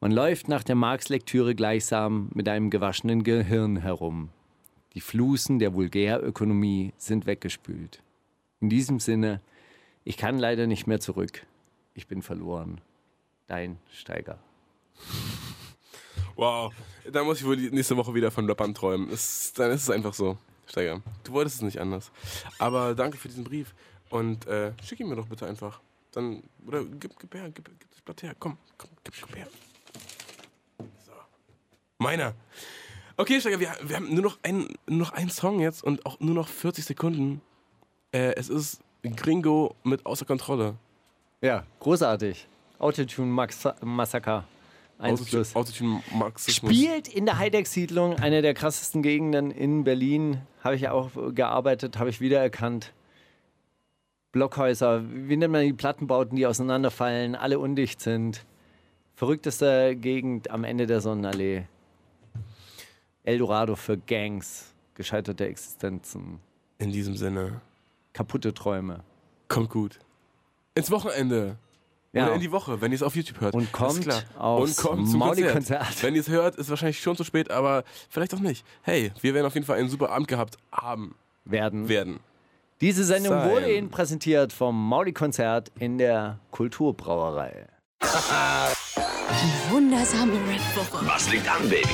S6: Man läuft nach der Marx-Lektüre gleichsam mit einem gewaschenen Gehirn herum. Die Flusen der Vulgärökonomie sind weggespült. In diesem Sinne, ich kann leider nicht mehr zurück. Ich bin verloren. Dein Steiger.
S5: Wow. Da muss ich wohl die nächste Woche wieder von Rappern träumen. Es, dann ist es einfach so. Steiger, du wolltest es nicht anders. Aber danke für diesen Brief. Und äh, schick ihn mir doch bitte einfach. Dann, oder gib, gib her, gib, gib das Blatt her. Komm, komm gib, gib her. So. Meiner. Okay, Steiger, wir, wir haben nur noch, ein, nur noch einen Song jetzt und auch nur noch 40 Sekunden. Äh, es ist Gringo mit Außer Kontrolle.
S6: Ja, großartig. Autotune Max Massaker. 1 plus.
S5: Autotune- Autotune Marxismus.
S6: Spielt in der Heideck-Siedlung, eine der krassesten Gegenden in Berlin. Habe ich ja auch gearbeitet, habe ich wiedererkannt. Blockhäuser, wie nennt man die Plattenbauten, die auseinanderfallen, alle undicht sind. Verrückteste Gegend am Ende der Sonnenallee. Eldorado für Gangs, gescheiterte Existenzen,
S5: In diesem Sinne,
S6: kaputte Träume.
S5: kommt gut. Ins Wochenende. Oder in die Woche, wenn ihr es auf YouTube hört.
S6: Und
S5: Ist
S6: kommt
S5: klar.
S6: aufs
S5: und kommt zum Konzert.
S6: Mauli-Konzert.
S5: Wenn ihr es hört, ist wahrscheinlich schon zu spät, aber vielleicht auch nicht. Hey, wir werden auf jeden Fall einen super Abend gehabt haben
S6: werden.
S5: werden.
S6: Diese Sendung
S5: Sein.
S6: wurde Ihnen präsentiert vom Mauli-Konzert in der Kulturbrauerei.
S4: Wundersame Rap.
S3: Was liegt an, Baby?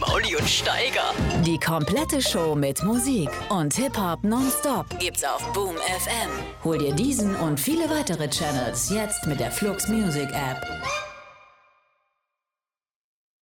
S2: Mauli und Steiger.
S4: Die komplette Show mit Musik und Hip-Hop nonstop gibt's auf Boom FM. Hol dir diesen und viele weitere Channels jetzt mit der Flux Music App.